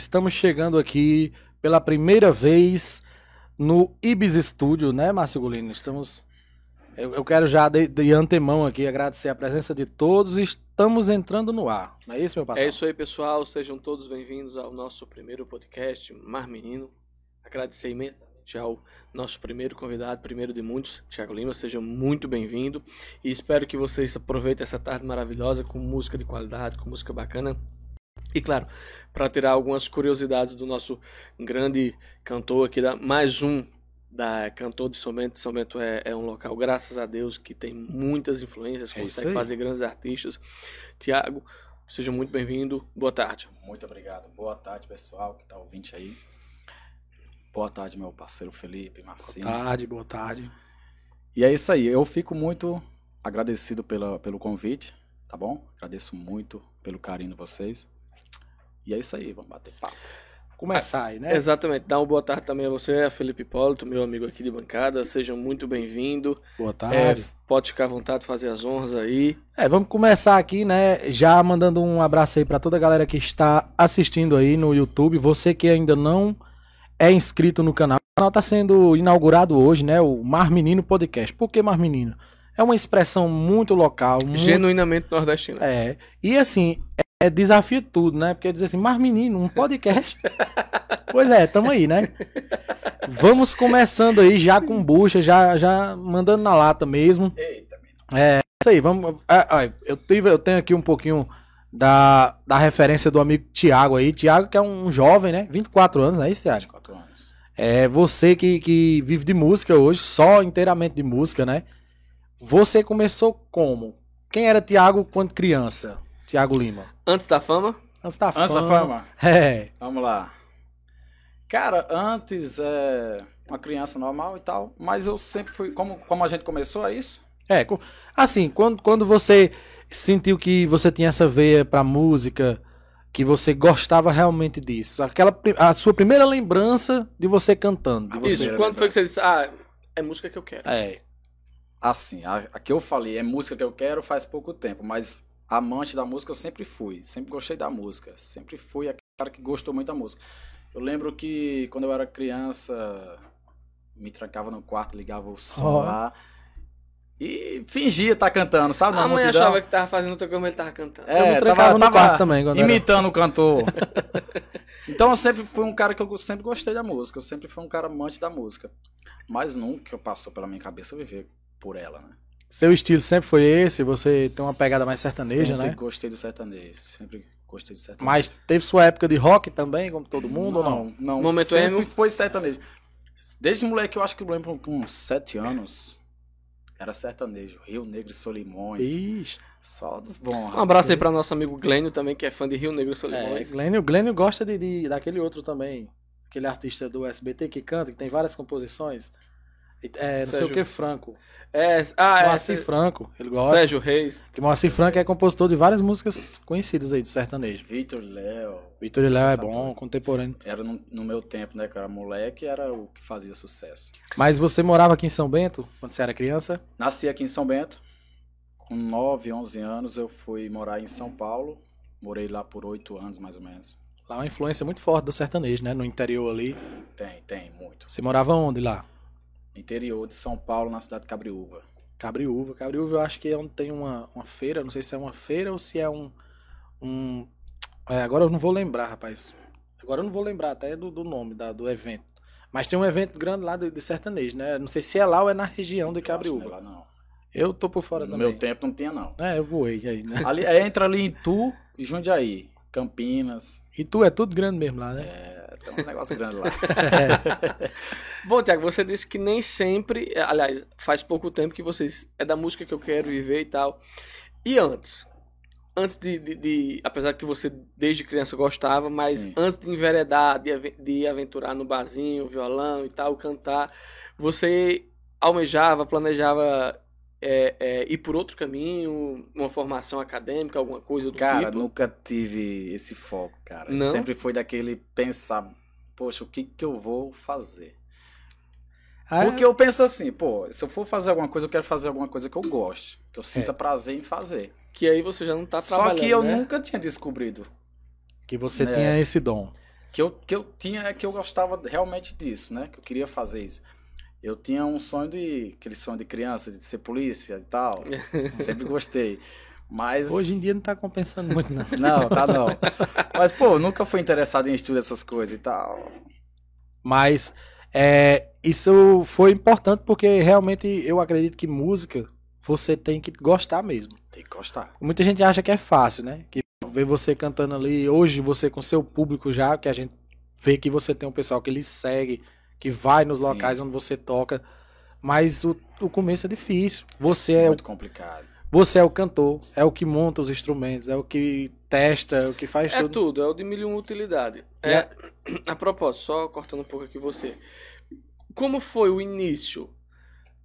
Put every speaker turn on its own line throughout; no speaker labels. Estamos chegando aqui pela primeira vez no Ibis Studio, né, Márcio Golino? Estamos. Eu, eu quero já de, de antemão aqui agradecer a presença de todos. Estamos entrando no ar. Não é isso, meu patrão?
É isso aí, pessoal. Sejam todos bem-vindos ao nosso primeiro podcast, Mar Menino. Agradecer imensamente ao nosso primeiro convidado, primeiro de muitos, Tiago Lima. Seja muito bem-vindo. E espero que vocês aproveitem essa tarde maravilhosa com música de qualidade, com música bacana. E claro, para tirar algumas curiosidades do nosso grande cantor aqui, da, mais um da cantor de São Bento. São Bento é, é um local, graças a Deus, que tem muitas influências,
É isso
consegue
aí.
fazer grandes artistas. Tiago, seja muito bem-vindo. Boa tarde.
Muito obrigado. Boa tarde, pessoal que tá ouvinte aí. Boa tarde, meu parceiro Felipe, Marcinho.
Boa tarde, boa tarde.
E é isso aí. Eu fico muito agradecido pela, pelo convite, tá bom? Agradeço muito pelo carinho de vocês. E é isso aí, vamos bater papo. É,
Começar aí, né?
Exatamente. Dá uma boa tarde também a você, a Felipe Hipólito, meu amigo aqui de bancada. Seja muito bem-vindo.
Boa
É,
tarde.
pode ficar à vontade, fazer as honras aí.
É, vamos começar aqui, né? Já mandando um abraço aí pra toda a galera que está assistindo aí no YouTube. Você que ainda não é inscrito no canal, o canal tá sendo inaugurado hoje, né? O Mar Menino Podcast. Por que Mar Menino? É uma expressão muito local, muito
Genuinamente nordestino.
é. E assim, é, é desafio tudo, né? Porque dizer assim, mas menino, um podcast. pois é, tamo aí, né? Vamos começando aí já com bucha, já, já mandando na lata mesmo. Eita, É, isso aí, vamos. ah, ah, eu, tive, eu tenho aqui um pouquinho da, da referência do amigo Tiago aí. Tiago, que é um jovem, né? 24 anos, não é isso, Tiago?
24 anos.
É, você que, que vive de música hoje, só inteiramente de música, né? Você começou como? Quem era Tiago quando criança? Tiago Lima.
Antes da fama,
Antes da fama.
Antes da fama.
É.
Vamos lá. Cara, antes é uma criança normal e tal, mas eu sempre fui. Como, como a gente começou, é isso?
é co- assim, quando, quando você sentiu que você tinha essa veia pra música, que você gostava realmente disso, aquela pri- a sua primeira lembrança de você cantando, de
Ah,
você-
Isso,
era
quando foi que você
lembrança.
disse, ah, é música que eu quero?
É. Assim, a, a que eu falei é música que eu quero faz pouco tempo, mas amante da música eu sempre fui. Sempre gostei da música. Sempre fui aquele cara que gostou muito da música. Eu lembro que quando eu era criança, me trancava no quarto, ligava o som
Ó.
lá e fingia estar cantando, sabe? Na
a mãe
multidão.
achava que tava fazendo outra coisa, mas ele tava cantando.
Eu me
É,
trancava
tava,
no quarto
tava
também quando era-
imitando o cantor. então eu sempre fui um cara que eu sempre gostei da música, eu sempre fui um cara amante da música. Mas nunca passou pela minha cabeça viver por ela, né?
Seu estilo sempre foi esse, você tem uma pegada mais sertaneja,
sempre
né?
gostei do sertanejo, sempre gostei do sertanejo.
Mas teve sua época de rock também, como todo mundo ou não?
não, não,
Momento
sempre
emo?
foi sertanejo. Desde moleque, eu acho que eu lembro com uns sete anos, era sertanejo, Rio Negro e Solimões,
Ixi.
só dos bons.
Um abraço aí
sim.
pra nosso amigo Glênio também, que é fã de Rio Negro e
É,
Solimões.
Glênio, Glênio gosta de, de- daquele outro também. Aquele artista do SBT que canta, que tem várias composições. E- É, não sei
Sérgio.
o que, Franco.
É, ah, é,
Moacir
Sé-
Franco, ele gosta.
Sérgio Reis.
Que Moacir Franco é compositor de várias músicas conhecidas aí do sertanejo.
Vitor e Léo.
Vitor e Léo é
Tá
bom, contemporâneo.
Era no, no meu tempo, né, que eu era moleque, era o que fazia sucesso.
Mas você morava aqui em São Bento, quando você era criança?
Nasci aqui em São Bento. Com 9, 11 anos, eu fui morar em São Paulo. Morei lá por 8 anos, mais ou menos.
Lá é uma influência muito forte do sertanejo, né? No interior ali.
Tem, tem, muito.
Você morava onde lá?
Interior de São Paulo, na cidade de Cabriúva.
Cabriúva. Cabriúva eu acho que é onde tem uma, uma feira, não sei se é uma feira ou se é um. um é, agora eu não vou lembrar, rapaz. Agora eu não vou lembrar até do, do nome da, do evento. Mas tem um evento grande lá de, de sertanejo, né? Não sei se é lá ou é na região de
Eu acho que não é
Cabriúva.
lá, não.
Eu tô por fora
no
também.
meu tempo não tinha, não.
É, eu voei aí, né?
Ali, é, entra ali em Tu e Jundiaí. Campinas.
E tu é tudo grande mesmo lá, né?
É, tem uns negócios grandes lá.
Bom, Tiago, você disse que nem sempre, é, aliás, faz pouco tempo que vocês, é da música que eu quero viver e tal. E antes? Antes de, de- de- apesar que você desde criança gostava, mas
Sim.
antes de enveredar, de, ave- de aventurar no barzinho, violão e tal, cantar, você almejava, planejava é, é, ir por outro caminho, uma formação acadêmica, alguma coisa do
Cara,
tipo?
nunca tive esse foco, cara.
Não?
Sempre foi daquele pensar, poxa, o que que eu vou fazer?
Ah,
Porque eu penso assim, pô, se eu for fazer alguma coisa, eu quero fazer alguma coisa que eu goste, que eu
É.
sinta prazer em fazer.
Que aí você já não tá
Só
trabalhando,
que eu
né?
nunca tinha descobrido.
Que você
É.
tinha esse dom.
que eu, que eu tinha é que eu gostava realmente disso, né? Que eu queria fazer isso. Eu tinha um sonho de. aquele sonho de criança, de ser polícia e tal. Sempre gostei. Mas.
Hoje em dia não tá compensando muito, não.
Não, tá não. Mas, pô, eu nunca fui interessado em estudar essas coisas e tal.
Mas é, isso foi importante porque realmente eu acredito que música você tem que gostar mesmo.
Tem que gostar.
Muita gente acha que é fácil, né? Que vê você cantando ali, hoje você com seu público já, que a gente vê que você tem um pessoal que lhe segue, que vai nos
Sim.
locais onde você toca. Mas o, o começo é difícil. Você é, o-
Muito complicado.
você é o cantor, é o que monta os instrumentos, é o que testa, é o que faz
É
tudo.
tudo, é o de mil e uma utilidade.
E
É, A propósito, só cortando um pouco aqui você. Como foi o início?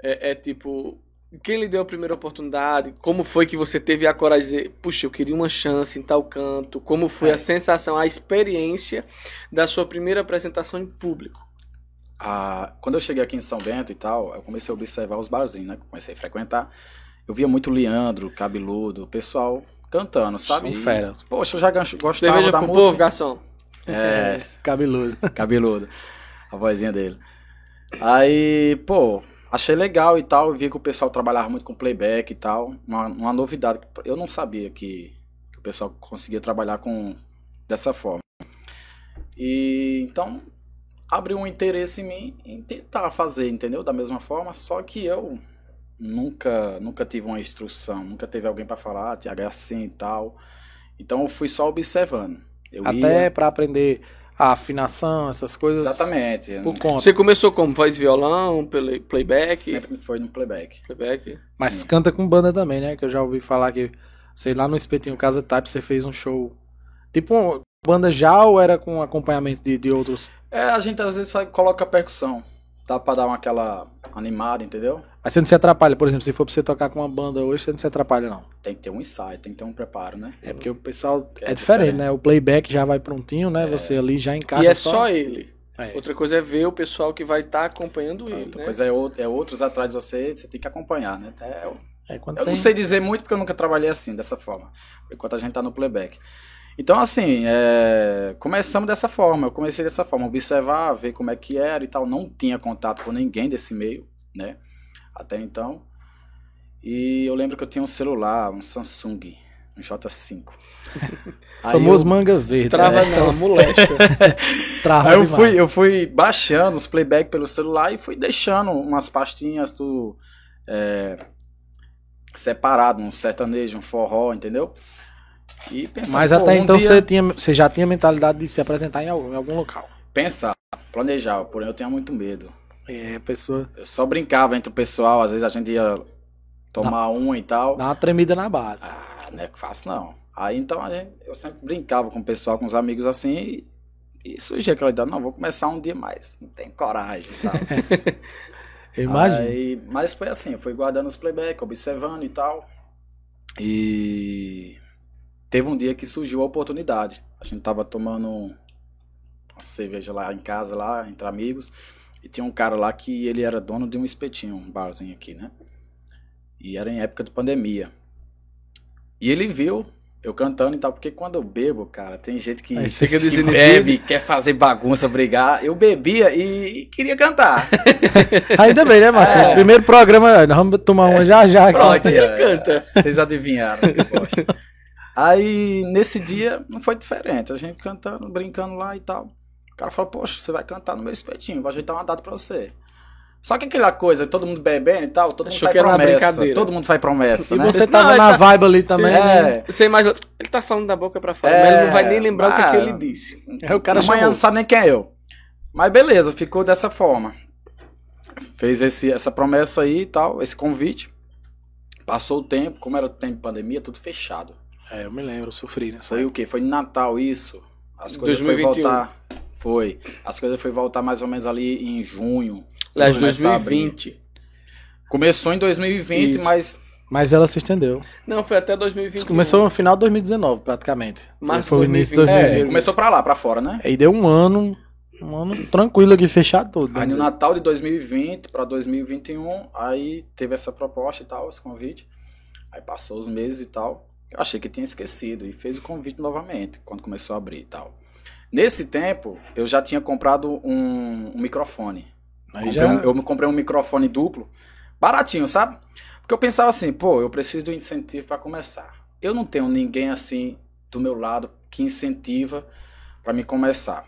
É, é tipo, quem lhe deu a primeira oportunidade? Como foi que você teve a coragem de dizer, puxa, eu queria uma chance em tal canto? Como foi
É.
a sensação, a experiência da sua primeira apresentação em público?
Ah, quando eu cheguei aqui em São Bento e tal, eu comecei a observar os barzinhos, né? que eu Comecei a frequentar. Eu via muito Leandro, Cabeludo, o pessoal cantando, sabe?
São
E,
um fera.
Poxa, eu já gancho- gostava
Cerveja
da
pro
música.
povo, garçom.
É,
Cabeludo.
cabeludo. A vozinha dele. Aí, pô, achei legal e tal. Eu vi que o pessoal trabalhava muito com playback e tal. Uma, uma novidade. que Eu não sabia que, que o pessoal conseguia trabalhar com dessa forma. E então abriu um interesse em mim em tentar fazer, entendeu? Da mesma forma, só que eu nunca nunca tive uma instrução, nunca teve alguém pra falar, ah, Tiago é assim e tal. Então eu fui só observando. Eu
Até
ia-
pra aprender a afinação, essas coisas.
Exatamente. eu
Por
não-
conta.
Você começou como? Voz e violão, play-
É
playback?
Sempre foi no playback.
Playback.
Mas
Sim.
canta com banda também, né? Que eu já ouvi falar que, sei lá, no Espetinho Casa Type você fez um show. Tipo, uma banda já ou era com acompanhamento de, de outros?
É, a gente às vezes só coloca a percussão. Dá pra dar uma, aquela animada, entendeu?
Mas você não se atrapalha, por exemplo, se for pra você tocar com uma banda hoje, você não se atrapalha, não.
Tem que ter um ensaio, tem que ter um preparo, né?
É porque o pessoal
Que
é,
é
diferente,
diferente. É.
né? O playback já vai prontinho, né? Você ali já encaixa
E é só ele.
É.
Outra coisa é ver o pessoal que vai estar acompanhando ele,
Outra
né?
coisa é, out- é outros atrás de você, você tem que acompanhar, né? É, eu
É, quando
eu
tem-
não sei dizer muito porque eu nunca trabalhei assim, dessa forma. Enquanto a gente tá no playback. Então, assim, é, começamos dessa forma. Eu comecei dessa forma, observar, ver como é que era e tal. Não tinha contato com ninguém desse meio, né? Até então. E eu lembro que eu tinha um celular, um Samsung, um J5. Aí
Famoso
eu-
manga verde.
Trava
né?
não, molesta.
Trava
Aí eu
demais.
fui, eu fui baixando os playback pelo celular e fui deixando umas pastinhas tudo é, separado, um sertanejo, um forró, entendeu? E pensando,
Mas
pô,
até
um
então
dia-
você, tinha, você já tinha a mentalidade de se apresentar em algum, em algum local.
pensar, planejar, porém eu tinha muito medo.
É, a pessoa
Eu só brincava entre o pessoal, às vezes a gente ia tomar um e tal.
dá uma tremida na base.
Ah, não é fácil não. Aí então a gente- eu sempre brincava com o pessoal, com os amigos assim e, e surgia aquela ideia, não, vou começar um dia mais, não tem coragem e tal.
eu imagino.
Aí- mas foi assim, eu fui guardando os playback, observando e tal. E teve um dia que surgiu a oportunidade. A gente tava tomando uma cerveja lá em casa, lá, entre amigos. E tinha um cara lá que ele era dono de um espetinho, um barzinho aqui, né? E era em época de pandemia. E ele viu eu cantando e tal, porque quando eu bebo, cara, tem gente que
Aí você
se
fica desinibido.
bebe, quer fazer bagunça, brigar. Eu bebia e queria cantar.
Ainda bem, né, Marcelo?
É.
Primeiro programa, nós vamos tomar uma já já. aqui.
Pronto, é. aí, ó,
canta.
Vocês adivinharam que eu gosto. Aí, nesse dia, não foi diferente. A gente cantando, brincando lá e tal. O cara falou, poxa, você vai cantar no meu espetinho, vou ajeitar uma data pra você. Só que aquela coisa, todo mundo bebendo e tal, todo mundo
Achou
faz
que era uma
promessa.
brincadeira.
Todo mundo faz promessa,
E
né?
você
Não,
tava
ele
na
tá-
vibe ali também, né?
É,
Você imagina, ele tá falando da boca pra fora,
É,
mas ele não vai nem lembrar o que, é que
ah,
ele disse.
É, o cara
amanhã
chamou.
não sabe nem quem é eu. Mas beleza, ficou dessa forma. Fez esse, essa promessa aí e tal, esse convite. Passou o tempo, como era o tempo de pandemia, tudo fechado.
É, eu me lembro, eu sofri nessa.
Foi o quê? Foi em Natal isso. As coisas foi
2021.
voltar. Foi. As coisas foi voltar mais ou menos ali em junho.
Aliás,
Começar a abrir.
2020.
Começou em 2020,
Isso.
mas
Mas ela se estendeu.
Não, foi até
Isso
2020.
começou no final de 2019, praticamente.
Março
foi o início de
2020.
é,
2020.
começou pra lá, pra fora, né?
Aí deu um ano, um ano tranquilo aqui, fechado né? todo.
Aí
vamos
no
dizer.
Natal de 2020 pra 2021, aí teve essa proposta e tal, esse convite. Aí passou os meses e tal. Eu achei que tinha esquecido e fez o convite novamente quando começou a abrir e tal. Nesse tempo, eu já tinha comprado um, um microfone.
Aí
Comprei
já...
um- eu me comprei um microfone duplo, baratinho, sabe? Porque eu pensava assim, pô, eu preciso do incentivo para começar. Eu não tenho ninguém assim do meu lado que incentiva para me começar.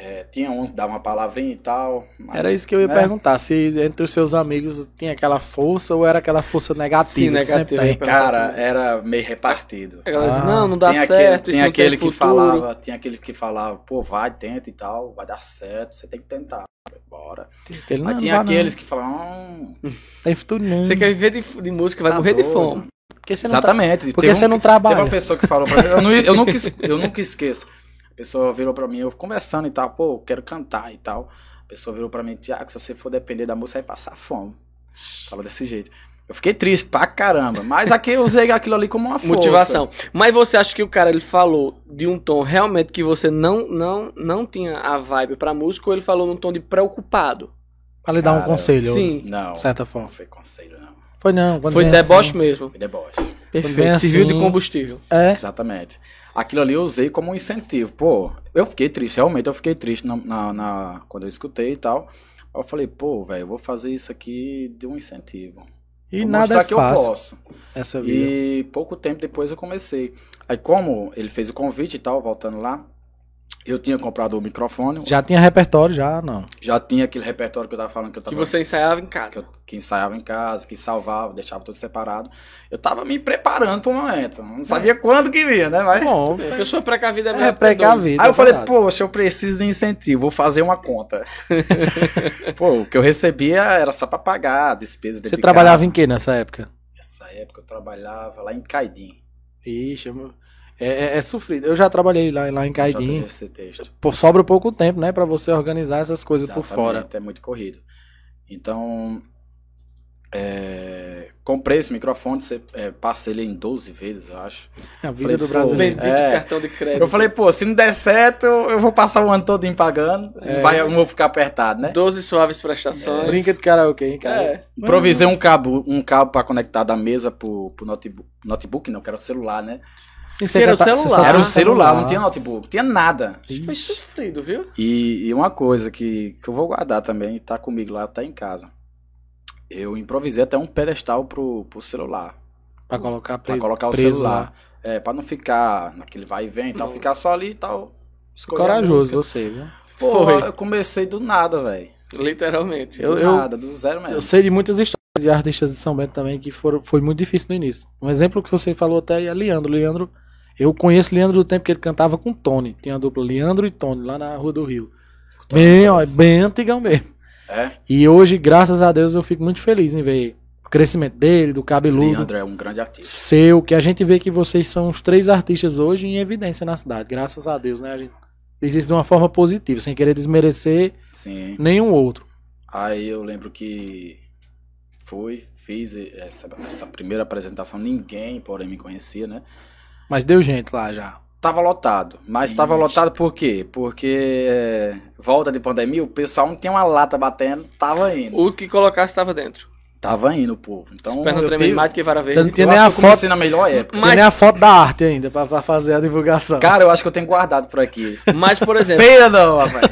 É, tinha um que dava uma palavrinha e tal. mas,
Era isso que eu ia
né?
perguntar, se entre os seus amigos tinha aquela força ou era aquela força negativa que
negativa,
sempre tem.
né?
Cara, era meio repartido.
A galera diz,
Ah.
não, É, não dá
tem aquele,
certo,
tem
isso não
aquele
tem
que
futuro.
falava, tem aquele que falava, pô, vai, tenta e tal, vai dar certo, você tem que tentar. Bora.
Aquele,
Mas
não,
Ah, tinha
não vai não,
aqueles que falavam, hum,
Tem futuro não.
Você quer viver de, de música, vai
Tá
morrer de
doido.
fome.
Porque você não, tra-
exatamente.
Porque
teve um
você não
Teve uma
trabalha.
pessoa que falou pra mim, eu, não- eu nunca, es- eu nunca esqueço. A pessoa virou pra mim, eu conversando e tal, pô, eu quero cantar e tal. A pessoa virou pra mim, Tiago, se você for depender da música, vai passar fome. Falou desse jeito. Eu fiquei triste pra caramba, mas aqui eu usei aquilo ali como uma força.
Motivação. Mas você acha que o cara ele falou de um tom realmente que você não não não tinha a vibe pra música ou ele falou num tom de preocupado?
Pra lhe dar um
Cara,
conselho,
Sim.
Não,
de certa
não
forma.
foi conselho, não.
Foi não. quando
Foi
vem
deboche
assim,
mesmo.
Foi deboche.
Perfeito.
bem
Serviu de
assim.
combustível.
É,
Exatamente. Aquilo ali eu usei como um incentivo. Pô, eu fiquei triste, realmente eu fiquei triste na, na- na- quando eu escutei e tal. Eu falei, pô, velho, eu vou fazer isso aqui de um incentivo.
e
Vou
nada
mostrar
é
que eu
fácil
posso.
essa vida.
E pouco tempo depois eu comecei. Aí como ele fez o convite e tal, voltando lá, eu tinha comprado o microfone, já,
Já tinha repertório, já não.
tinha aquele repertório que eu tava falando que eu
Que
tava
você ensaiava em
que,
casa.
eu- que ensaiava em casa, que salvava, deixava tudo separado. Eu tava me preparando pro momento. Não sabia quando que vinha, né, mas
Bom,
A pessoa precavida é
é
melhor que doido.
precavido.
Aí eu
é
falei,
verdade.
poxa, eu preciso de incentivo, vou fazer uma conta. Pô, o que eu recebia era só pra pagar a despesa dentro
Você
de
trabalhava
casa.
em que nessa época?
Nessa época eu trabalhava lá em Caidim.
Ixi, meu- é, é, é sofrido. Eu já trabalhei lá, lá em Caidim.
JGC Texto.
Pô, sobra pouco tempo, né, Pra você organizar essas coisas por fora.
Exatamente, É muito corrido. Então, é, comprei esse microfone, você- é, passei ele em 12 vezes, eu acho.
A vida
Falei,
do
pô,
brasileiro.
Bendito
É.
cartão de crédito.
Eu falei, pô, se não der certo, eu vou passar o ano todo em pagando,
É.
não vai, eu É. não vou ficar apertado, né?
12 suaves prestações.
Brinca de karaokê, hein, cara.
É.
Improvisei um cabo, um cabo para conectar da mesa pro, pro notebook, notebook, não, que era o celular, né?
Sim,
Sim, era o
você tá-
celular.
você
Era o
tá-
celular, não tinha um notebook, tinha nada.
Foi sofrido, viu?
E, e uma coisa que, que eu vou guardar também, tá comigo lá, tá em casa. Eu improvisei até um pedestal pro, pro celular.
Pra colocar
Pra
preso.
colocar o
preso
celular.
lá.
É, pra não ficar naquele vai e vem e tal,
Não.
ficar só ali e tal. escolher a
Corajoso
música.
você, viu?
Pô,
Foi.
eu comecei do nada, velho.
Literalmente.
Do
Eu- eu-
nada, do zero mesmo.
Eu sei de muitas histórias de artistas de São Bento também que foram, foi muito difícil no início. Um exemplo que você falou até aí é Leandro. Leandro, eu conheço Leandro do tempo que ele cantava com Tony. Tinha a dupla Leandro e Tony lá na Rua do Rio. Bem, ó, bem antigão mesmo.
É,
E hoje, graças a Deus, eu fico muito feliz em ver o crescimento dele, do cabeludo,
Leandro é um grande artista.
seu, que a gente vê que vocês são os três artistas hoje em evidência na cidade. Graças a Deus, né? A gente diz isso de uma forma positiva, sem querer desmerecer
Sim.
nenhum outro.
Aí eu lembro que fui, fiz essa, essa primeira apresentação, ninguém, porém, me conhecia, né?
Mas deu gente lá já.
Tava lotado, mas tava
Ixi.
lotado por quê? Porque é, volta de pandemia, o pessoal não tem uma lata batendo, tava indo.
O que colocasse estava dentro.
Tava indo o povo. Então,
As pernas
eu,
tremem
tenho,
mais do que vara
Você não
verde.
tinha
eu
nem
acho
a
que eu comecei
foto.
na melhor época.
Tem
Mas-
nem a foto da arte ainda pra, pra fazer a divulgação.
Cara, eu acho que eu tenho guardado por aqui.
Mas, por exemplo,
Feira não, rapaz.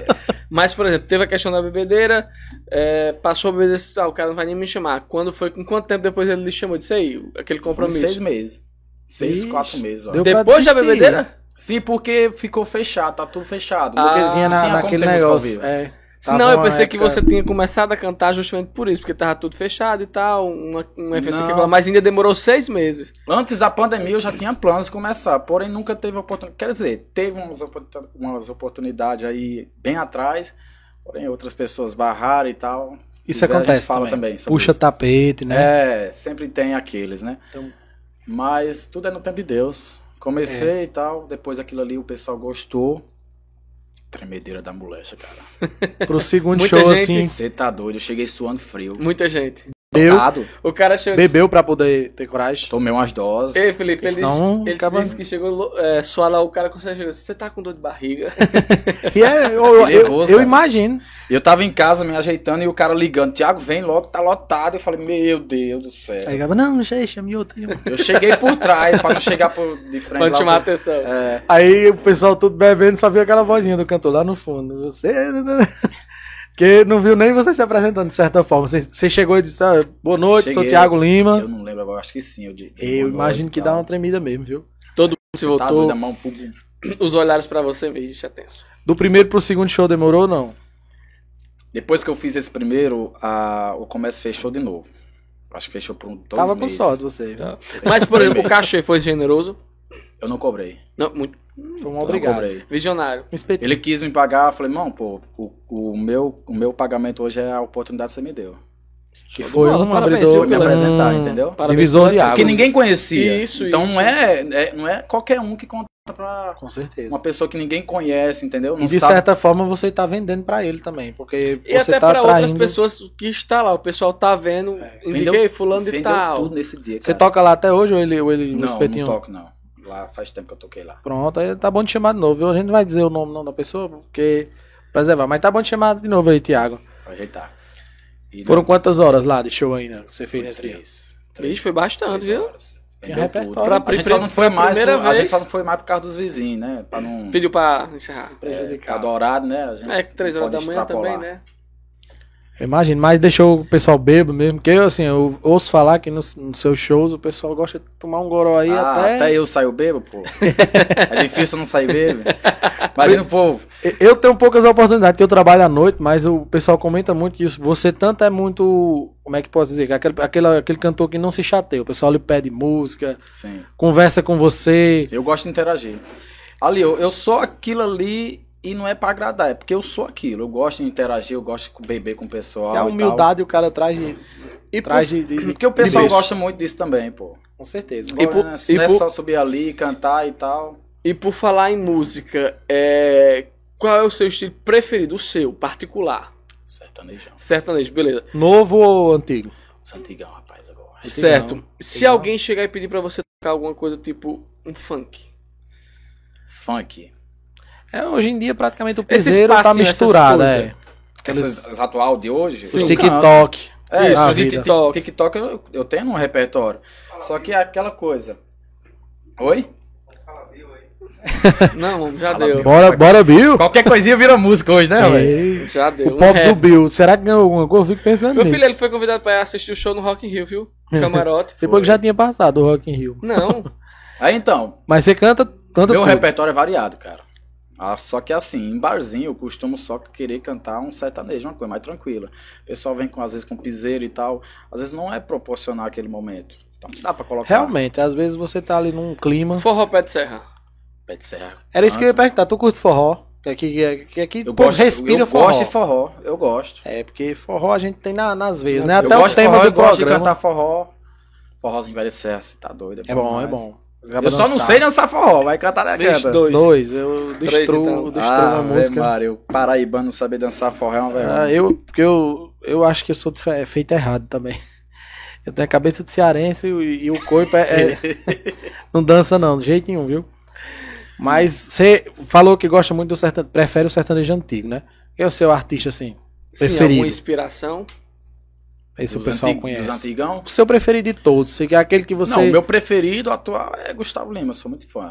Mas, por exemplo, teve a questão da bebedeira, é, passou a bebedeira, ah, o cara não vai nem me chamar. Quando foi, com quanto tempo depois ele lhe chamou? Disse aí, aquele
Foram
compromisso.
seis meses. Seis,
Ixi,
quatro meses, ó.
deu-
Depois
pra
da
desistir, né?
bebedeira?
Sim, porque ficou fechado, tá tudo fechado.
Ah,
Porque ele vinha
não
na,
tinha como
naquele
ter música ao
negócio.
vivo.
É,
Senão
Tava
eu
uma
pensei que
época-
você tinha começado a cantar justamente por isso, porque tava tudo fechado e tal, uma- um evento
Não.
que aquela, mas ainda demorou seis meses.
Antes da pandemia eu já tinha planos de começar, porém nunca teve oportunidade. Quer dizer, teve umas, oportu- umas oportunidades aí bem atrás, porém outras pessoas barraram e tal.
isso
Quiser, a gente
acontece.
fala
também.
também sobre
Puxa
isso.
tapete, né?
É, sempre tem aqueles, né?
Então-
Mas tudo é no tempo de Deus.
É.
Comecei e tal, depois aquilo ali o pessoal gostou. Tremedeira da molecha, cara. É.
Pro segundo
Muita
show,
gente-
assim,
Você tá doido, eu cheguei suando frio.
Muita gente.
deu,
Dado,
O cara
assim.
chegou.
bebeu pra poder ter coragem.
tomei umas doses.
Ei, Felipe, ele,
Senão,
disse, ele
acaba-
disse que chegou lo- é, suar lá, o cara consegue chegar. Você tá com dor de barriga?
E é, eu, eu,
Nervoso,
eu
cara.
imagino.
E eu tava em casa me ajeitando e o cara ligando, Tiago, vem logo, tá lotado. Eu falei, meu Deus do céu.
Aí o cara, não, deixa, me odeio.
Eu cheguei por trás pra não chegar por, de frente.
Pra
lá
te chamar a
pro-
atenção.
É,
Aí o pessoal tudo bebendo, só viu aquela vozinha do cantor lá no fundo. Você. Que não viu nem você se apresentando de certa forma. Você, você chegou e disse: "Ah, Boa noite, sou
Cheguei.
Tiago Lima.
eu não lembro agora, acho que sim. Eu, digo,
Eu,
boa
imagino
noite,
que
tal.
dá uma tremida mesmo, viu?
Todo mundo se
Você Tá
voltou,
doido, a mão pum, pum.
os olhares pra você, veio deixa tenso.
Do primeiro pro segundo show demorou ou não?
Depois que eu fiz esse primeiro, a- o comércio fechou de novo. Acho que fechou por um, dois
Tava com
meses.
sorte você.
Mas, por exemplo, o
Primeiro.
cachê foi generoso?
Eu não cobrei.
Não, muito. Tá
Foi um
Eu Não
obrigado. Um
cobrei.
Visionário.
espetinho.
Ele quis me pagar, eu falei, não, pô, o, o meu, o meu pagamento hoje é a oportunidade que você me deu.
Que
Show de
foi
bola,
um
parabéns,
abridor.
viu, Hum,
me
um
apresentar, entendeu?
Parabéns
Divisor
pela
de
atitude.
águas.
Porque ninguém conhecia.
Isso,
então
isso.
Não, é, é- não é qualquer um que contrata pra
Com certeza.
uma um pessoa que ninguém conhece, entendeu? Não
E de
sabe.
certa forma você tá vendendo pra ele também. Porque
E
você
até
tá
pra
traindo.
outras pessoas que está lá. O pessoal tá vendo. indiquei
vendeu-
fulano de
vendeu
tal.
tudo nesse dia,
Você
cara.
toca lá até hoje ou ele, ou ele no
Não,
espetinho?
não toco, não. Lá faz tempo que eu toquei lá.
Pronto, aí tá bom de chamar de novo, viu? A gente não vai dizer o nome não da pessoa, porque. Preservar, mas tá bom de chamar de novo aí, Thiago.
Pra ajeitar. E
Foram quantas horas lá de show ainda que você
foi
fez nesse dia?
três.
Bicho, foi bastante,
né? três
viu?
horas.
Tinha
Vendeu
repertório.
tudo.
Pra
A gente só não foi mais, por,
primeira
a gente
vez.
só não foi mais por causa dos vizinhos, né? Pra não
Pediu pra encerrar.
é, por
prejudicar.
causa do horário, né? A gente
É, que três
não
horas da
pode
manhã também,
extrapolar.
né?
Imagina, mas deixou o pessoal bebo mesmo, porque assim, eu ouço falar que nos, nos seus shows o pessoal gosta de tomar um goró aí
Ah,
até...
até... eu saio bebo, pô. É difícil não sair bebo. Imagina o povo.
Eu tenho poucas oportunidades, porque eu trabalho à noite, mas o pessoal comenta muito isso. Você tanto é muito, como é que posso dizer, aquele, aquele, aquele cantor que não se chateia, o pessoal lhe pede música,
Sim.
conversa com você...
Eu gosto de interagir. Ali, eu, eu sou aquilo ali e não é pra agradar, é porque eu sou aquilo. Eu gosto de interagir, eu gosto de beber com o pessoal.
Que a
e tal.
humildade o cara traz de.
E
traz de, de-
Porque o pessoal
de berço.
gosta muito disso também, pô.
Com certeza.
E
E por-
não é
e por-
só subir ali, cantar e tal.
E por falar em música, é, qual é o seu estilo preferido, o seu, particular?
Sertanejão.
Sertanejo, beleza.
Novo ou antigo?
Os antigão, rapaz, eu gosto.
Antigão,
certo. Se
antigão.
alguém chegar e pedir pra você tocar alguma coisa tipo um funk.
Funk.
É, hoje em dia praticamente o
Esse
piseiro tá
espacinho, essas
misturado,
coisas.
é.
Essas as atual de hoje?
Os
eu canto.
TikTok.
É,
Isso,
isso,
a
os de
Ah, vida.
TikTok. TikTok eu, eu tenho um repertório. Só que é aquela coisa. Oi?
Não, mano, já
Fala,
deu.
Bora, bora, Bill.
Qualquer coisinha vira música hoje,
É,
né, velho?
Ei,
Já deu.
o
um
pop
rap.
do Bill. Será que ganhou alguma coisa? Eu fico pensando
Meu
nisso.
filho, ele foi convidado pra ir assistir o show no Rock in Rio, viu? Camarote.
Depois que já tinha passado o Rock in Rio.
Não.
Aí então,
Mas você canta tanto
meu
tudo.
repertório é variado, cara. Ah, só que assim, em barzinho eu costumo só querer cantar um sertanejo, uma coisa mais tranquila. O pessoal vem com, às vezes com piseiro e tal. Às vezes não é proporcional aquele momento. Então dá pra colocar.
Realmente, às vezes você tá ali num clima.
Forró Pé de Serra.
Pé de serra.
Era isso que eu ia
canto.
perguntar. Tu curte forró? Que aqui, que- que aqui
Eu
pô,
gosto,
respira
eu
forró.
gosto de forró. Eu gosto.
É, porque forró a gente tem na- nas veias, né?
eu
Até
gosto
o tema
de forró,
do
eu gosto de
programa.
cantar forró. Forrózinho vai descer, você tá doido.
É bom, é
demais.
bom.
Eu só não sei dançar forró, vai cantar na
Deixa
canta.
dois.
Dois, eu destruo,
Três, então.
destruo
Ah,
uma
Ave
música.
Maria, o paraibano não saber dançar forró é uma vergonha.
Ah, eu, porque eu, eu acho que eu sou desfe- feito errado também. Eu tenho a cabeça de cearense e, e o corpo é, é- Não dança, não, de jeito nenhum, viu? Mas você falou que gosta muito do sertanejo. Prefere o sertanejo antigo, né? Quem é o seu artista, assim?
Sim,
Preferido.
alguma inspiração.
Esse o
Dos
pessoal
antigo-
conhece.
Dos antigão?
O seu preferido de todos? Você, é aquele que você.
Não, o meu preferido atual é Gustavo Lima, sou muito fã.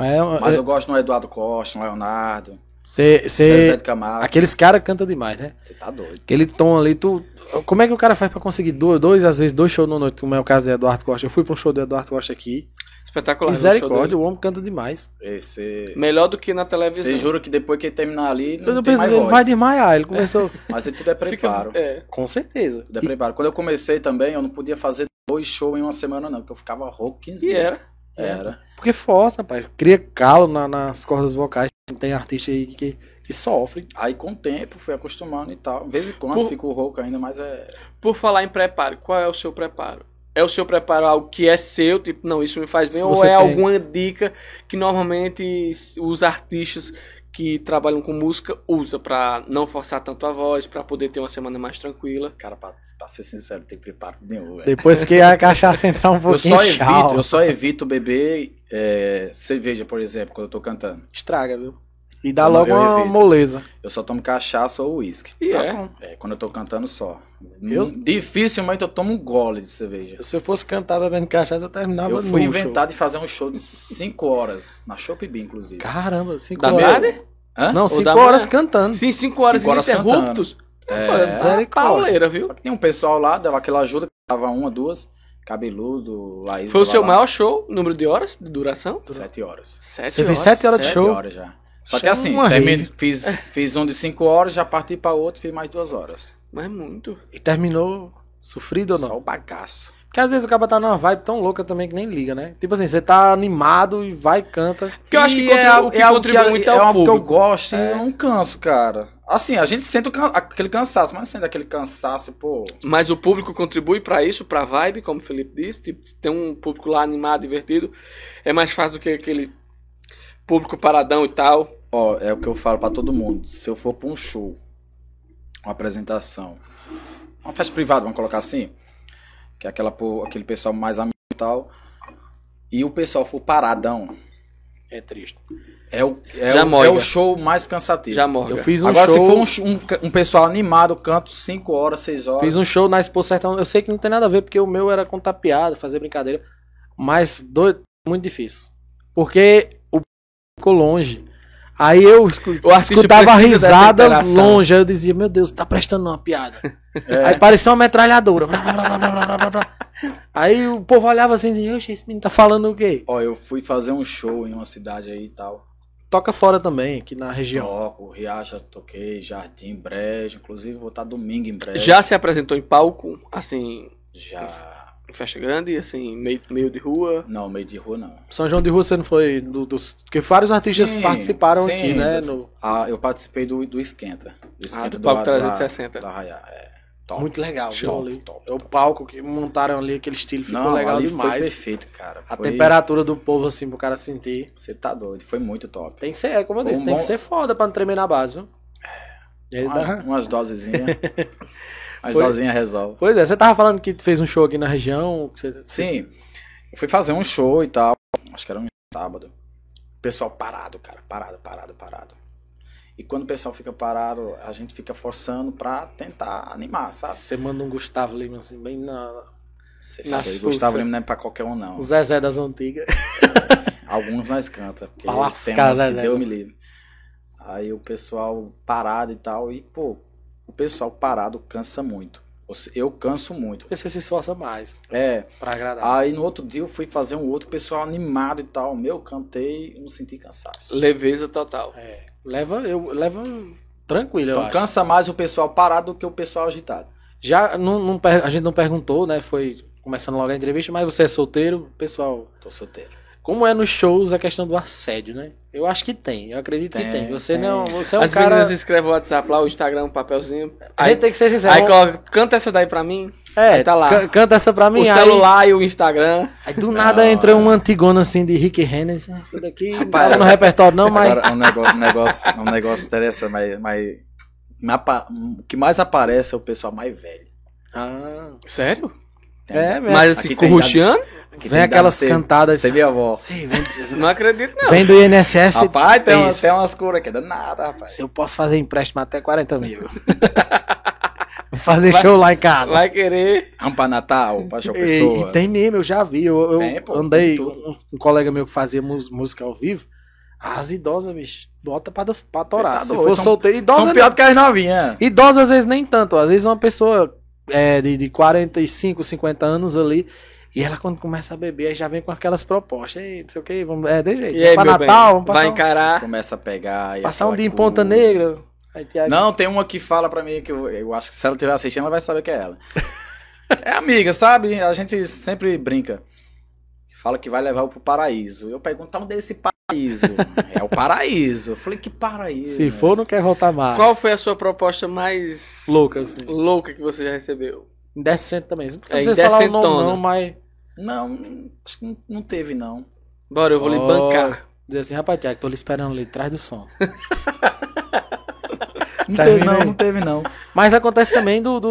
É,
Mas
é,
eu gosto no Eduardo Costa, no Leonardo,
você- você-
Zé de Camargo.
Aqueles caras cantam demais, né?
Você tá doido.
Aquele tom ali, tu. Como é que o cara faz pra conseguir dois, dois às vezes, dois shows na noite, como é o caso do Eduardo Costa? Eu fui pra um show do Eduardo Costa aqui.
Espetacular. viu, o show
Misericórdia, o homem canta demais.
Ei, Você
dele? Melhor do que na televisão.
você jura que depois que ele terminar ali, não
Eu,
tem
pensei,
mais
ele
voz.
vai desmaiar. Ele começou.
Mas isso tudo é preparo.
Fica, é.
Com certeza.
Tudo é
E-
preparo. Quando eu comecei também, eu não podia fazer dois shows em uma semana não, porque eu ficava rouco 15
E
dias.
era.
Era.
porque força, rapaz. Cria calo na- nas cordas vocais. Tem artista aí que, que sofre.
Aí com o tempo fui acostumando e tal. De vez em quando
Por-
fico rouco ainda, mas é.
Por falar em preparo, qual é o seu preparo? É o seu preparo algo que é seu, tipo, não, isso me faz bem,
Se
ou
você tem.
é alguma dica que normalmente os artistas que trabalham com música usa pra não forçar tanto a voz, pra poder ter uma semana mais tranquila?
Cara, pra, pra ser sincero, não tem preparo nenhum. velho.
Depois que a cachaça entrar um
Eu
pouquinho.
só, evito,
tchau.
eu só evito beber é, cerveja, por exemplo, quando eu tô cantando.
Estraga, viu? E dá
Eu não-
logo
eu
uma
evito.
moleza.
Eu Eu só tomo cachaça ou uísque.
E
Tá
é.
bom.
É, quando eu tô cantando só.
Eu-
Hum, Dificilmente eu tomo um gole de cerveja.
Se eu fosse cantar bebendo cachaça, eu terminava
Eu fui
num show.
inventar de fazer um show de 5 horas, na Shopee, inclusive.
Caramba, cinco
Da
horas.
tarde?
Hã?
Não,
Ou
cinco
da
horas
manhã?
cantando.
Sim, cinco horas
Cinco horas
ininterruptos. É, uma
Misericórdia.
pauleira, viu?
Só que tem um pessoal lá, dava aquela ajuda, que dava uma, duas, cabeludo, Laís.
Foi o
tava
seu
lá,
maior show, número de horas, de duração?
Sete horas.
Sete
Você fez
horas.
sete horas de
Sete
show.
horas já. Só que
Chama
assim,
uma
termi-
rave.
fiz, fiz um de cinco horas, já parti pra outro, fiz mais duas horas.
Mas é muito.
E terminou sofrido ou
Só
não?
o bagaço.
Porque às vezes o cara tá numa vibe tão louca também que nem liga, né? Tipo assim, você tá animado e vai e canta.
Porque eu acho
E
que contribui-
a-
o que
algo
contribui muito
é
é o
algo que eu
público. É.
gosto e eu não canso, cara. Assim, a gente sente o can- aquele cansaço, mas sente aquele cansaço, pô.
Mas o público contribui pra isso, pra vibe, como o Felipe disse. Tipo, se tem um público lá animado, divertido, é mais fácil do que aquele público paradão e tal.
Ó, é o que eu falo pra todo mundo. Se eu for pra um show, uma apresentação, uma festa privada, vamos colocar assim, que é aquela, po- aquele pessoal mais amigo e tal, e o pessoal for paradão,
É triste.
é o, é
Já
o, é
morga.
o show mais cansativo.
Já morga.
Eu fiz um
Agora,
show.
se for um sh- um, ca- um pessoal animado, eu canto 5 horas, 6 horas.
Fiz um show na Expo Sertão. Eu sei que não tem nada a ver, porque o meu era contar piada, fazer brincadeira. Mas doido, muito difícil. Porque o ficou longe. Aí eu
O artista
escutava a
precisa dessa
risada
interação.
longe. Aí eu dizia, meu Deus, tá prestando uma piada.
É.
Aí parecia uma metralhadora. Blá, blá, blá, blá, blá, blá, blá. Aí o povo olhava assim e dizia, "Oxe, esse menino tá falando o quê?
Ó, eu fui fazer um show em uma cidade aí e tal.
Toca fora também, aqui na região.
Toco, Riacha, toquei, Jardim, Brejo. Inclusive, vou estar domingo em Brejo.
Já se apresentou em palco, assim,
Já.
em festa grande, assim, meio, meio de rua.
Não, meio de rua não.
São João de Rua, você não foi. Do, dos- porque vários artistas
Sim,
participaram
sim,
aqui, né?
das-
no-
Ah, eu participei do, do Esquenta.
Ah,
Do Esquenta
do ah, palco
da-
360.
Da, da Raya, é. Top.
Muito legal, viu?
Show.
Ali. É o palco que montaram ali, aquele estilo, ficou
Não,
legal
ali Foi
demais.
perfeito, cara.
a
Foi-
temperatura do povo, assim, pro cara sentir.
Você tá doido, foi muito top.
Tem que ser, é como eu
Foi
disse,
um
tem
bom- É.
que ser foda pra não tremer na base, viu? E aí
Umas,
dá-
umas dosezinhas. umas
Foi-
dosezinhas resolve.
Pois é, você tava falando que fez um show aqui na região. que você-
Sim, eu fui fazer um show e tal. Acho que era um sábado. O pessoal parado, cara. Parado, parado, parado. E quando o pessoal fica parado, a gente fica forçando pra tentar animar, sabe?
Você manda um Gustavo Lima, assim, bem na.
Você
Na
tá doido, Gustavo
sussa.
Lima não é pra qualquer um, não.
O Zezé das antigas.
Alguns nós canta, porque
Pra lascar,
tem umas
né,
que
Zé?
Deus me livre. Aí o pessoal parado e tal, e pô, o pessoal parado cansa muito. Ou se- Eu canso muito.
Porque você se esforça mais
É,
pra agradar.
aí no outro dia eu fui fazer um outro pessoal animado e tal. Meu, cantei e não senti cansaço.
Leveza total.
É, leva, eu, leva tranquilo, eu
Então
acho.
Ah. cansa mais o pessoal parado do que o pessoal agitado.
Já não, não per- a gente não perguntou, né? Foi começando logo a entrevista, mas você é solteiro, pessoal.
Tô solteiro.
Como é nos shows a questão do assédio, né? Eu acho que tem, eu acredito que
Tem,
tem. Você
tem.
não, você é um
As
cara.
meninas escrevem o WhatsApp lá, o Instagram, um papelzinho.
A
Aí,
gente tem que ser sincero.
aí coloca, canta essa daí pra mim.
é,
tá lá.
can- Canta essa pra mim
o
aí.
celular e o Instagram.
Aí do nada
Não,
entra
é.
um antigona assim de Rick Hennes, essa daqui não
Rapaz,
tava no repertório não, mas
Agora, um negócio, um negócio, um negócio interessante, mas, mas mas apa- o que mais aparece é o pessoal mais velho.
Ah,
Sério?
é mesmo.
Mas assim,
Aqui tem
curruchiando?
Aqui
vem
tem
aquelas
dado-
cantadas.
Você viu a avó?
Sei, vem,
Não acredito, não.
vem do INSS.
Rapaz, tem umas,
Isso.
tem umas curas que é danada, rapaz.
Se eu posso fazer empréstimo até 40 mil. Vou fazer show lá em casa.
Vai querer.
Vamos pra Natal, pra João
E-
Pessoa.
E, tem mesmo, eu já vi. Eu, eu
Tem, pô, tem
andei,
tudo.
um, um colega meu que fazia mus- música ao vivo. Ah, As idosas, bicho, bota pra, das- pra torar.
tá
Se
doido,
for
são-
solteiro, idosa.
São pior do que as novinhas.
não- Idosa, às vezes, nem tanto. Às vezes, uma pessoa é, de, de 45, 50 anos ali. E ela, quando começa a beber, aí já vem com aquelas propostas. Ei, não sei o que, vamos, é, de jeito.
E aí,
pra
meu
Natal,
bem?
vamos passar,
Vai
um-
encarar.
Começa a pegar. e
passar um
aquela
dia em Ponta
coisa.
Negra. né? Aí, Tiago,
Não, tem uma que fala pra mim que eu, eu acho que se ela estiver assistindo, ela vai saber que é ela. é amiga, sabe? A gente sempre brinca. Fala que vai levar eu pro paraíso. Eu pergunto, tá onde é esse paraíso? é o paraíso. Eu falei, que paraíso?
se for, não quer voltar mais.
Qual foi a sua proposta mais
Louca, assim.
louca que você já recebeu?
Indecente também. Não
É,
precisa falar o nome,
indecentona.
não, mas.
Não, acho que não- não teve, não.
Bora, eu vou lhe
Oh.
bancar.
Dizer assim, rapaz, Tiago, tô lhe esperando ali atrás do som.
Não
Tá
teve,
vindo
não,
aí? Tá
não teve, não.
Mas acontece também do, do-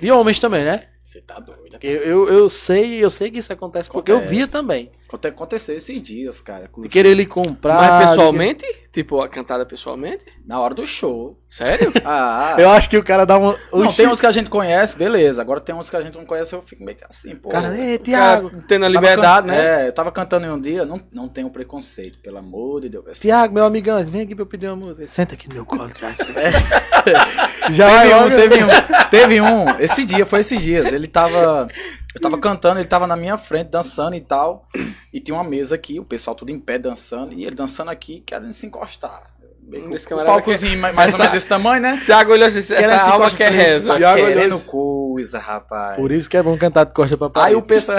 de homens também, né?
Você tá doido.
Muita
Porque Eu, eu sei, eu sei que isso acontece porque eu
Acontece.
via também.
Aconte- Aconteceu esses dias, cara.
De
inclusive.
querer ele comprar. de
Mas
que-
pessoalmente? Tipo, a cantada pessoalmente?
Na hora do show.
Sério?
Ah,
Eu acho que o cara dá um.
não,
Oxi,
tem uns que a gente conhece, beleza. Agora tem uns que a gente não conhece, eu fico meio que assim, pô.
Cara,
Eu
é,
O
Tiago.
cara Tendo a
tava
liberdade,
can-
né?
É, eu tava cantando em um dia, não, não tenho preconceito, pelo amor de Deus. Eu sou-
Tiago, meu amigão, vem aqui pra eu pedir uma música. Senta aqui no meu colo, Tiago. Já vai
Teve um,
logo.
teve um, teve um, esse dia, foi esses dias, ele tava, eu tava cantando, ele tava na minha frente, dançando e tal, e tinha uma mesa aqui, o pessoal tudo em pé dançando, e ele dançando aqui, querendo se encostar. Bem,
Hum,
com-
esse
com o
camarada
palcozinho mais, mais ou
Essa-
menos desse tamanho, né?
Tiago olhou assim,
Querendo se
essa alma
encostar,
quer
falei,
reza.
Tá
Tiago olhou
querendo
assim.
coisa, rapaz.
Por isso que é bom cantar de costa pra
Aí
parede.
o, pessoal,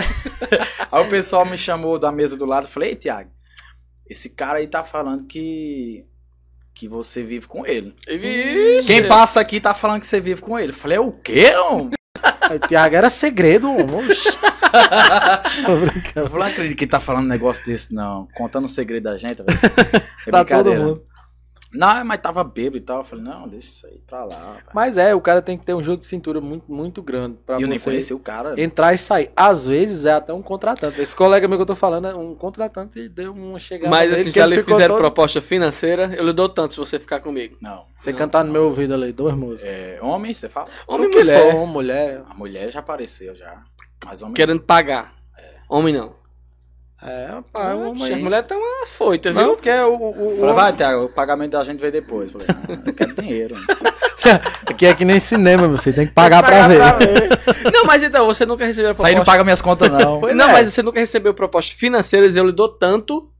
aí o pessoal me chamou da mesa do lado e falei, Ei, Tiago, esse cara aí tá falando que, que você vive com ele.
Vixe.
É.
Quem passa aqui tá falando que você vive com ele. Eu Falei, "É o quê, homem?
Aí, Tiago era segredo, homem. Oxi. Tô brincando.
Eu falei, não acredito que tá falando um negócio desse, não. Contando o segredo da gente, velho. É
Pra todo
brincadeira.
mundo.
Não, é, mas tava bêbado e tal. Eu falei, não, deixa isso aí pra lá. rapaz.
Mas é, o cara tem que ter um jogo de cintura muito, muito grande pra
E eu nem
você
conheci o cara.
entrar e sair. Às vezes é até um contratante. Esse colega meu que eu tô falando é um contratante e deu uma chegada.
Mas
nele
assim,
que
já
ele
lhe
ficou
fizeram
todo-
proposta financeira, eu lhe dou tanto se você ficar comigo.
Não.
Você cantar no meu ouvido ali, duas músicas.
É, homem, você fala?
Homem
O
e
que
mulher,
for, uma mulher.
A mulher já apareceu já. Mas homem.
querendo pagar. Homem não.
É, pá, uma
Oxe,
aí.
As mulheres estão uma foita,
Não,
viu?
porque é o. o, o
Eu Falei, vai, Thiago, o pagamento da gente vem depois. Eu Falei, não, eu quero dinheiro. né?
Aqui é que nem cinema, meu filho. Tem que pagar, pra ver.
não, mas então, você nunca recebeu a
Isso aí
proposta.
não paga minhas contas, não.
Pois
não,
é.
mas você nunca recebeu propostas financeiras, eu lhe dou tanto.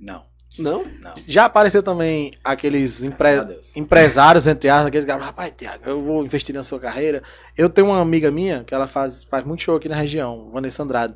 Não,
Não?
não.
Já apareceu também aqueles
Graças a
empre...
Deus.
empresários, entre aspas, aqueles caras, rapaz, Tiago, eu vou investir na sua carreira. Eu tenho uma amiga minha que ela faz, faz muito show aqui na região, Vanessa Andrade.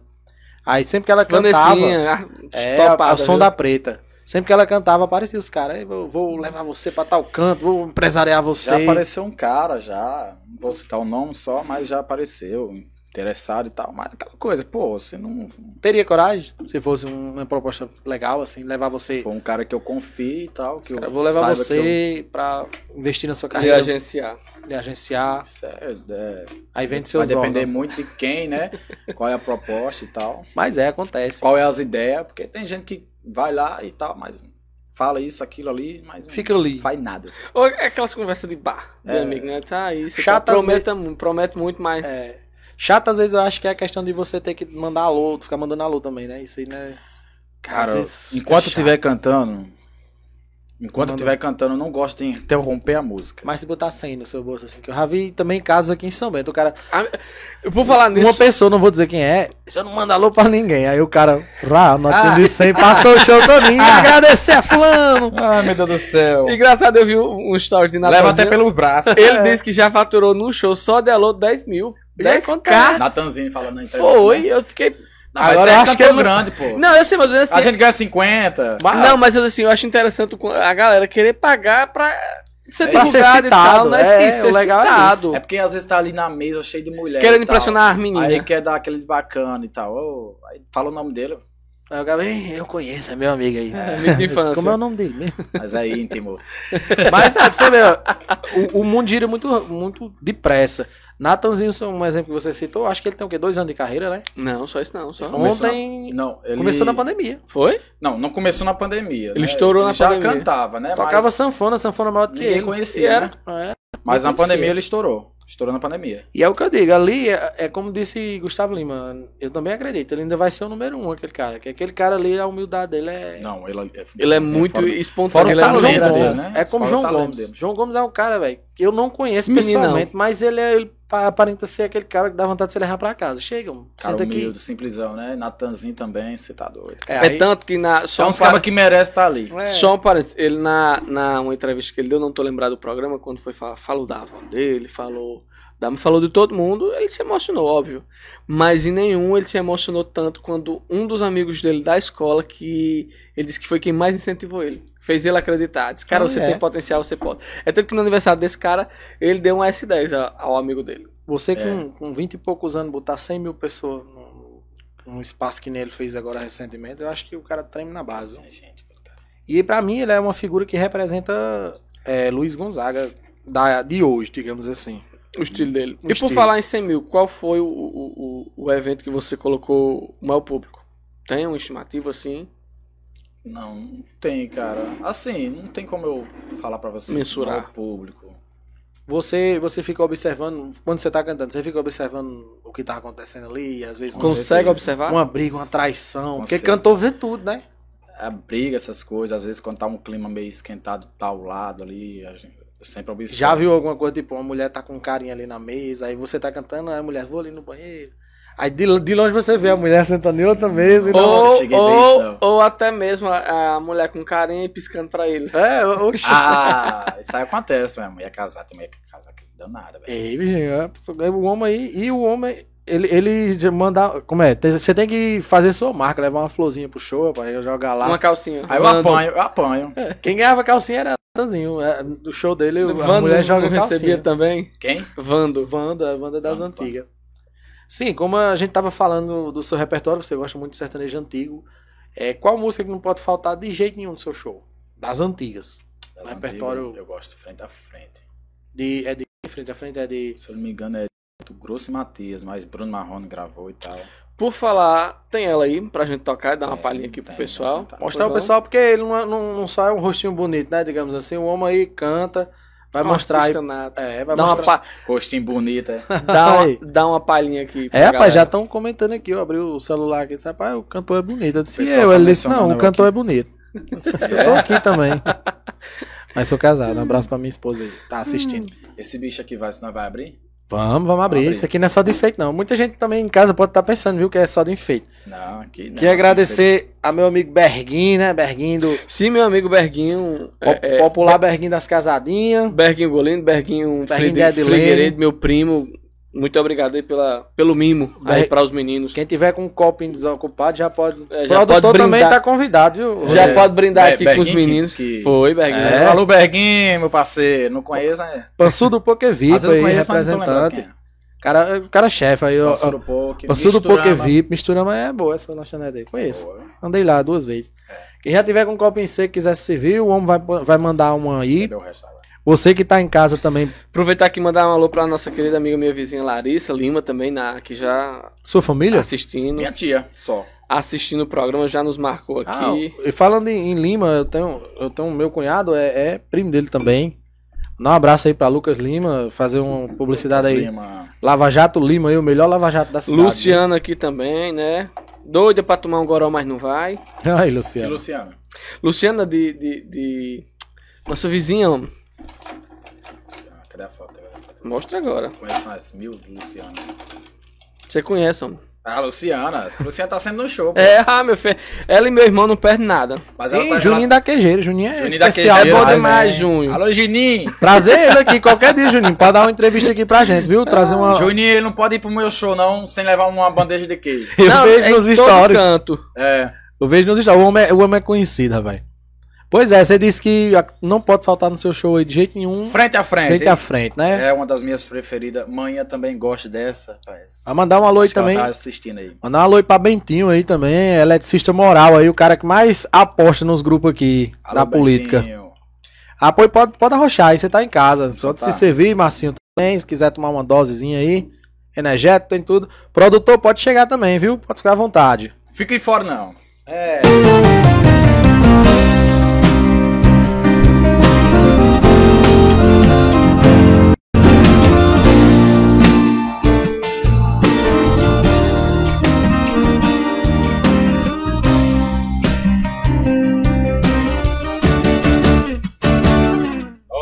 Aí sempre que ela cantava.
Vanessinha, a-
É,
ah, topada,
a- o som
viu?
da preta. Sempre que ela cantava, aparecia os caras. "Ei, Vou, vou levar você pra tal canto, vou empresariar você.
Já apareceu um cara, já. Não vou citar o nome só, mas já apareceu. Interessado e tal. Mas aquela coisa, pô, você não.
Teria coragem, se fosse um- uma proposta legal, assim, levar você.
Foi um cara que eu confio e tal. Que
Os caras,
eu
vou levar
saiba que
você pra investir na sua
E
carreira,
agenciar.
lhe agenciar.
eu- Isso é- é,
Aí vende
vai
seus
depender
órgãos.
muito de quem, né? Qual é a proposta e tal.
Mas é, acontece.
Qual é as ideias. Porque tem gente que vai lá e tal, mas fala isso, aquilo ali, mas não
Fica ali.
faz nada.
Ou é aquelas conversas de bar, de
É.
amigo, né? Ah, isso
Chatas
prometa, mu- promete muito, mas
É. Chato, às vezes, eu acho que é a questão de você ter que mandar alô, ficar mandando alô também, né? Isso aí, né? Às
Cara,
vezes fica
enquanto eu
chato.
estiver cantando. Enquanto eu
Manda.
estiver cantando, eu não gosto de interromper a música.
Mas se botar 100 no seu bolso, assim, que eu já vi também casos aqui em São Bento, o cara
eu vou falar nisso.
Uma pessoa, não vou dizer quem é, você não manda alô pra ninguém. Aí o cara, rá, não atendi 100, passou o show todinho, agradecer a fulano.
Ai, meu Deus do céu.
Engraçado, eu vi um um story de
Leva até
Natanzinho.
pelos braços.
É.
Ele disse que já faturou no show só de alô 10 mil.
E é?
10k.
acontece.
Natanzinho falando na entrevista.
Foi,
né?
eu fiquei.
Não, mas
Agora
você
eu
é
acho que
cantor
ele-
grande, pô.
Não, eu sei, mas eu assim,
A gente ganha 50.
Mas-
Não, mas eu, assim, eu acho interessante o- a galera querer pagar pra ser
Pra ser
divulgado e tal,
citado,
mas
é,
isso,
o legal é
citado.
É porque às vezes tá ali na mesa cheio de mulher.
Querendo
e tal.
impressionar as meninas. né?
Aí quer dar aquele bacana e tal. Ô, aí fala o nome dele.
Aí o cara, "Ei, eu conheço, é meu amigo aí.
Amigo de infância.
Como é o nome dele mesmo?
Mas é íntimo.
Mas é, pra você ver, ó, o, o mundo gira muito, muito depressa. Natanzinho, um exemplo que você citou, acho que ele tem o quê? Dois anos de carreira, né?
Não, só isso não. Só.
Começou
Ontem
Não, ele...
começou na pandemia.
Foi?
Não, não começou na pandemia.
Ele
né?
estourou na pandemia.
já cantava, né?
Tocava
mas
sanfona, sanfona maior do que
Ninguém
ele.
conhecia,
E era.
né?
É.
Mas na
conhecia.
pandemia ele estourou. Estourou na pandemia.
E é o que eu digo, ali é, é como disse Gustavo Lima, eu também acredito, ele ainda vai ser o número um, aquele cara. Que aquele cara ali, a humildade dele é. Tá
Não, ele é...
Ele é
assim,
muito
fora-
espontâneo.
fora o
Ele é
talento
muito
dele,
bom.
né?
É como
Fala o
João
talento
Gomes.
dele.
João Gomes é um cara, velho, que eu não conheço
Meninão.
pessoalmente, mas ele, é, ele pa- aparenta ser aquele cara que dá vontade de se levar pra casa. Chega, um,
Cara
senta aqui.
humilde, simplesão, né? Natanzinho também, você tá doido.
É,
É
aí-
tanto que na.
É
Só
uns
para-
caras que merece estar ali.
é.
Só um parênteses, ele na, na uma entrevista que ele deu, não tô lembrado do programa, quando foi falar, falou da avó dele, falou da, falou de todo mundo, ele se emocionou, óbvio. Mas em nenhum ele se emocionou tanto quando um dos amigos dele da escola, que ele disse que foi quem mais incentivou ele, fez ele acreditar, disse, cara,
Ah,
você
é.
tem potencial, você pode. É tanto que no aniversário desse cara, ele deu um S10 a- ao amigo dele.
Você com,
É.
com 20 e poucos anos, botar 100 mil pessoas num, num espaço que nele fez agora recentemente, eu acho que o cara treme na base. E pra mim ele é uma figura que representa é, Luiz Gonzaga da, de hoje, digamos assim.
O estilo dele.
O
e por
estilo.
falar em 100 mil, qual foi o, o, o- o, o evento que você colocou o maior público? Tem uma estimativa assim?
Não, não tem, cara. Assim, não tem como eu falar pra você.
Mensurar.
Ao público.
Você, você fica observando, quando você tá cantando, você fica observando o que tá acontecendo ali, às vezes
Com
você-
Consegue
certeza.
observar?
uma briga, uma traição.
Com
Porque
certeza.
cantor vê tudo, né?
A briga, essas coisas, às vezes quando tá um clima meio esquentado, tá ao lado ali, a gente, eu sempre observo.
Já viu alguma coisa, tipo, uma mulher tá com um carinha ali na mesa, aí você tá cantando, aí a mulher, vou ali no banheiro. Aí de, de longe você vê a mulher sentando em outra mesa e
Não,
não.
eu
ou,
cheguei a ver isso,
ou,
não.
ou até mesmo a, a mulher com carinha e piscando pra ele.
É, oxi.
Ah, isso aí acontece mesmo. Ia casar, tem mulher que casar que danada, velho.
Ei, bichinho, é, é o homem aí, e o homem, ele, ele já manda, como é, Tem- você tem que fazer sua marca, levar uma florzinha pro show, rapaz, jogar lá.
Uma calcinha.
Aí eu
Mano.
apanho, eu apanho.
É.
Quem ganhava calcinha era Tanzinho, é, do show dele, o- a mulher joga
não recebia
calcinha.
também?
Quem?
Vando.
Wanda, a Wanda é das
Wanda,
antigas. Sim, como a gente tava falando do seu repertório, você gosta muito de sertanejo antigo. É, qual música que não pode faltar de jeito nenhum no seu show? Das antigas.
Das
Repertório-
antigas, Tá eu gosto frente a frente.
De, é de frente a frente, é de.
Se eu não me engano, é do Grosso e Matias, mas Bruno Marrone gravou e tal.
Por falar, tem ela aí pra gente tocar e dar uma
Tem,
palhinha aqui pro
tem,
pessoal.
tem,
Mostrar
tem.
Pois
ao
não?
pessoal, porque ele não, é- não- não só é um rostinho bonito, né? Digamos assim, o homem aí canta, vai
Um
mostrar aí.
artista nato.
É, vai
Dá uma,
mostrar.
pa-
Rostinho bonito, é.
dá,
Aí.
uma, dá uma palhinha aqui. pra
É, rapaz, já
galera.
estão comentando aqui, eu abri o celular aqui, disse, rapaz, o cantor é bonito. Eu disse,
Pessoal
eu,
tá
ele disse, não,
mencionando
o
eu
cantor é bonito. Eu tô aqui também. Mas sou casado, um abraço pra minha esposa aí, tá assistindo.
Esse bicho aqui vai, se não vai abrir?
Vamos, vamos abrir.
abrir.
Isso aqui não é só de enfeite, não. Muita gente também em casa pode estar pensando, viu, que é só de enfeite.
Não, aqui não. é assim,
Queria agradecer a meu amigo Berguinho, né? Berguinho do
Se meu amigo Berguinho.
pop-
é, é,
popular Berguinho das Casadinhas.
Berguinho Golindo, Berguinho
Berguinho
Friedrich
de Adilene.
Figueiredo, meu primo. Muito obrigado aí pela, pelo mimo aí
Ber-
para os meninos.
Quem tiver com um copinho desocupado já pode.
É, já
o produtor
pode
também
brindar.
tá convidado, viu?
Já
É.
pode brindar
Be-
aqui com
Berguinho
os meninos.
que- que-
Foi,
É.
Berguinho.
né?
Alô, Berguinho, meu parceiro. Não conheço, né?
Pansudo Poker VIP
Às vezes
aí,
conheço, mas não tô lembrando
representante.
quem é.
Cara, o cara é chefe aí, ó.
Passou do Poker.
Passou do
Misturama.
Poker VIP, misturama é boa essa lanchonete aí. Conheço.
Boa.
Andei lá duas vezes. Quem já tiver com um copinho seco e quiser se servir, o homem vai, vai mandar uma aí.
Cadê o resto agora?
Você que tá em casa também,
Aproveitar aqui e mandar um alô pra nossa querida amiga, minha vizinha Larissa Lima, também, na, que já
sua família?
assistindo.
Minha tia, só.
Assistindo o programa, já nos marcou
Ah,
aqui.
e falando em, em Lima, eu tenho, eu tenho um meu cunhado, é, é primo dele também. Dá um abraço aí pra Lucas Lima, fazer uma publicidade aí.
Lima.
Lava Jato Lima aí, o melhor Lava Jato da cidade.
Luciano aqui também, né? Doida pra tomar um goró, mas não vai.
né? Ai,
Que
Luciano.
Luciano?
Luciana de. de, de- Nossa vizinha, homem.
Luciano, Ah, Cadê a foto? Cadê a foto?
Mostra agora.
Conheço mais mil de Luciano.
Você conhece, homem.
Ah, Luciana. Luciana tá sendo no show, pô.
É, ah, meu filho. Ela e meu irmão não perdem nada.
Mas ela
Ih,
tá
Juninho da Queijeira, Juninho é
Juninho da
especial.
Queijeira,
é bom
né?
demais, Juninho.
Junho.
Alô, Juninho.
Trazer ele aqui qualquer dia, Juninho, pra dar uma entrevista aqui pra gente, viu? Trazer uma...
Juninho, ele não pode ir pro meu show, não, sem levar uma bandeja de queijo.
Eu vejo
é em
nos
todo
stories.
canto.
É.
Eu vejo nos stories. O homem é, o homem é conhecido, rapaz. Pois é, você disse que a- não pode faltar no seu show aí de jeito nenhum.
Frente a frente.
Frente a frente, né?
É uma das minhas preferidas. Manhã também gosta dessa, rapaz.
Vai mandar um alô aí
Acho que ela
também.
tá assistindo aí.
Mandar um alô aí pra Bentinho aí também, eletricista moral aí, o cara que mais aposta nos grupos aqui da
Alô,
política.
Betinho.
Apoio Ah, pode, pode arrochar aí, você tá em casa. Só
Só
de
tá.
se servir, Marcinho também, se quiser tomar uma dosezinha aí, energético, tem tudo. Produtor pode chegar também, viu? Pode ficar à vontade.
Fique fora, não.
É.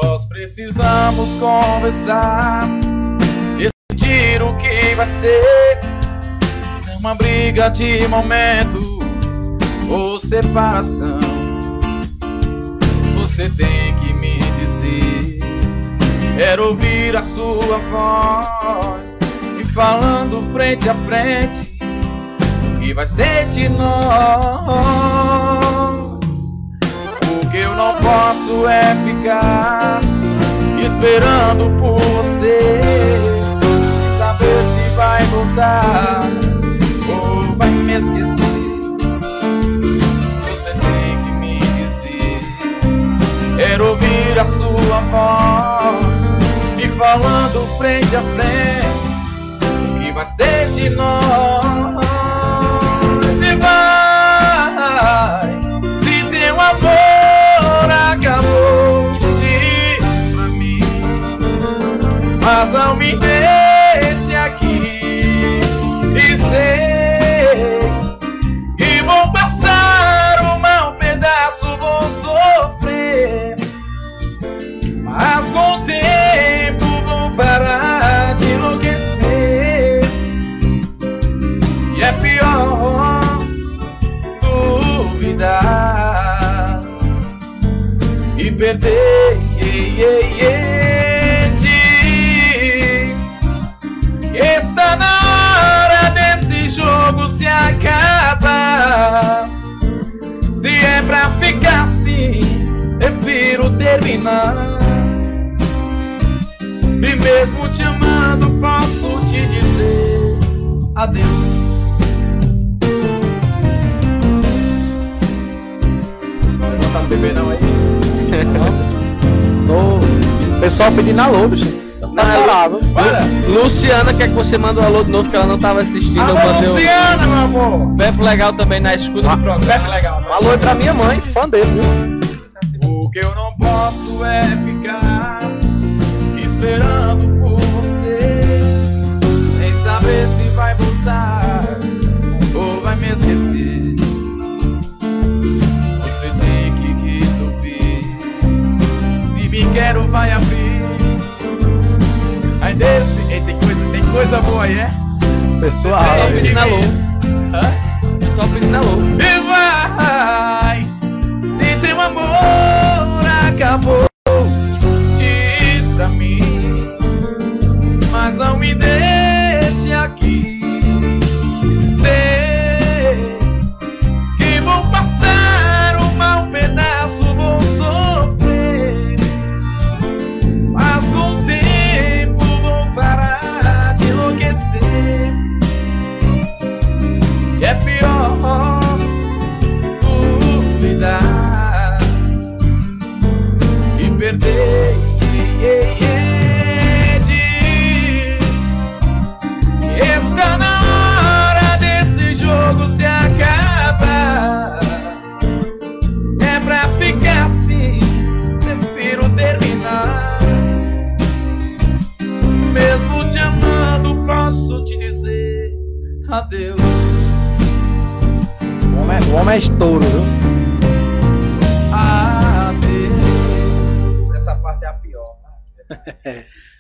Nós precisamos conversar, decidir o que vai ser. Se é uma briga de momento ou separação, você tem que me dizer. Quero ouvir a sua voz e falando frente a frente o que vai ser de nós. O que eu não posso é ficar esperando por você. Sem saber se vai voltar ou vai me esquecer. Você tem que me dizer. Quero ouvir a sua voz me falando frente a frente. O que
vai ser de nós? Se vai, se teu amor acabou, diz pra mim, mas não me deixe aqui e sei, e vou passar um mau pedaço, vou sofrer, mas com o tempo vou parar de enlouquecer. E é pior duvidar e perder. Diz, está na hora desse jogo se acabar. Se é pra ficar assim, prefiro terminar. E mesmo te amando, posso te dizer adeus.
Vai botar no bebê não, hein?
Tô... O pessoal pedindo alô, bicho.
Tá
Adorava.
Para!
Luciana quer que você manda um alô de novo, que ela não tava assistindo. eu
Alô,
mandei um-
Luciana, meu amor!
Pepe legal também na escuta
Ah.
do programa.
É
é
Pepe legal, né?
Um alô aí pra minha mãe, fã dele, viu?
O que eu não posso é ficar esperando por você, sem saber se vai voltar ou vai me esquecer. Você tem que resolver se me quer ou vai abrir. Aí desse, ei, tem coisa, tem coisa boa aí, é?
Pessoa
Ei,
árabe.
menina
ninguém- Hã?
Só pedindo alô.
E vai Se teu amor acabou Diz pra mim Mas não me deixe aqui Sei Que vou passar um mau pedaço Vou sofrer Mas com o tempo vou parar de enlouquecer e é pior duvidar e perder. Diz, Está na hora desse jogo se acabar. Se é pra ficar assim, prefiro terminar. Mesmo te amando, posso te dizer adeus.
O homem, é- o homem é estouro, viu?
Adeus. Essa parte é a pior.
O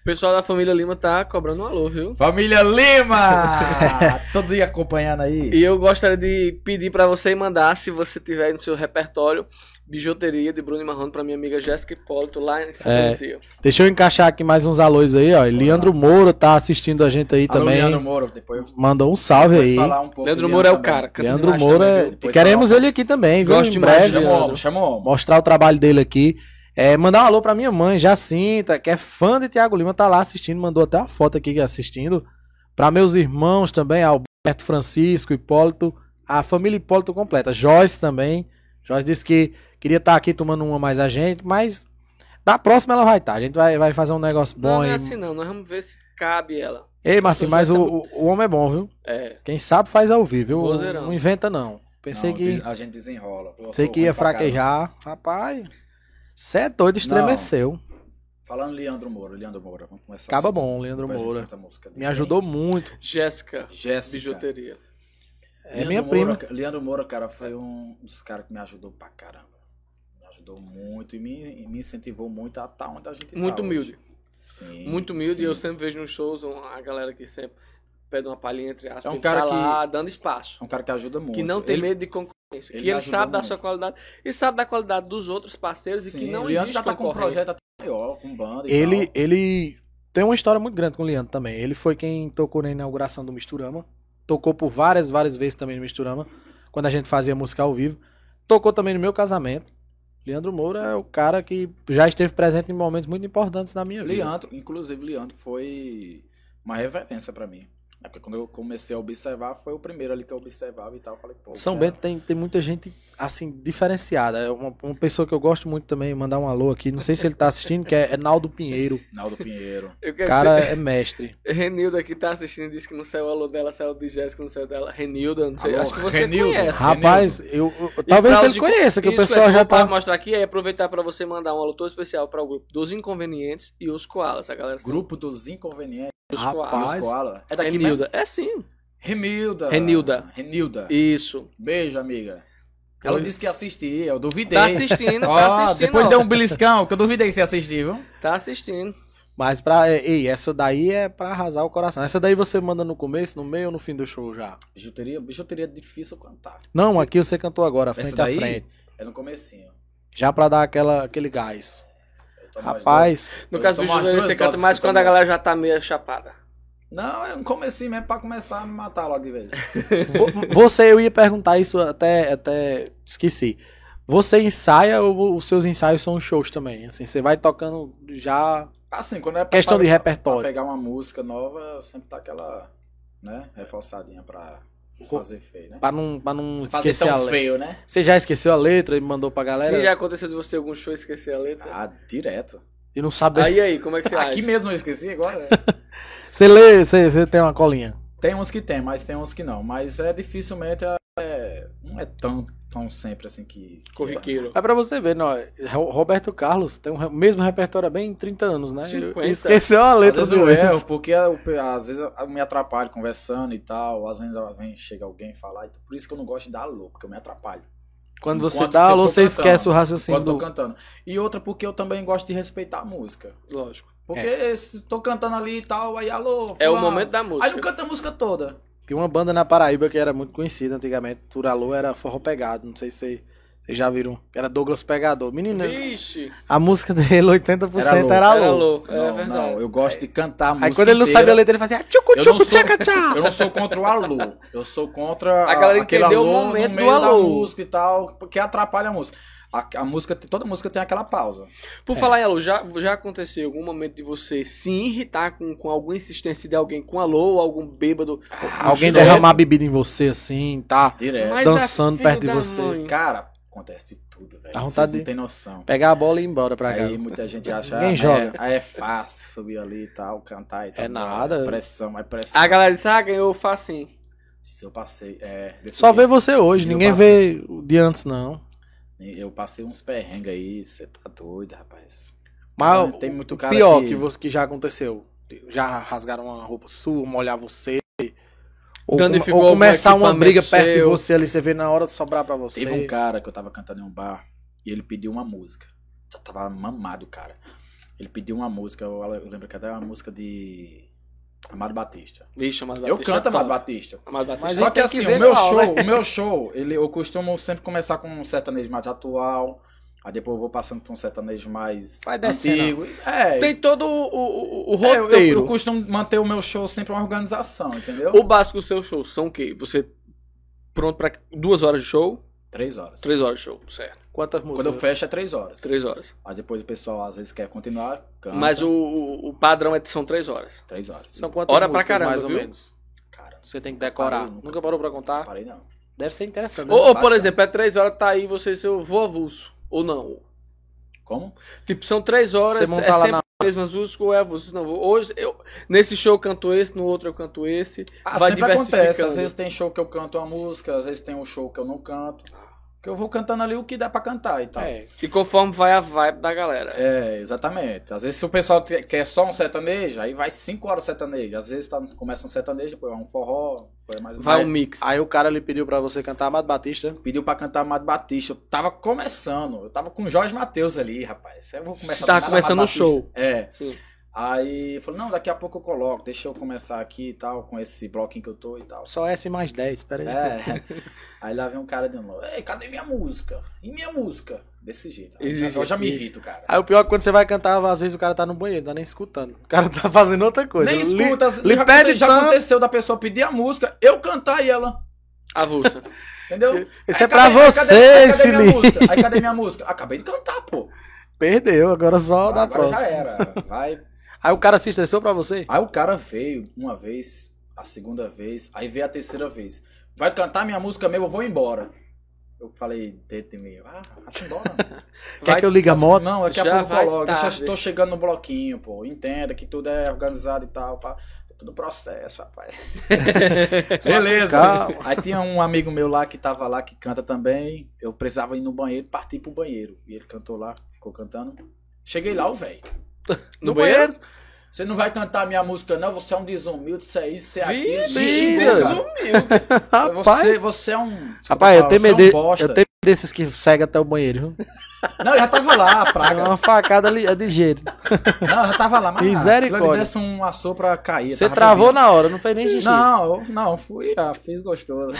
pessoal da família Lima tá cobrando um alô, viu?
Família Lima! Todo dia acompanhando aí.
E eu gostaria de pedir pra você mandar, se você tiver aí no seu repertório, bijuteria de Bruno e Marrone pra minha amiga Jéssica Hipólito lá em São
É.
Luzia.
Deixa eu encaixar aqui mais uns alôs aí, ó. Leandro Moura tá assistindo a gente aí
Alô,
também.
Leandro Moro, depois eu
Mandou um salve
vou
aí.
falar um pouco.
Leandro
de
Moura é o
também.
cara. canta
Leandro
demais
Moura,
também,
é-
viu?
Depois
queremos ele aqui também, viu?
Gosto
em
demais,
breve,
Chama o
Leandro.
homem, chama o homem.
mostrar o trabalho dele aqui. É, mandar um alô pra minha mãe, Jacinta, que é fã de Tiago Lima, tá lá assistindo, mandou até uma foto aqui assistindo. Pra meus irmãos também, Alberto, Francisco, Hipólito, a família Hipólito completa. Joyce também. Joyce disse que queria estar aqui tomando uma mais a gente, mas da próxima ela vai estar. A gente vai, vai fazer um negócio
Não,
bom
não
aí.
é assim não, nós vamos ver se cabe ela.
Ei, Marcinho, mas o,
Joyce é
o, o homem é bom, viu?
É,
Quem sabe faz ao vivo, viu?
Vozeirão.
Não inventa não. Pensei
Não,
que
A gente desenrola. Eu
pensei
sou
que ia
ruim pra caramba.
fraquejar. Rapaz, cê é doido, estremeceu.
Falando Leandro Moura, Leandro Moura, vamos começar.
Acaba
assim.
Tá bom, Leandro
Depois a gente
Moura.
canta a música dele.
Me ajudou muito.
Jéssica,
Jéssica.
bijuteria.
É minha
Moura, tá
prima.
ca- Leandro Moura, cara, foi um dos caras que me ajudou pra caramba. Me ajudou muito e me, e me incentivou muito a estar onde a gente tá
Muito
hoje.
humilde.
Sim.
Muito humilde,
sim.
e eu sempre vejo nos shows um- a galera que sempre pede uma palhinha entre aspas,
É um
ele
cara
tá
que-
lá dando espaço.
É um cara que ajuda muito.
Que não tem
Ele-
medo de concorrência.
ele
que ele
ajudou
sabe da
muito.
sua qualidade e sabe da qualidade dos outros parceiros
Sim,
e que não
o Leandro
existe
já tá com um
concorrência.
projeto até maior, com banda e
Ele,
tal.
ele tem uma história muito grande com o Leandro também. Ele foi quem tocou na inauguração do Misturama. Tocou por várias, várias vezes também no Misturama. Quando a gente fazia música ao vivo. Tocou também no meu casamento. Leandro Moura é o cara que já esteve presente em momentos muito importantes na minha vida.
Leandro, inclusive, Leandro foi uma referência pra mim. É porque quando eu comecei a observar, foi o primeiro ali que eu observava e tal. Eu falei, pô.
São
cara,
Bento tem, tem muita gente
assim, diferenciada. É uma, uma pessoa que eu gosto muito também, mandar um alô aqui. Não sei se ele tá assistindo, que é, é Naldo Pinheiro.
Naldo Pinheiro.
Eu
O
quero
cara é mestre.
dizer, Renilda que tá assistindo disse que não saiu o alô dela, saiu do Jéssica, não saiu dela. Renilda, não sei,
Alô,
acho que você
Renilda.
conhece.
Rapaz, eu, eu-
E
talvez
pra os
ele
de-
conheça, que o
isso, é
pessoal
essa
já
eu vou
tá.
mostrar aqui e aproveitar pra você mandar um alô todo especial para o grupo dos Inconvenientes e os Koalas, a galera.
Grupo dos Inconvenientes.
Dos
Rapaz.
Koalas.
Koala. É daqui mesmo?
Renilda. É sim.
Renilda.
Renilda.
Renilda.
Isso.
Beijo, amiga. Ela disse que assistia, eu duvidei.
Tá assistindo, tá
Ó,
assistindo.
depois
ó.
deu um beliscão, que eu duvidei que você assistiu, viu?
Tá assistindo.
Mas pra. Ei, essa daí é pra arrasar o coração. Essa daí você manda no começo, no meio ou no fim do show já?
Bijuteria, bijuteria é difícil cantar.
Não, aqui você cantou agora, frente
Essa
a
daí
frente.
é no comecinho.
Já pra dar aquela, aquele gás.
Eu tomo mais
Rapaz,
No
Eu
caso do
tomo as
Júnior,
duas
você canta
doses
mais
que eu
quando a
tomo.
galera já tá meio chapada.
dois. Não, é no comecinho mesmo pra começar a me matar logo de vez.
vo- você, eu ia perguntar isso até, até esqueci. Você ensaia ou vo- os seus ensaios são shows também? Assim, você vai tocando já.
Assim, quando é pra
Questão de
pra-
repertório.
Pra pegar uma música nova, sempre tá aquela, né, reforçadinha pra não
Co-
fazer feio, né?
Pra não, pra não
fazer
esquecer a
tão
letra.
feio, né?
Você já esqueceu a letra e mandou pra galera?
Se já aconteceu de você em algum show e esquecer a letra.
Ah, direto.
E não sabe.
Aí aí, como é que você acha?
Aqui mesmo eu esqueci agora. né?
Você lê, você, você tem uma colinha.
tem uns que tem, mas tem uns que não. Mas é dificilmente, é, é- não é tão, tão sempre assim que... que
Corriqueiro.
É pra você ver, não, Ro- Roberto Carlos tem o re- mesmo repertório há bem 30 anos, né?
50.
Esqueceu a
Às
letra
vezes
do
eu erro,
erro.
porque eu, às vezes eu me atrapalho conversando e tal. Às vezes vem, chega alguém falar. Então, por isso que eu não gosto de dar alô, porque eu me atrapalho.
Quando você
Enquanto
dá
eu
alô,
tô
você
cantando.
esquece o
quando
raciocínio
eu tô
do...
cantando. E outra, porque eu também gosto de respeitar a música.
Lógico.
Porque
É.
se tô cantando ali e tal, aí alô.
É o
fulano.
momento da
Aí não
música.
canta a música toda.
Tem uma banda na Paraíba que era muito conhecida antigamente, Turalô era forró pegado, não sei se vocês- vocês já viram. Era Douglas Pegador. Menino,
Vixe,
a música dele 80% era né? alô.
Era
era louco. É
não,
verdade.
não, eu gosto de cantar a música.
Aí quando ele não
inteira.
sabe a letra, ele fazia tchucu
Eu não
tchucu
sou-
tchaca tchá.
Eu não sou contra o alô. Eu sou contra
A galera
aquele
entendeu o
alô
momento do
no meio da
alô.
música e tal, porque atrapalha a música. A, a música, toda música tem aquela pausa.
Por falar em alô, já, já aconteceu algum momento de você se irritar com, com alguma insistência de alguém com alô ou algum bêbado?
Ah, Alguém
Direto.
derramar bebida em você assim, tá?
Direto.
Mas
dançando
é filho
perto de
da
você.
mãe.
Cara, acontece de tudo, velho.
Dá
Vocês
vontade
não
de-
tem noção.
Pegar a bola e ir embora pra cá.
Aí muita gente acha,
Ninguém
ah,
joga.
É, ah, é fácil subir ali e tal, cantar e tal.
É nada.
É pressão, é pressão.
A galera disse, ah, ganhou, facinho.
Eu passei, é, desse
Só vê
jeito.
você hoje,
Esse dia eu
ninguém vê o de antes, não.
Eu passei uns perrengues aí, você tá doido, rapaz.
Mas
Cara, tem muito
o
cara
pior que...
que-
você- que já aconteceu. Já rasgaram uma roupa sua, molhar você. Ou,
Danificou
ou começar
algum
uma briga
equipamento
perto de
seu.
você ali, você vê na hora sobrar pra você.
Teve um cara que eu tava cantando em um bar e ele pediu uma música. Eu tava mamado, cara. Ele pediu uma música, eu, eu lembro que até era uma música de Amado Batista.
Vixe, Amado
eu
Batista.
canto
é top.
Amado Batista.
Amado Batista.
Mas
Só
aí
que
tem que
assim,
ver
o meu
qual,
né?
show, o meu show, ele, eu costumo sempre começar com um sertanejo mais atual, aí depois eu vou passando pra um sertanejo mais
Vai descendo,
antigo. É,
Tem todo o, o, o- o
é, eu- eu, eu
roteiro.
costumo manter o meu show sempre uma organização, entendeu?
o básico do seu show são o quê? Você pronto pra duas horas de show?
Três horas.
Três horas de show, certo.
Quantas músicas?
Quando eu fecho é três horas.
Três horas.
Mas depois o pessoal às vezes quer continuar, canta.
Mas o, o, o padrão é de são três horas.
Três horas.
São quantas
Hora pra
músicas,
caramba,
mais ou
viu?
menos?
Cara,
Você tem que decorar.
Parei, nunca.
nunca parou pra
não
contar?
parei não.
Deve ser interessante. né?
Ou, ou, por
bastante.
exemplo, é três horas, tá aí você e seu vô avulso. Ou não.
Como?
Tipo, são três horas,
Você
é
monta lá
sempre
na-
as mesmas músicas, ou é avulso, não. Hoje, eu, nesse show eu canto esse, no outro eu canto esse.
Ah,
vai
sempre acontece.
diversificando.
Às vezes tem show que eu canto uma música, às vezes tem um show que eu não canto. Que eu vou cantando ali o que dá pra cantar e tal.
É.
E conforme vai a vibe da galera.
É, exatamente. Às vezes se o pessoal te- quer só um sertanejo, aí vai 5 horas sertanejo. Às vezes tá, começa um sertanejo, depois vai um forró, depois mais
Vai
Aí
um mix.
Aí o cara lhe pediu pra você cantar Amado Batista.
Pediu pra cantar Amado Batista. Eu tava começando. Eu tava com o Jorge Matheus ali, rapaz. Eu vou começar
Você tava
do nada,
Tá começando
Amado
o show.
Batista. É.
Sim.
Aí falou, não, daqui a pouco eu coloco. Deixa eu começar aqui e tal, com esse bloquinho que eu tô e tal.
Só S mais 10, peraí.
É. Aí lá vem um cara de novo. Ei, cadê minha música? E minha música? Desse jeito. Eu já- eu já me
Exige-
irrito, cara.
Aí o pior é que quando você vai cantar, às vezes o cara tá no banheiro, não tá nem escutando. O cara tá fazendo outra coisa.
Nem
Li-
escuta.
lhe
já,
pede
já
tanto.
aconteceu da pessoa pedir a música, eu cantar e ela.
Avulsa.
Entendeu?
Isso
Aí,
é pra
cadê- aí, cadê-
você,
aí, cadê minha
Felipe.
música? Aí cadê minha música? Acabei de cantar, pô.
Perdeu, agora só dá
Agora
próxima.
já era. Vai.
Aí o cara se estressou pra você?
Aí o cara veio uma vez, a segunda vez, aí veio a terceira vez. Vai cantar minha música mesmo, eu vou embora. Eu falei dentro de mim, ah, assim bora.
Quer que eu ligue a
Assim,
moto?
Não, daqui a
Já
pouco eu
vai
coloco. Já
tarde.
estou é chegando no bloquinho, pô. Entenda que tudo é organizado e tal, pá. É Tudo processo, rapaz. Beleza.
Calma.
Aí tinha um amigo meu lá que tava lá, que canta também. Eu precisava ir no banheiro, parti pro banheiro. E ele cantou lá, ficou cantando. Cheguei lá, o velho.
No, banheiro?
Você não vai cantar minha música, não? Você é um desumilde, isso é isso, você é aquilo.
Vixe,
Sim,
Xingou, cara.
resumiu.
Você,
Rapaz,
você é um. desculpa
rapaz, eu
falar,
tenho
você é
medo
um
de-
bosta.
eu tenho medo desses que seguem até o banheiro. viu?
Não, eu já tava lá, a
É
praga.
uma facada ali, é de jeito.
Não, eu já tava lá, mas.
Misericórdia.
aquilo ali Desse um açô pra cair.
Você
tava
travou
bebendo.
na hora, não fez nem xixi.
Não, eu- não, fui, ah, fiz gostoso.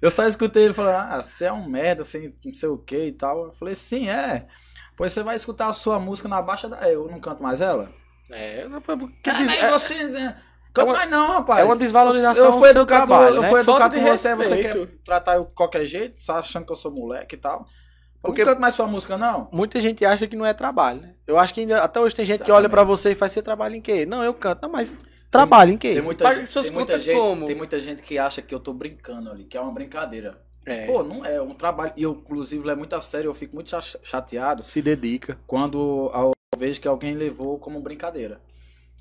eu só escutei ele falando, ah, você é um merda, assim, não sei o que e tal. Eu falei, sim, é. Pois você vai escutar a sua música na baixa da. Eu não canto mais ela?
É, rapaz,
Que
Ah,
des-
mas
é-
você. né? Canta
uma-
mais não, rapaz.
é uma desvalorização
Eu fui
ao seu
educado,
trabalho,
eu
né?
fui
Falta
educado
de
com você, você
respeito.
quer tratar eu de qualquer jeito, só achando que eu sou moleque e tal. Eu
Porque-
não canto mais sua música, não.
Muita gente acha que não é trabalho, né? Eu acho que ainda, até hoje tem gente que
Exatamente.
olha pra você e faz seu trabalho em quê? Não, eu canto. Não, mas trabalho em quê?
Tem muita,
Paga
gente,
suas
tem, muita
contas
gente,
como?
tem muita gente que acha que eu tô brincando ali, que é uma brincadeira.
É,
Pô, não é é um trabalho. E eu, inclusive, é muito a sério. Eu fico muito cha- chateado
se dedica.
quando eu vejo que alguém levou como brincadeira.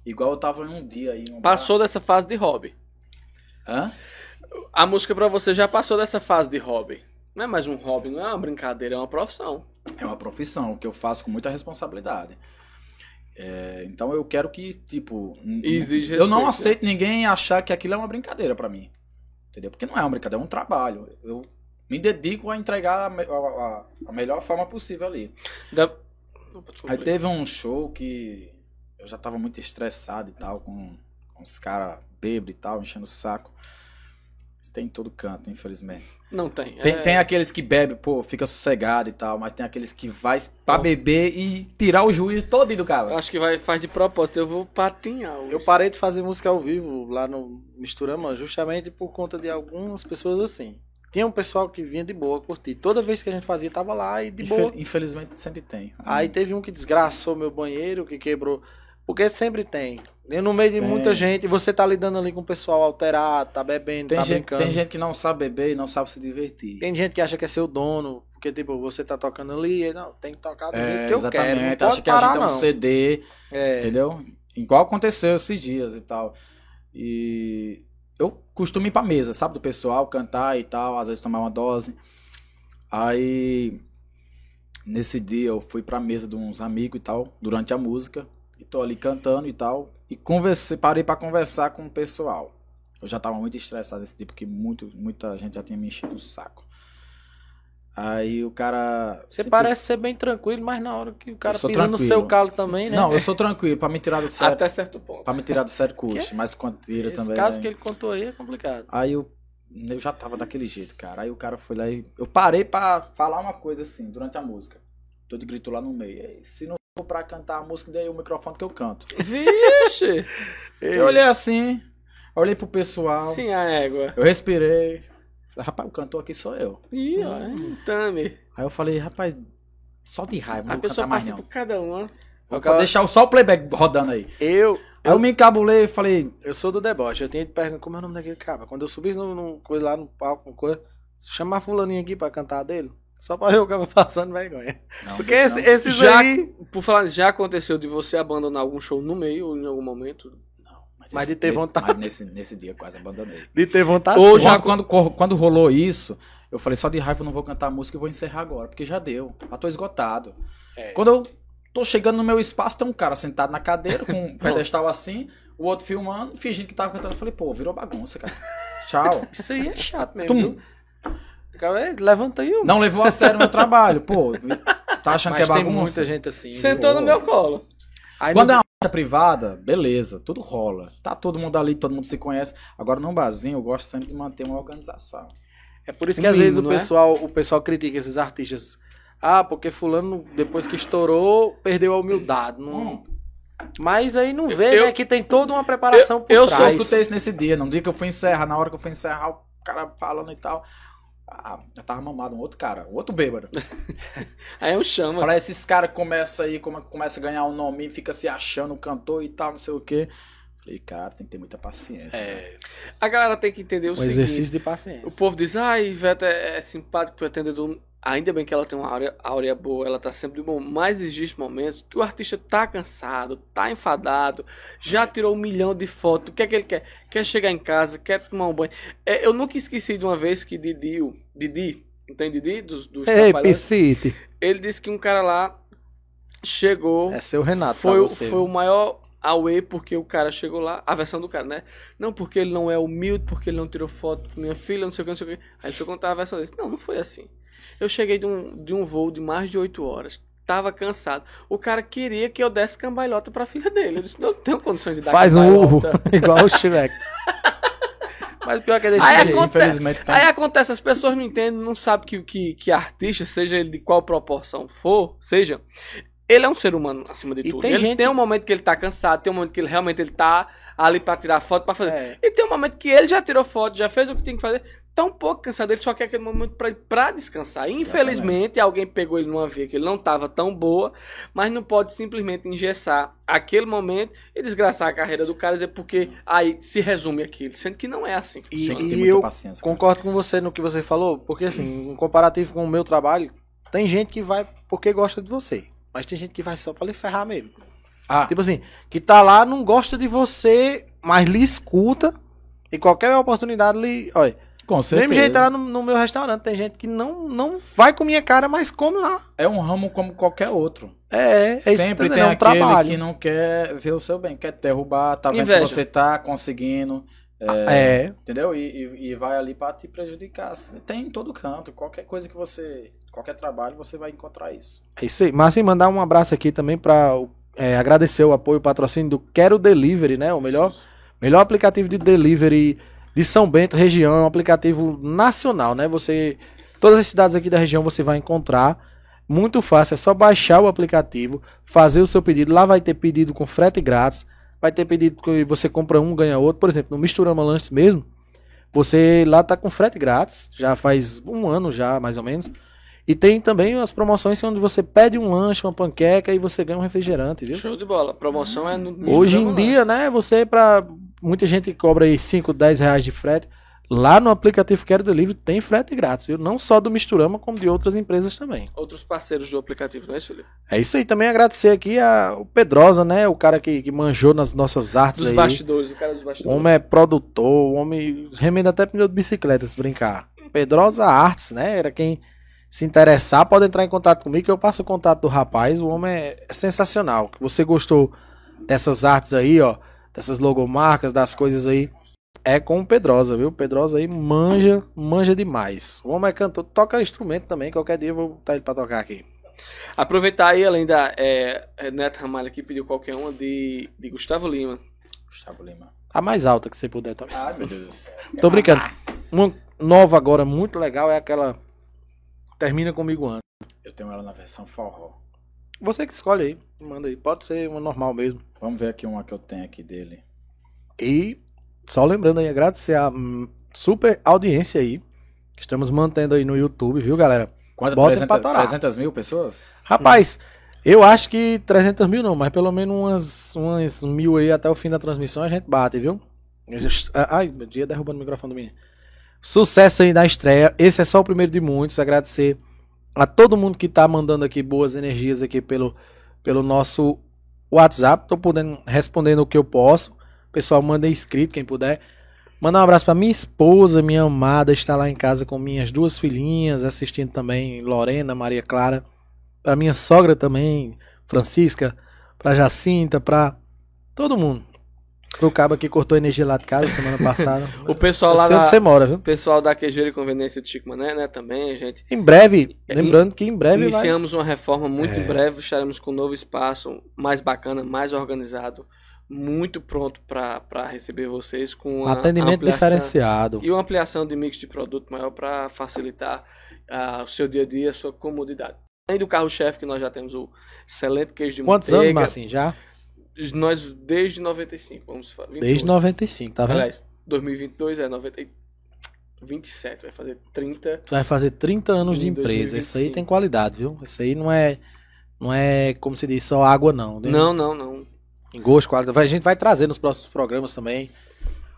Igual eu tava em um dia aí. num
Passou dessa fase de hobby.
bar. Hã?
A música pra você já passou dessa fase de hobby. Não é mais um hobby, não é uma brincadeira, é uma profissão.
É uma profissão que eu faço com muita responsabilidade. É, então eu quero que, tipo. n-
Exige
Eu não
respeito.
aceito ninguém achar que aquilo é uma brincadeira pra mim. Entendeu? Porque não é uma brincadeira, é um trabalho. Eu me dedico a entregar a, me- a- a- a melhor forma possível ali.
Da... Opa,
Aí
desculpa.
teve um show que eu já tava muito estressado e tal, com, com os caras bêbados e tal, enchendo o saco. Isso tem em todo canto, infelizmente.
Não tem.
Tem,
é-
tem aqueles que bebe, pô, fica sossegado e tal, mas tem aqueles que vai pra
Pô.
beber e tirar o juízo todo do
Eu
cara.
acho que vai, faz de propósito, eu vou patinhar hoje.
Eu parei de fazer música ao vivo lá no Misturama justamente por conta de algumas pessoas assim. Tinha um pessoal que vinha de boa curtir. Toda vez que a gente fazia, tava lá e de
Infe-
boa.
Infelizmente sempre tem.
Aí teve um que desgraçou meu banheiro, que quebrou. Porque sempre tem. E no meio de
Tem.
muita gente, você tá lidando ali com o pessoal alterado, tá bebendo,
tem,
tá
gente,
brincando.
tem gente que não sabe beber e não sabe se divertir.
Tem gente que acha que é seu dono, porque tipo, você tá tocando ali, e, não, tem que tocar do jeito
É,
que eu
exatamente.
quero. Não pode
Acha que a
parar,
gente é um
não.
CD,
É,
Entendeu? Igual aconteceu esses dias e tal. E eu costumo ir pra mesa, sabe? Do pessoal cantar e tal, às vezes tomar uma dose. Aí, nesse dia, eu fui pra mesa de uns amigos e tal, durante a música. E tô ali cantando e tal. E conversei, parei pra conversar com o pessoal. Eu já tava muito estressado esse dia, porque muito, muita gente já tinha me enchido o saco. Aí o cara.
Você
se
parece ser bem tranquilo, mas na hora que o cara
Eu sou
pisa no
tranquilo.
seu calo também, né?
Não, eu sou tranquilo, pra me tirar do sério.
Até certo ponto.
Pra me tirar do sério curte, mas quando tira
Esse
também.
caso
né?
que ele contou aí é complicado.
Aí eu, eu já tava daquele jeito, cara. Aí o cara foi lá e. Eu parei pra falar uma coisa assim, durante a música. Todo gritou lá no meio. "Ei, Se não for pra cantar a música, dei o microfone que eu canto.
Vixe!
Eu olhei assim, olhei pro pessoal,
Sim, a égua.
eu respirei. Falei, rapaz, o cantor aqui sou eu.
Ih,
Hum.
ó, é tame.
Aí eu falei, rapaz, só de raiva,
A
não vou cantar
pessoa
mais
passa
não.
por cada uma.
Vou
cara-
deixar só o playback rodando aí.
Eu,
Aí eu me encabulei e falei,
eu sou do deboche, eu tinha te perguntar como é o nome daquele cara. Quando eu subi no, no- coisa lá no palco, uma coisa, chamar fulaninho aqui pra cantar a dele, só pra ver o cara passando vergonha.
não,
Porque esse,
não.
esses
Já-
aí...
Por falar nisso, já aconteceu de você abandonar algum show no meio ou em algum momento?
Não,
é- Mas
esse
de ter
dia-
vontade.
Mas nesse, nesse dia eu quase abandonei.
De ter vontade.
Ou
Ah, sim.
já quando, quando, quando rolou isso, eu falei, só de raiva eu não vou cantar a música e vou encerrar agora, porque já deu. Já tô esgotado.
É.
Quando eu tô chegando no meu espaço, tem um cara sentado na cadeira com um pedestal assim, o outro filmando, fingindo que tava cantando. Eu falei, pô, virou bagunça, cara. Tchau.
Isso aí é chato mesmo.
Tum.
viu? O cara, "Ei, Levanta aí,
Não levou a sério o meu trabalho, pô. Tá achando
Mas
que é
tem
bagunça?
muita gente assim.
Sentou no meu colo.
Aí
Quando é
não-
uma festa privada, beleza, tudo rola. Tá todo mundo ali, todo mundo se conhece. Agora, num barzinho, eu gosto sempre de manter uma organização.
É por isso
Um
que às vezes
mimo,
o
não é?
pessoal, o pessoal critica esses artistas. Ah, porque fulano, depois que estourou, perdeu a humildade. Não... Mas aí não vê,
Hum. Eu-
né? Que tem toda uma preparação por
eu sou
Eu
trás.
escutei isso nesse dia, não dia que eu fui encerrar, na hora que eu fui encerrar, o cara falando e tal. Ah, eu tava mamado, um outro cara, um outro bêbado.
Aí eu chamo.
Falar, esses caras começam aí, come- começa a ganhar um nome, fica se achando cantor e tal, não sei o quê. Falei, cara, tem que ter muita paciência. né?
É. A galera tem que entender o
Um
seguinte.
exercício de
O
paciência.
povo diz, ah, Ivete é, é simpático, pretendedor. Ainda bem que ela tem uma áurea, áurea boa, ela tá sempre de bom, mas existe momentos que o artista tá cansado, tá enfadado, já tirou um milhão de fotos, o que é que ele quer? Quer chegar em casa, quer tomar um banho. É, eu nunca esqueci de uma vez que Didi, o- Didi, não tem Didi? Dos, dos
Ei,
Trapalhões?
Pifite.
Ele disse que um cara lá chegou,
É seu Renato
foi,
pra
o-
você.
foi o maior away porque o cara chegou lá, a versão do cara, né? Não porque ele não é humilde, porque ele não tirou foto com minha filha, não sei o que, não sei o que. Aí ele foi contar a versão dele. Não, não foi assim. Eu cheguei de um, de um voo de mais de 8 horas. Tava cansado. O cara queria que eu desse cambalhota pra filha dele. Eu disse, não tenho condições de dar
Faz um urro,
cambalhota.
igual o Shrek.
Mas o pior é que é
Aí acontece-
infelizmente. Tá...
Aí acontece, as pessoas não entendem, não sabem que, que, que artista, seja ele de qual proporção for, seja, ele é um ser humano acima de
E
tudo.
tem
ele
gente-
tem um momento que ele tá cansado, tem um momento que ele realmente ele tá ali pra tirar foto, pra fazer.
É.
E tem um momento que ele já tirou foto, já fez o que tem que fazer, tá um pouco cansado, ele só quer aquele momento pra, pra descansar. Infelizmente, alguém pegou ele numa via que ele não tava tão boa, mas não pode simplesmente engessar aquele momento e desgraçar a carreira do cara, e dizer porque aí se resume aquilo, sendo que não é assim.
E,
Tem que ter
e
muita
eu
paciência. cara.
concordo com você no que você falou, porque assim, em comparativo com o meu trabalho, tem gente que vai porque gosta de você, mas tem gente que vai só pra lhe ferrar mesmo.
Ah.
Tipo assim, que tá lá, não gosta de você, mas lhe escuta e qualquer oportunidade lhe... Olha,
Com
do
certeza.
mesmo jeito tá lá no, no meu restaurante, tem gente que não, não vai com minha cara, mas come lá.
É um ramo como qualquer outro.
É, é isso que
Sempre
tá
tem
dizendo, é um
aquele
trabalho.
que não quer ver o seu bem, quer te derrubar, tá vendo
Inveja.
que você tá conseguindo,
É,
entendeu? E, e- e vai ali pra te prejudicar. Assim, Tem em todo canto, qualquer coisa que você, qualquer trabalho você vai encontrar isso.
é isso aí. Mas assim, mandar um abraço aqui também pra é, agradecer o apoio e patrocínio do Quero Delivery, né? O melhor Melhor aplicativo de delivery de São Bento, região, é um aplicativo nacional, né? Você. Todas as cidades aqui da região você vai encontrar. Muito fácil, é só baixar o aplicativo, fazer o seu pedido. Lá vai ter pedido com frete grátis. Vai ter pedido que você compra um, ganha outro. Por exemplo, no Misturama Lanches mesmo, você lá tá com frete grátis. Já faz um ano já, mais ou menos. E tem também as promoções onde você pede um lanche, uma panqueca e você ganha um refrigerante, viu?
Show de bola. Promoção é no no
Hoje em
Instagram,
dia, né, você para muita gente cobra aí 5, 10 reais de frete. Lá no aplicativo Quero Delivery tem frete grátis, viu? Não só do Misturama, como de outras empresas também.
Outros parceiros do aplicativo, não é isso, Felipe?
É isso aí, também agradecer aqui a, o Pedrosa, né? O cara que, que manjou nas nossas artes
Dos
aí.
bastidores, o cara dos
O
bastidores.
homem é produtor, o homem remenda até pneu de bicicleta, se brincar. Pedrosa Artes, né? Era quem se interessar, pode entrar em contato comigo que eu passo o contato do rapaz. O homem é sensacional. Que você gostou dessas artes aí, ó, dessas logomarcas, das coisas aí, é com o Pedrosa, viu? O Pedrosa aí manja, manja demais. O homem é cantor, toca instrumento também, qualquer dia eu vou botar ele pra tocar aqui.
Aproveitar aí, além da é, é, Neto Ramalho que pediu qualquer uma de, de Gustavo Lima.
Gustavo Lima.
A mais alta que você puder também.
Ai, meu Deus do céu.
Tô brincando. Uma nova agora muito legal é aquela Termina comigo antes.
Eu tenho ela na versão forró.
Você que escolhe aí, manda aí. Pode ser uma normal mesmo.
Vamos ver aqui uma que eu tenho aqui dele.
E só lembrando aí, agradecer a hum, super audiência aí. que Estamos mantendo aí no YouTube, viu, galera?
Quanto?
Bota pra
300,
torar.
300 mil pessoas?
Rapaz, eu acho que 300 mil não, mas pelo menos umas, umas mil aí até o fim da transmissão a gente bate, viu? Eu just- ah, Ai, meu dia derrubando o microfone do menino. Sucesso aí na estreia. Esse é só o primeiro de muitos. Agradecer a todo mundo que tá mandando aqui boas energias aqui pelo, pelo nosso WhatsApp. Tô podendo, respondendo o que eu posso. Pessoal, manda inscrito quem puder. Mandar um abraço pra minha esposa, minha amada, está lá em casa com minhas duas filhinhas, assistindo também Lorena, Maria Clara. Pra minha sogra também, Francisca, pra Jacinta, pra todo mundo. Pro cabo que cortou a energia lá de casa semana passada.
O pessoal
Eu
lá
sei onde
da-
você mora, viu?
O pessoal da Queijeira e Conveniência de Chico Mané, né? Também, gente.
Em breve, lembrando que em breve vai...
Iniciamos uma reforma
É.
muito em breve. Estaremos com um novo espaço, mais bacana, mais organizado. Muito pronto para receber vocês com a
atendimento
ampliação-
diferenciado.
E uma ampliação de mix de produto maior para facilitar ah, o seu dia a dia, a sua comodidade. Além do carro-chefe, que nós já temos o excelente queijo de
Quantos anos,
manteiga.
Marcinho? Já?
Nós desde 95, vamos falar. 28.
Desde 95, tá vendo?
um. Aliás, 2022 é 90 e 27, vai fazer 30.
Tu vai fazer 30 anos de
Em
empresa. Isso aí
2025.
tem qualidade, viu? Isso aí não é, não é como se diz, só água, não. né?
Não, não, não.
Em gosto, qualidade. Vai- A gente vai trazer nos próximos programas também.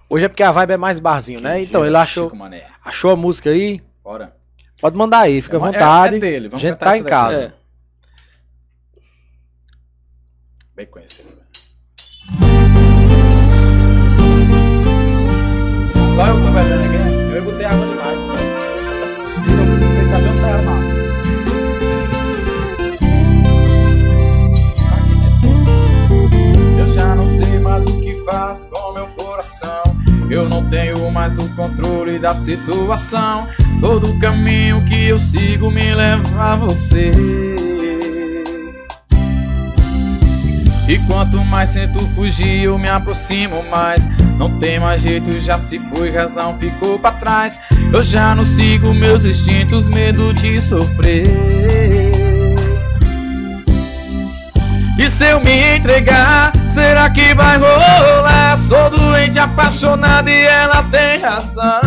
Hoje é porque a vibe é mais barzinho, né? Então, ele achou,
Chico Mané.
achou a música aí.
Bora.
Pode mandar aí, fica à
É uma- é-
vontade.
É, dele. Vamos
A gente
cantar
tá
essa
em
daqui.
casa.
É. Bem conhecido. né?
Só eu trabalhando
né?
aqui. Eu botei água demais. Vocês sabiam onde tá ela, não?
Eu já não sei mais o que faço com meu coração. Eu não tenho mais o controle da situação. Todo caminho que eu sigo me leva a você. E quanto mais tento fugir, eu me aproximo mais. Não tem mais jeito, já se foi, razão ficou pra trás. Eu já não sigo meus instintos, medo de sofrer. E se eu me entregar, será que vai rolar? Sou doente, apaixonado e ela tem razão.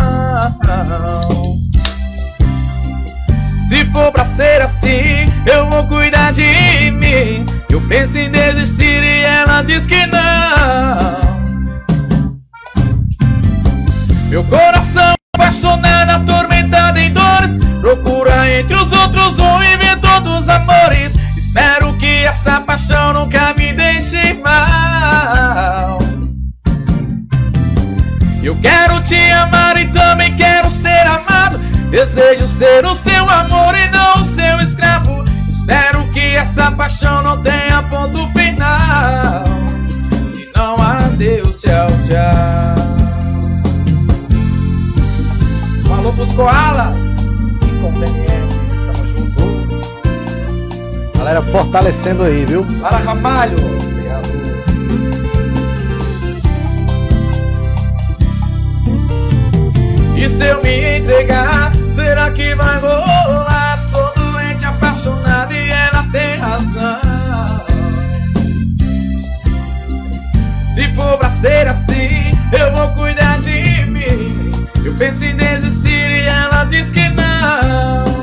Se for pra ser assim, eu vou cuidar de mim. Eu penso em desistir e ela diz que não. Meu coração apaixonado, atormentado em dores Procura entre os outros um inventor dos amores Espero que essa paixão nunca me deixe mal Eu quero te amar e também quero ser amado Desejo ser o seu amor e não o seu escravo Espero que essa paixão não tenha ponto final Se não, adeus, tchau, tchau Falou pros koalas inconvenientes, tamo junto.
Galera, fortalecendo aí, viu?
Lara Ramalho. E se eu me entregar, será que vai rolar? Sou doente, apaixonado e ela tem razão. Se for pra ser assim, eu vou cuidar de mim. Eu penso em desistir e ela diz que não.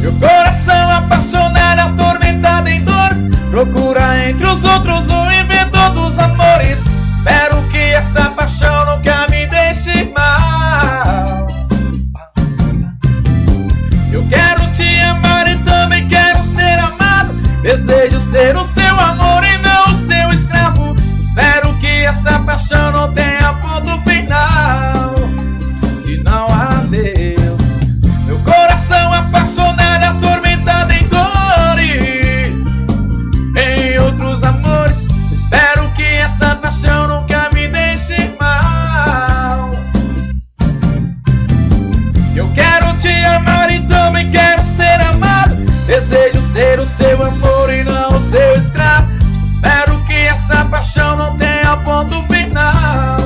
Meu coração apaixonado, atormentado em dores. Procura entre os outros o inventor dos amores. Espero que essa paixão nunca me deixe mal. Eu quero te amar e também quero ser amado. Desejo ser o seu amor e não o seu escravo. Espero que essa paixão não tenha ponto final. Se não, adeus. Meu coração apaixonado, atormentado em dores. Em outros amores, espero que essa paixão nunca me deixe mal. Eu quero te amar e também quero ser amado. Desejo ser o seu amor e não o seu escravo. Espero que essa paixão não tenha ponto final.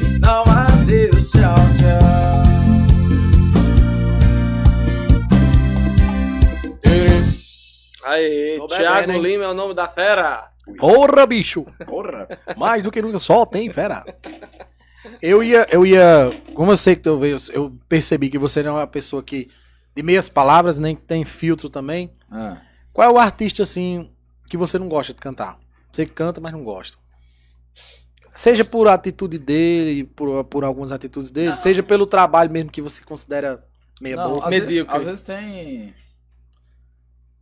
Se não, adeus, tchau, tchau.
Aê,
Tô
Thiago
bebendo, hein?
Lima é o nome da fera.
Porra, bicho!
Porra!
Mais do que nunca, só tem, fera. Eu ia, eu ia, como eu sei que tu veio, eu percebi que você não é uma pessoa que de meias palavras, nem que tem filtro também. Qual é o artista assim que você não gosta de cantar? Você canta, mas não gosta. Seja por atitude dele, por, por algumas atitudes dele, seja pelo trabalho mesmo que você considera meia
Não,
boca.
às, vezes,
medíocre.
às vezes tem.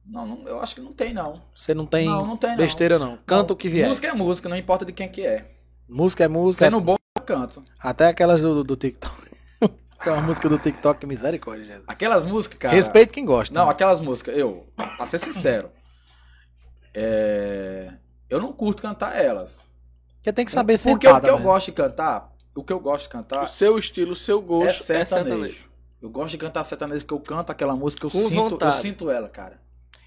Não, não, eu acho que não tem, não.
Você não tem
não, não tem, não.
besteira não. Canta
Não,
o que vier. Música,
Música é música, não importa de quem que é.
é música.
Sendo bom, eu canto.
Até aquelas do, do TikTok. Tem uma música do TikTok que misericórdia, Jesus.
Aquelas músicas, cara.
Respeito quem gosta. né?
Não, aquelas músicas, eu, pra ser sincero, é, eu não curto cantar elas.
Porque tem que saber né? sentar
Porque é o que eu
também.
gosto de cantar, o que eu gosto de
O
Tá.
cantar
seu estilo, o seu
é
gosto é sertanejo.
sertanejo. Eu gosto de cantar sertanejo, que eu canto aquela música, eu
Com
sinto, eu
vontade.
sinto ela, cara.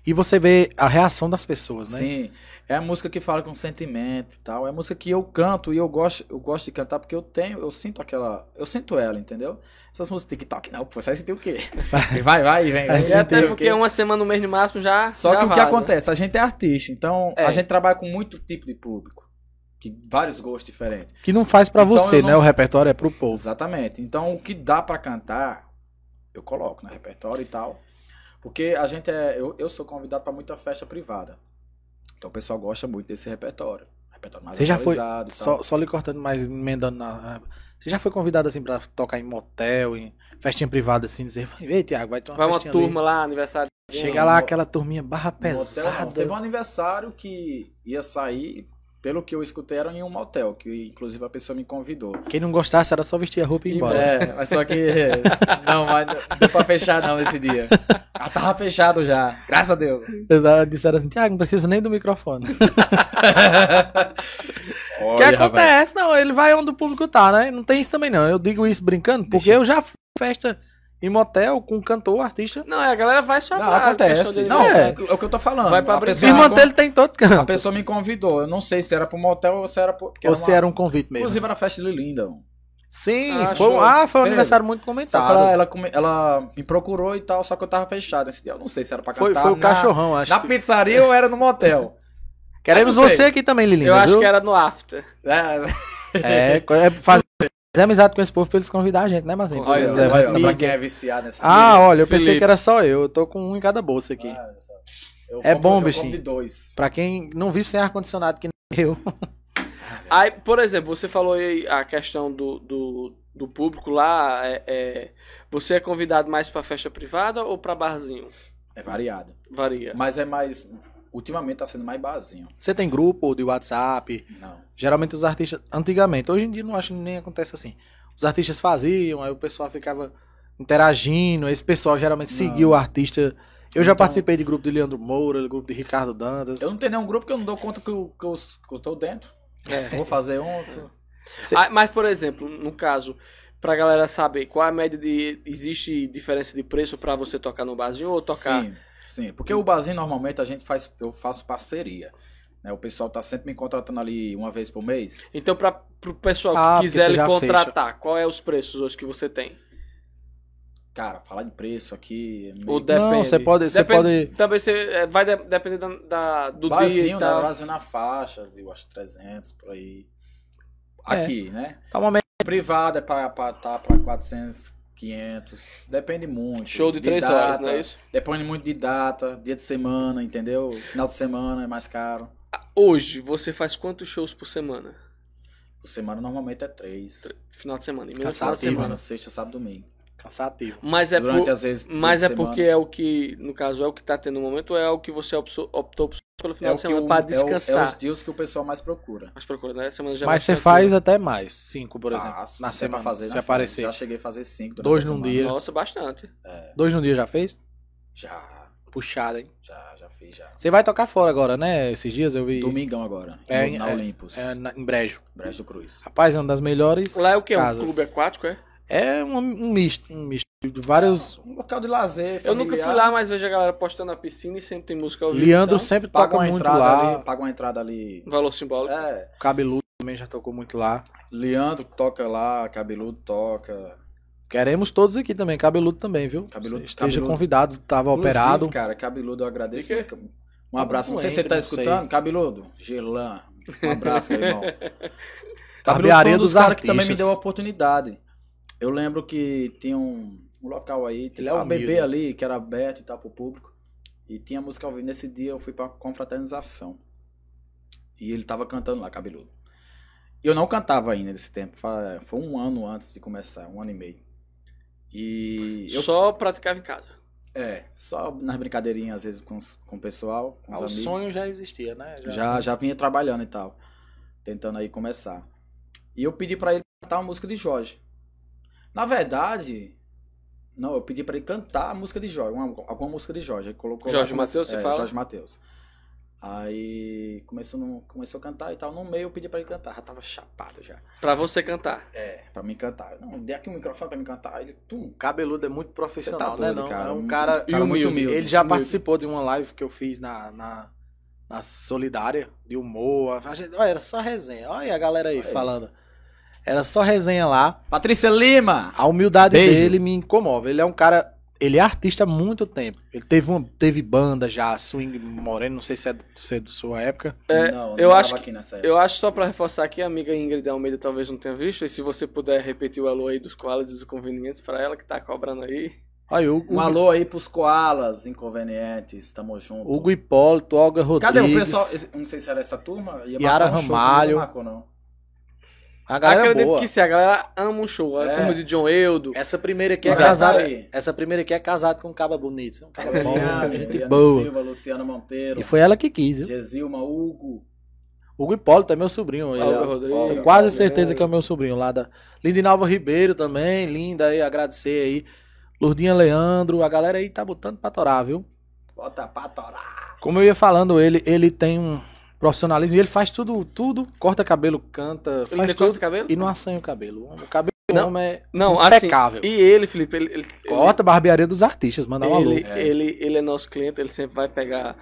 E você vê a reação das pessoas, né?
Sim, é a música que fala com sentimento e tal. É a música que eu canto e eu gosto, eu gosto de cantar porque eu tenho, eu sinto aquela, eu sinto ela, entendeu? Essas músicas TikTok não, pô, você vai sentir o quê? Vai, vai, vem.
Vai
vem,
sentir
E
não sei
É até
o
porque
quê.
uma semana no mês no máximo já.
Só
já
que o que
vaza.
acontece? A gente é artista, então
É.
a gente trabalha com muito tipo de público, que vários gostos diferentes.
Que não faz pra
Então,
você,
eu não
né? O
sei.
repertório é pro povo.
Exatamente. Então o que dá pra cantar, eu coloco no repertório e tal. Porque a gente é. Eu, eu sou convidado pra muita festa privada. Então o pessoal gosta muito desse repertório. Repertório mais
Você já foi.
atualizado e
Só,
tal.
só lhe cortando mais, emendando na. Você já foi convidado assim pra tocar em motel, em festinha privada, assim, dizer, ei, Tiago, vai ter uma
Vai uma
festinha. ali."
turma lá, aniversário.
Chega lá aquela turminha barra
um Motel, não.
pesada.
Teve um aniversário que ia sair, pelo que eu escutei, era em um motel, que inclusive a pessoa me convidou.
Quem não gostasse era só vestir a roupa e ir embora.
É, mas só que. Não, mas não deu pra fechar não nesse dia. Ah, tava fechado já. Graças a Deus.
Eles Disseram assim, Tiago, não precisa nem do microfone. O que
Olha, rapaz.
acontece? Não, ele vai onde o público tá, né? Não tem isso também, não. Eu digo isso brincando, porque eu já fui em festa em motel com cantor, artista.
Não, é, a galera vai só
Não,
pra-
acontece.
pra-
Não,
é.
é, o que eu tô falando.
Vai pra
A
brincar.
pessoa-
Firma ele tem todo
A
canto.
pessoa me convidou. Eu não sei se era pro motel ou se era pro. porque
Ou se
uma-
era um convite mesmo.
Inclusive era a festa de Lilinda.
Sim,
Ah,
foi, um-
show.
ah, foi um
Beleza.
aniversário muito
Só que
comentado.
Tá, ela, ela, come- ela me procurou e tal, só que eu tava fechado esse dia. Eu não sei se era pra
Foi,
cantar.
foi o
na-
cachorrão, acho.
Na pizzaria ou era no motel?
Queremos
eu não
você
sei.
aqui também, Lilinha.
Eu acho
viu?
que era no after.
É,
É, co- é fazer amizade com esse povo pra eles convidar a gente, né, Mazinho?
Olha,
Pois é,
olha,
vai-
olha,
vai-
pra quem é viciado nessa
Ah, olha, eu pensei
Felipe.
que era só eu. Eu tô com um em cada bolsa
né?
aqui. É bom, bichinho.
de dois.
Pra quem não vive sem ar-condicionado, que nem eu.
Aí, por exemplo, você falou aí a questão do, do, do público lá. é- é, você é convidado mais pra festa privada ou pra barzinho?
É variado.
Varia.
Mas é mais. Ultimamente tá sendo mais barzinho.
Você tem grupo de WhatsApp?
Não.
Geralmente os artistas, antigamente, hoje em dia não acho que nem acontece assim. Os artistas faziam, aí o pessoal ficava interagindo, esse pessoal geralmente
Não.
seguia o artista. Eu já
Então-
participei de grupo de Leandro Moura, de grupo de Ricardo Dantas.
Eu não tenho nenhum grupo que eu não dou conta que eu, que eu, que eu tô dentro.
É.
Vou fazer um. outro.
Cê-
É. Ah, mas, por exemplo, no caso, pra galera saber qual é a média de. Existe diferença de preço pra você tocar no barzinho ou tocar.
Sim, sim. Porque o barzinho normalmente a gente faz. Eu faço parceria. né? O pessoal tá sempre me contratando ali uma vez por mês.
Então, pra, pro pessoal que
Ah, porque
quiser
você
lhe
já
contratar, qual é os preços hoje que você tem?
Cara, falar de preço aqui. é meio-
Ou depende?
Não, você pode, você
Depende-
pode,
Também você é, vai de- depender da, da- do dia
Barzinho,
e
né?
tal.
Barzinho na faixa, eu acho 300 por aí.
É.
Aqui, né?
tá uma média
Privado é pra, pra, tá pra 400, 500. Depende muito.
Show de três horas,
data,
não é isso?
Depende muito de data, dia de semana, entendeu? Final de semana é mais caro.
Hoje, você faz quantos shows por semana?
Por semana normalmente é três.
Final de semana. Em meio
Cansativo,
final de semana.
semana, sexta, sábado, domingo.
cansativa.
Mas é,
Durante
por-
às vezes.
mas é
durante a
porque
semana.
é o que, no caso, é o que tá tendo no momento ou é o que você opso- optou por- pelo final de
o que
semana
o-
pra
é o- É,
descansar?
os dias que o pessoal mais procura.
Mas procura, né? Semana já
Mas
vai
você
ficar
faz até mais, cinco, por exemplo,
Faço,
na
se é pra
semana,
fazer,
se
né?
aparecer.
Já cheguei a fazer cinco. durante
Dois
a
num
semana.
dia.
dura. Nossa, bastante.
Dois no dia já fez?
Já,
Puxada, hein?
já, já fiz, já.
Você vai tocar fora agora, né? Esses dias eu vi
Domingão agora.
É,
no- na
é,
Olympus.
é, na- em Brejo.
Brejo do Cruz.
Rapaz, é uma das melhores
Lá é o que? Um
casas.
clube aquático, é?
É um, um misto, um misto de vários.
Um local de lazer,
Eu nunca fui lá, mas vejo a galera postando na piscina e sempre tem música ao vivo.
Leandro
então,
sempre
Paga
toca
uma
muito
entrada
lá.
ali. Paga uma entrada ali.
Valor simbólico.
É.
Cabeludo também já tocou muito lá.
Leandro toca lá, Cabeludo toca.
Queremos todos aqui também, cabeludo também, viu?
Cabeludo-
Esteja
cabeludo.
convidado, tava
Inclusive,
operado.
cara, Cabeludo, eu agradeço.
De
muito. Um abraço. Não sei se você
Doente,
tá
não sei.
escutando, Cabeludo. Gerlan. Um abraço, meu irmão.
Barbearia dos
caras que também me
artistas.
deu a oportunidade. Eu lembro que tinha um, um local aí,
Ele
tinha
é
um
humilde.
bebê ali, que era aberto e tal pro público. E tinha música ao vivo. Nesse dia eu fui pra confraternização. E ele tava cantando lá, Cabeludo. Eu não cantava ainda nesse tempo. fa- Foi um ano antes de começar, um ano e meio. E eu
Só praticava em casa.
é, só nas brincadeirinhas, às vezes, com, os- com o pessoal, com os
Ah, o
amigos.
sonho já existia, né?
Já, já vinha trabalhando e tal. Tentando aí começar. E eu pedi pra ele cantar uma música de Jorge. Na verdade, não, eu pedi pra ele cantar a música de Jorge, uma, alguma música de Jorge. Ele colocou
Jorge
como-
Mateus, você
é,
fala?
Jorge Matheus. Aí começou, no- começou a cantar e tal. No meio eu pedi pra ele cantar, já tava chapado já.
Pra você cantar.
É, pra me cantar. Eu, Não, dê aqui um microfone pra me cantar. Aí Ele, tum,
Cabeludo é muito profissional,
Você tá
né?
doido,
Não?
cara.
É um
Um
cara,
cara muito humilde.
Ele já
Humilde.
participou de uma live que eu fiz na, na, na Solidária, de humor. A gente- olha, era só resenha. Olha a galera aí
Olha aí.
falando. Era só resenha lá.
Patrícia Lima!
A humildade
Beijo.
dele me incomoda. Ele é um cara. Ele é artista há muito tempo. Ele teve, uma, teve banda já, Swing Moreno, não sei se é, do- se é da sua época.
É,
não,
eu
tava
acho que-
aqui nessa época.
Eu acho só pra reforçar aqui, a amiga Ingrid Almeida talvez não tenha visto, e se você puder repetir o alô aí dos qualities e convenientes pra ela que tá cobrando aí.
Aí, o,
Um alô aí pros koalas inconvenientes, tamo junto.
Hugo Hipólito, Olga Rodrigues.
Cadê o pessoal? Esse- Não sei se era essa turma. Ia
Yara
marcar um show,
Ramalho.
Não marcou, não.
A galera é
Acredito
boa.
que sim, a galera ama um show. A
É.
turma de John Eudo.
Essa primeira aqui é
Mas
casada.
aí.
Essa primeira aqui é casada com um caba bonito. Um caba bom,
Adriana,
gente
Adriana
boa.
Silva, Luciano Monteiro,
E foi ela que quis, viu?
Gesilma, Hugo.
Hugo Hipólito é meu sobrinho. Ele
Olga
é-
Rodrigues.
tenho quase certeza que é o meu sobrinho lá da Lindinalva Ribeiro também. Linda aí, agradecer aí. Lurdinha Leandro, a galera aí tá botando pra torar, viu?
Bota pra torar.
Como eu ia falando, ele, ele tem um profissionalismo e ele faz tudo, tudo. Corta cabelo, canta,
Ele ainda
faz
corta
tudo.
o cabelo?
E não assanha o cabelo. O cabelo
Não,
do homem é
Não, assim.
impecável.
E ele, Felipe, ele. ele-
Corta a barbearia dos artistas, manda um alô.
ele, ele, ele é nosso cliente, ele sempre vai pegar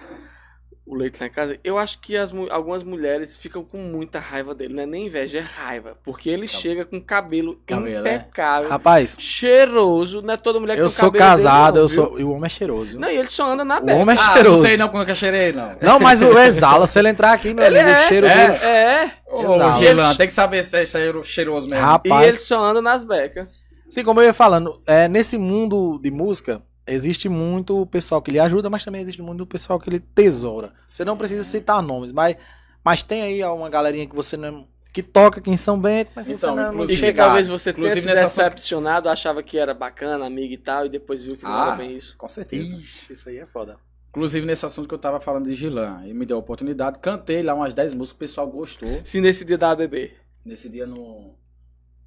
o leite na casa. Eu acho que as mu- algumas mulheres ficam com muita raiva dele, não é nem inveja, é raiva. Porque ele chega com cabelo,
Cabelo, é.
impecável,
Rapaz,
cheiroso, não é toda mulher que
eu
tem o
sou
cabelo
casado,
dele, não,
eu
viu?
sou. E o homem é cheiroso.
Não, e ele só anda
o
na
homem é
beca.
Ah, não
cheiroso.
sei não como é que eu cheirei, não.
Não, mas o exala, se ele entrar aqui, meu
Ele
amigo, o
é,
cheiro
é.
dele.
É,
Ô,
Exato.
Gilan, tem que saber se é cheiro- cheiroso mesmo.
Rapaz.
e ele só anda nas becas.
Sim, como eu ia falando, é, nesse mundo de música, existe muito o pessoal que lhe ajuda, mas também existe muito o pessoal que lhe tesoura. Você não precisa
Uhum.
citar nomes, mas, mas tem aí uma galerinha que você não é- que toca aqui em São Bento, mas
Então,
você não é
inclusive-
muito
E que
Chegar.
talvez você tenha se
Inclusive nesse assunto-
decepcionado, achava que era bacana, amigo e tal, e depois viu que não
Ah.
era bem isso.
Com certeza.
Ixi, isso aí é foda.
Inclusive, nesse assunto que eu tava falando de Gilan, ele me deu a oportunidade, cantei lá umas 10 músicas, o pessoal gostou.
Se nesse dia da ABB.
Nesse dia no,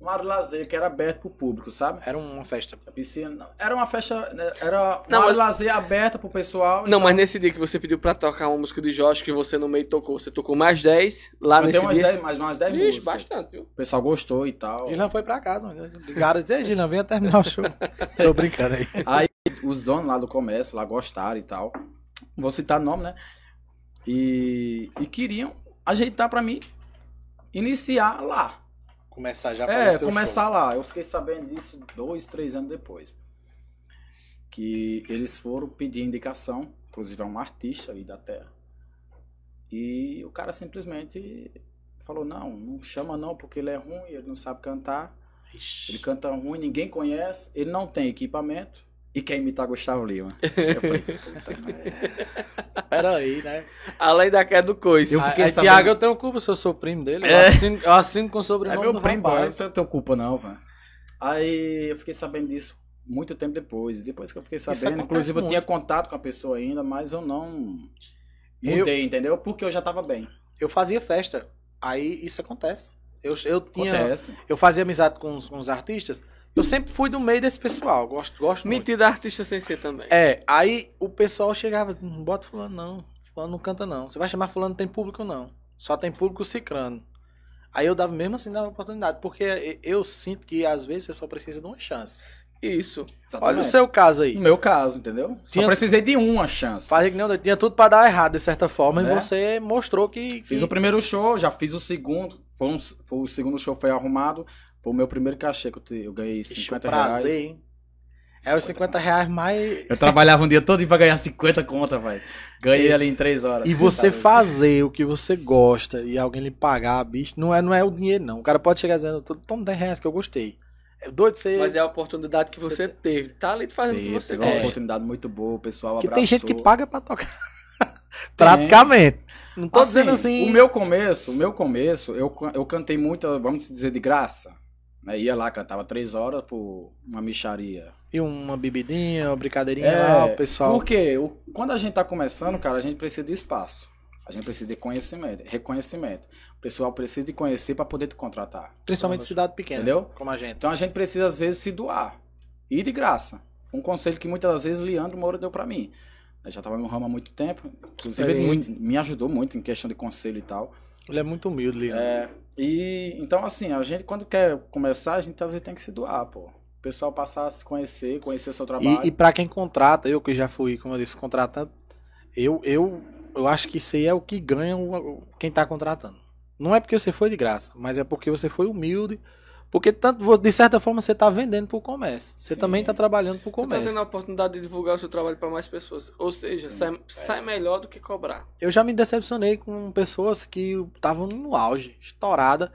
no Aro Lazer, que era aberto pro público, sabe?
Era uma festa.
A piscina, era uma festa, né, era um
Não,
Aro
mas-
Lazer aberta pro pessoal.
Não, mas nesse dia que você pediu pra tocar uma música de Jorge que você no meio tocou, você tocou mais 10 lá
Cantei
nesse
Então umas
dia.
10, mais umas 10
Vixe,
músicas.
bastante, viu?
O pessoal gostou e tal.
Gilan foi pra casa, mas ligaram e disseram, "Ei, Gilan, venha terminar o show. Tô brincando aí.
os donos lá do comércio lá gostaram e tal. Não Vou citar nome, né? E, e queriam ajeitar pra mim iniciar lá.
Começar já
É, começar lá. Eu fiquei sabendo disso dois, três anos depois. Que eles foram pedir indicação, inclusive a um artista aí da terra. E o cara simplesmente falou: não, não chama não, porque ele é ruim, ele não sabe cantar. Ele canta ruim, ninguém conhece, ele não tem equipamento e quer imitar Gustavo Lima. Eu falei, puta merda.
Pera aí, né?
Além da queda do coice.
Eu fiquei
é,
sabendo-
Tiago, eu tenho culpa se eu sou primo dele. Eu,
É.
assino, eu assino com o
é
sobrenome
meu
do
primo, eu não
rapaz.
tenho- tenho culpa não, velho. Aí eu fiquei sabendo disso muito tempo depois. Depois que eu fiquei sabendo,
acontece
inclusive eu
muito.
tinha contato com a pessoa ainda, mas eu não
Eu-
mudei, entendeu? Porque eu já tava bem.
então, Eu fazia festa. Aí isso acontece. Eu, eu tinha...
Acontece.
eu fazia amizade com os, com os artistas, eu sempre fui do meio desse pessoal. Gosto, gosto muito.
Mentira artista sem ser também.
É, aí o pessoal chegava, não bota fulano não, fulano não canta não. Você vai chamar fulano, não tem público não. Só tem público cicrano. Aí eu dava mesmo assim, dava oportunidade, porque e- eu sinto que às vezes você só precisa de uma chance.
Isso.
Olha o
Exatamente. Hum.
seu caso aí.
No meu caso, entendeu? Só
Tinha-
precisei de uma chance.
Fazia que não, tinha tudo pra dar errado de certa forma,
Né?
e você mostrou que, que
Fiz um o primeiro show, já fiz o segundo. Foi, um- foi o segundo show foi arrumado. Foi o meu primeiro cachê que eu, te- eu ganhei
Ixi,
50
o prazer,
reais.
hein? É os 50 reais mais.
Eu trabalhava um dia todo pra ganhar 50 conta, velho. Ganhei ali em 3 horas.
E você
tá doido.
fazer o que você gosta e alguém lhe pagar, bicho, não é, não é o dinheiro, não. O cara pode chegar dizendo, "Tô- toma 10 reais que eu gostei. É doido você.
Mas é a oportunidade que você teve. Tá ali fazendo o que
Teve,
você é
teve uma
gosta.
oportunidade muito boa, o pessoal
Porque
abraçou.
tem gente que paga pra tocar. Praticamente. Não tô dizendo assim.
O meu começo, o meu começo, eu, can- eu cantei muito, vamos dizer, de graça. Né? Ia lá, cantava 3 horas por uma micharia.
E uma bebidinha, uma brincadeirinha
É,
lá, o pessoal.
Porque o- quando a gente tá começando, cara, a gente precisa de espaço. A gente precisa de conhecimento, reconhecimento. O pessoal precisa de conhecer pra poder te contratar.
Principalmente cidade pequena.
Entendeu?
Como a gente.
Então a gente precisa, às vezes, se doar. E de graça. Um conselho que muitas das vezes Leandro Moura deu pra mim. Eu já tava no ramo há muito tempo. Inclusive, ele
Experiente.
muito- me ajudou muito em questão de conselho e tal.
Ele é muito humilde, Leandro.
É, e então, assim, a gente, quando quer começar, a gente às vezes tem que se doar, pô. O pessoal passar a se conhecer, conhecer o seu trabalho.
E, e para quem contrata, eu que já fui, como eu disse, contratante, eu, eu, eu acho que isso aí é o que ganha o- quem tá contratando. Não é porque você foi de graça, mas é porque você foi humilde. Porque tanto, vo- de certa forma você tá vendendo pro comércio. Você
Sim.
também tá trabalhando pro
Você tá tendo
comércio.
a oportunidade de divulgar o seu trabalho pra mais pessoas. Ou seja,
Sim.
sai, sai melhor do que cobrar.
Eu já me decepcionei com pessoas que estavam no auge, estourada.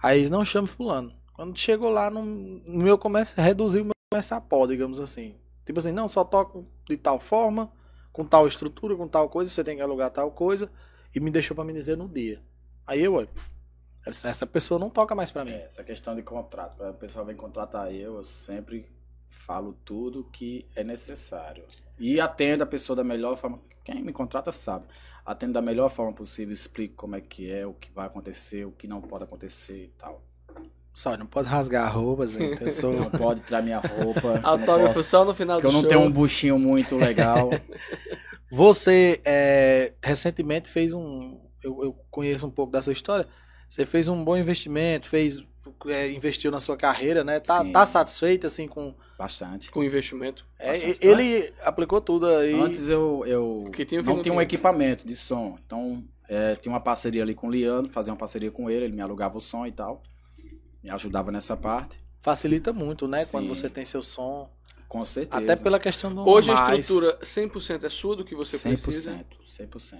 Aí eles não chamam fulano. Quando chegou lá no, no meu comércio, reduziu o meu comércio a pó, digamos assim. Tipo assim, não, só toco de tal forma, com tal estrutura, com tal coisa, você tem que alugar tal coisa. E me deixou pra me dizer no dia. Aí eu, olha, puf, essa essa pessoa não toca mais pra mim.
É, essa questão de contrato. Quando o pessoal vem contratar eu, eu sempre falo tudo que é necessário. E atendo a pessoa da melhor forma. Quem me contrata sabe. Atendo da melhor forma possível, explico como é que é, o que vai acontecer, o que não pode acontecer e tal.
Só, não pode rasgar a roupa, gente. Eu sou.
Não pode tirar minha roupa.
Autógrafo só no final
Porque
do
eu não
show.
tenho um buchinho muito legal.
Você é, recentemente fez um. Eu, eu conheço um pouco da sua história. Você fez um bom investimento, fez é, investiu na sua carreira, né? Tá,
Sim.
tá satisfeito assim com.
Bastante.
Com investimento.
É,
Bastante.
ele aplicou tudo aí.
Tá Antes eu, eu
Que tinha, que
não
não
tinha um
tinha.
equipamento de som. Então, é, tinha uma parceria ali com o Leandro, fazia uma parceria com ele, ele me alugava o som e tal. Me ajudava nessa parte.
Facilita muito, né?
Sim.
Quando você tem seu som.
Com certeza.
Até pela questão do.
Hoje a
Mas
estrutura 100% é sua do que você
100%,
precisa.
100%.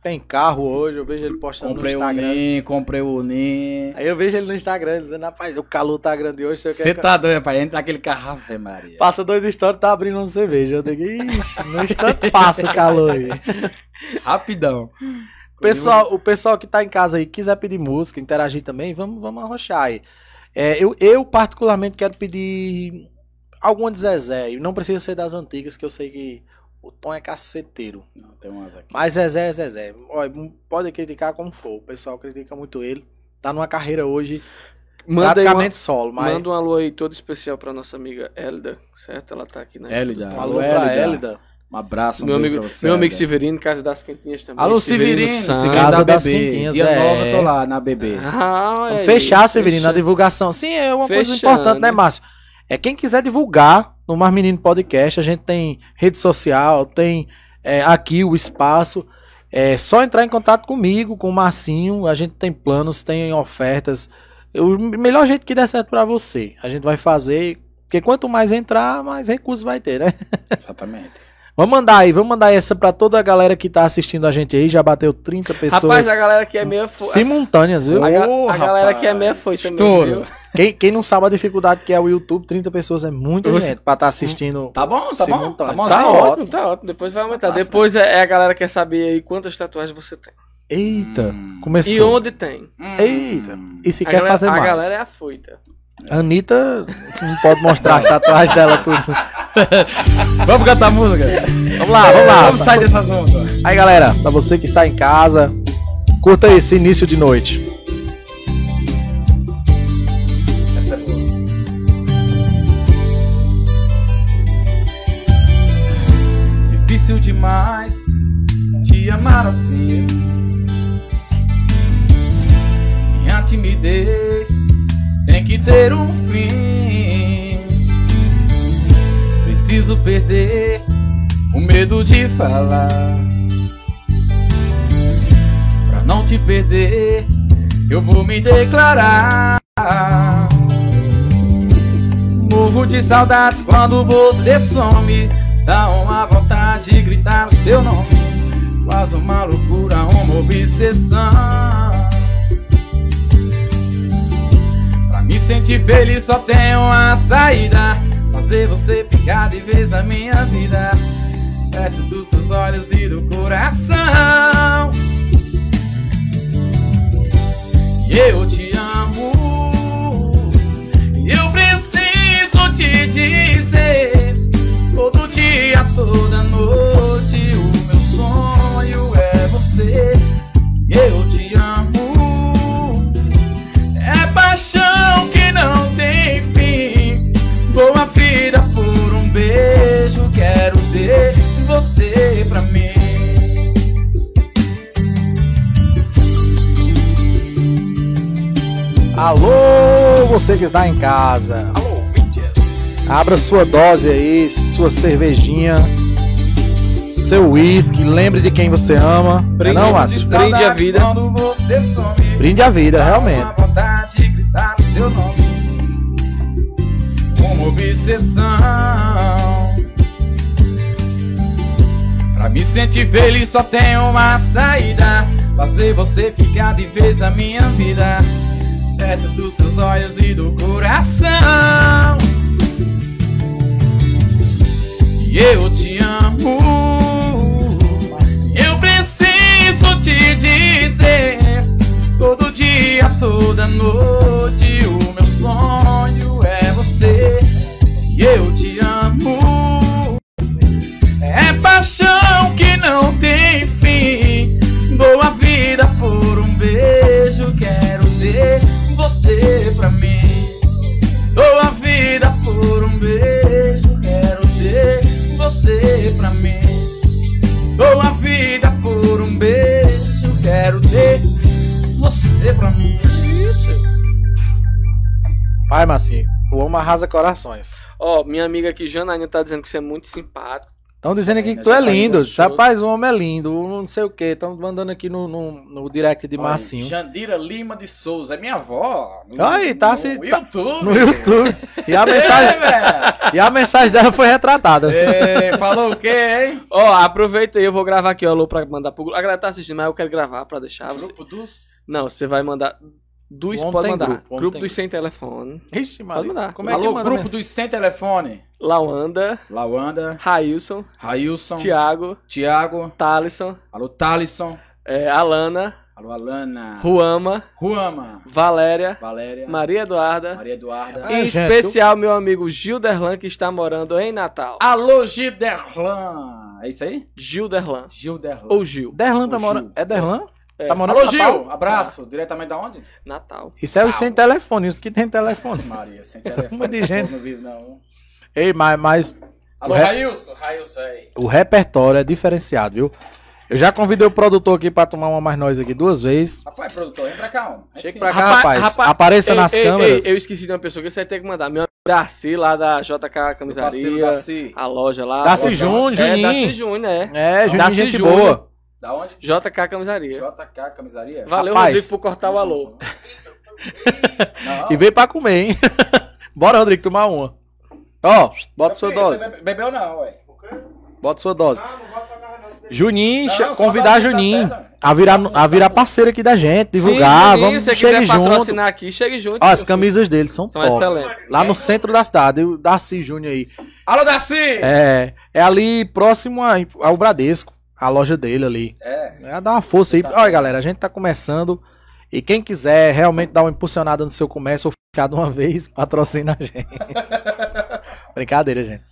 Tem carro hoje, eu vejo ele
Tá
postando
Comprei um
no
o
Instagram.
NIM, comprei o NIM.
Aí eu vejo ele no Instagram ele dizendo, rapaz, o calor tá grande hoje, você
Você
quer.
tá doido, rapaz? Entra naquele carro, Ave Maria.
Passa dois stories, tá abrindo uma cerveja. Eu digo, ixi, no instante passa o calor aí.
Rapidão.
Pessoal, o pessoal que tá em casa aí, quiser pedir música, interagir também, vamos, vamos arrochar aí. É, eu, eu, particularmente, quero pedir alguma de Zezé. E não precisa ser das antigas, que eu sei que o Tom é caceteiro.
Não, tem umas aqui.
Mas Zezé é Zezé. Olha, m- pode criticar como for. O pessoal critica muito ele. Tá numa carreira hoje
Manda aí
praticamente solo, mas...
Manda um alô aí todo especial pra nossa amiga Elda, certo? Ela tá aqui na
Hélida.
Um
estrutura.
alô
Alô,
pra
Hélida.
Hélida.
Um abraço, um
Meu
beijo
amigo,
pra você.
meu amigo
André.
Severino, Casa das Quentinhas também.
Alô, Severino,
Santos.
Severino
Casa
da
das
BB.
Quintinhas,
Dia
é.
9 eu tô lá na BB.
Ah, olha
Vamos
aí,
fechar, Severino, a
fechando.
divulgação. Sim, é uma coisa
Fechando.
importante, né, Márcio? É quem quiser divulgar no Mar Menino Podcast, a gente tem rede social, tem é, aqui o espaço. É só entrar em contato comigo, com o Marcinho. A gente tem planos, tem ofertas. O melhor jeito que der certo pra você. A gente vai fazer. Porque quanto mais entrar, mais recursos vai ter, né?
Exatamente.
Vamos mandar aí, vamos mandar essa pra toda a galera que tá assistindo a gente aí. Já bateu 30 pessoas
Rapaz, a galera que é meia foi.
simultâneas, viu?
A, ga-
Ô,
a galera
rapaz.
que é meia foi também,
Estouro.
viu?
Quem, quem não sabe a dificuldade que é o YouTube, 30 pessoas é muita
Você-
gente pra estar assistindo.
Tá bom, tá bom. Tá
Simultâneo.
bom,
Tá
assim, ó.
ótimo, tá ótimo. Depois vai aumentar. Depois é é a galera que quer saber aí quantas tatuagens você tem.
Eita,
Hum.
começou.
E onde tem.
Hum.
Eita. E se
a
quer
galera,
fazer
a
mais.
galera é afoita.
Anitta não pode mostrar as tatuagens dela tudo.
Vamos cantar música?
Vamos lá, vamos lá.
Vamos sair desse assunto.
Aí, galera, pra você que está em casa, curta esse início de noite.
Essa é boa.
Difícil demais te amar assim. Minha timidez tem que ter um fim. Preciso perder o medo de falar. Pra não te perder, eu vou me declarar. Morro de saudades quando você some. Dá uma vontade de gritar o seu nome. Quase uma loucura, uma obsessão. Pra me sentir feliz só tem uma saída. Fazer você ficar de vez a minha vida. Perto dos seus olhos e do coração. E eu te amo. Eu preciso te dizer Todo dia, toda noite O meu sonho é você Eu te amo É paixão que não tem fim Boa vida por um beijo Quero ter você pra mim
Alô, você que está em casa,
Alô, ouvintes
abra sua dose aí, sua cervejinha, seu uísque, lembre de quem você ama. Não, é
Brinde-
não
De
Márcio?
brinde a
saudades
vida.
Quando você some
Brinde a vida,
Uma
realmente.
vontade de gritar o seu nome. Uma obsessão. Pra me sentir feliz só tem uma saída. Fazer você ficar de vez a minha vida. Perto dos seus olhos e do coração. que eu te amo. Eu preciso te dizer todo dia, toda noite. O meu sonho é você e eu te amo. É paixão que não tem fim. Dou a vida por um beijo. Quero ter você pra mim. Dou a vida por um beijo, quero ter você pra mim. Dou a vida por um beijo, quero ter você pra mim.
Pai, Marcinho, o homem arrasa corações.
Ó, minha amiga aqui, Janaína, tá dizendo que você é muito simpático.
Estão dizendo aqui que tu é lindo. Disse, Rapaz, o homem é lindo, o não sei o quê. Estão mandando aqui no, no, no direct de
Olha,
Marcinho.
Jandira Lima de Souza, é minha avó. No,
Aí, tá
no
se- tá-
YouTube.
No YouTube. E a
É,
mensagem,
velho.
e a mensagem dela foi retratada.
Ei, falou o quê, hein?
Ó, aproveita aí, eu vou gravar aqui, ó, alô, pra mandar pro grupo. A galera tá assistindo, mas eu quero gravar pra deixar você.
Grupo dos...
Não, você vai mandar. Dos,
O homem
pode
tem
mandar.
grupo, o
Grupo,
homem tem
dos sem telefone.
Ixi, Maria.
Pode mandar.
Como é que
Alô,
manda,
grupo
né?
dos sem telefone.
Lauanda,
Lawanda,
Railson,
Então.
Railson,
Thiago,
Tiago,
Thalisson,
alô Thalisson,
é, Alana,
alô Alana,
Ruama,
Ruama,
Valéria,
Valéria,
Maria Eduarda.
Maria É. Eduarda.
Ah,
Em
gente,
especial, meu amigo Gilderlan, que está morando em Natal.
Ah.
Alô Gilderlan, é isso aí?
Gilderlan.
Gilderlan.
Ou Gil.
Derlan tá
Ô,
morando.
Gil.
É Derlan?
É.
Tá morando
Alô
na
Gil,
Pau?
abraço, diretamente da onde?
Natal.
Isso é os sem telefone, isso que tem
Nossa,
telefone.
Maria, sem
Essa
telefone,
monte de
esse
gente.
povo não vive não.
Ei, mas, mas
Alô
O re-
Railson, Railson aí.
o repertório é diferenciado, viu? Eu já convidei o produtor aqui pra tomar uma mais nós aqui duas vezes.
Rapaz, produtor, vem pra cá, homem.
Chega
Pra
pra
cá,
Rapa-
rapaz,
rapa-
apareça
Ei,
nas
ei,
câmeras.
ei, eu esqueci de uma pessoa que você tem que mandar. Meu amigo Darcy, lá da JK
Parceiro
Camisaria.
Daci.
A loja lá.
Darcy
Bota-
Júnior,
É,
Juninho.
Darcy Júnior, é.
É, Juninho,
Darcy
gente
Júnior.
boa.
Da onde?
JK Camisaria.
JK Camisaria.
Valeu,
Rapaz,
Rodrigo, por cortar o alô.
Não.
E veio pra comer, hein? Bora, Rodrigo, tomar uma. Ó, bota sua
Você
dose.
bebe- Bebeu não, ué.
Bota sua dose.
Ah,
Juninho,
Não,
cha-
não, só
convidar
dose, tá
Juninho
certo.
a virar, a virar parceiro aqui da gente, divulgar,
Sim, Juninho,
vamos
se você
chegar
quiser
junto.
patrocinar aqui, chegue junto.
Ó, as
meu
camisas dele são,
filho. São
top.
excelentes.
Lá no centro da cidade, o Darcy Júnior aí.
Alô, Daci!
É, é ali próximo a- ao Bradesco, a loja dele ali.
É.
É, dá uma força aí. Olha, galera, a gente tá começando. E quem quiser realmente dar uma impulsionada no seu comércio ou ficar de uma vez, patrocina a gente. Brincadeira, gente.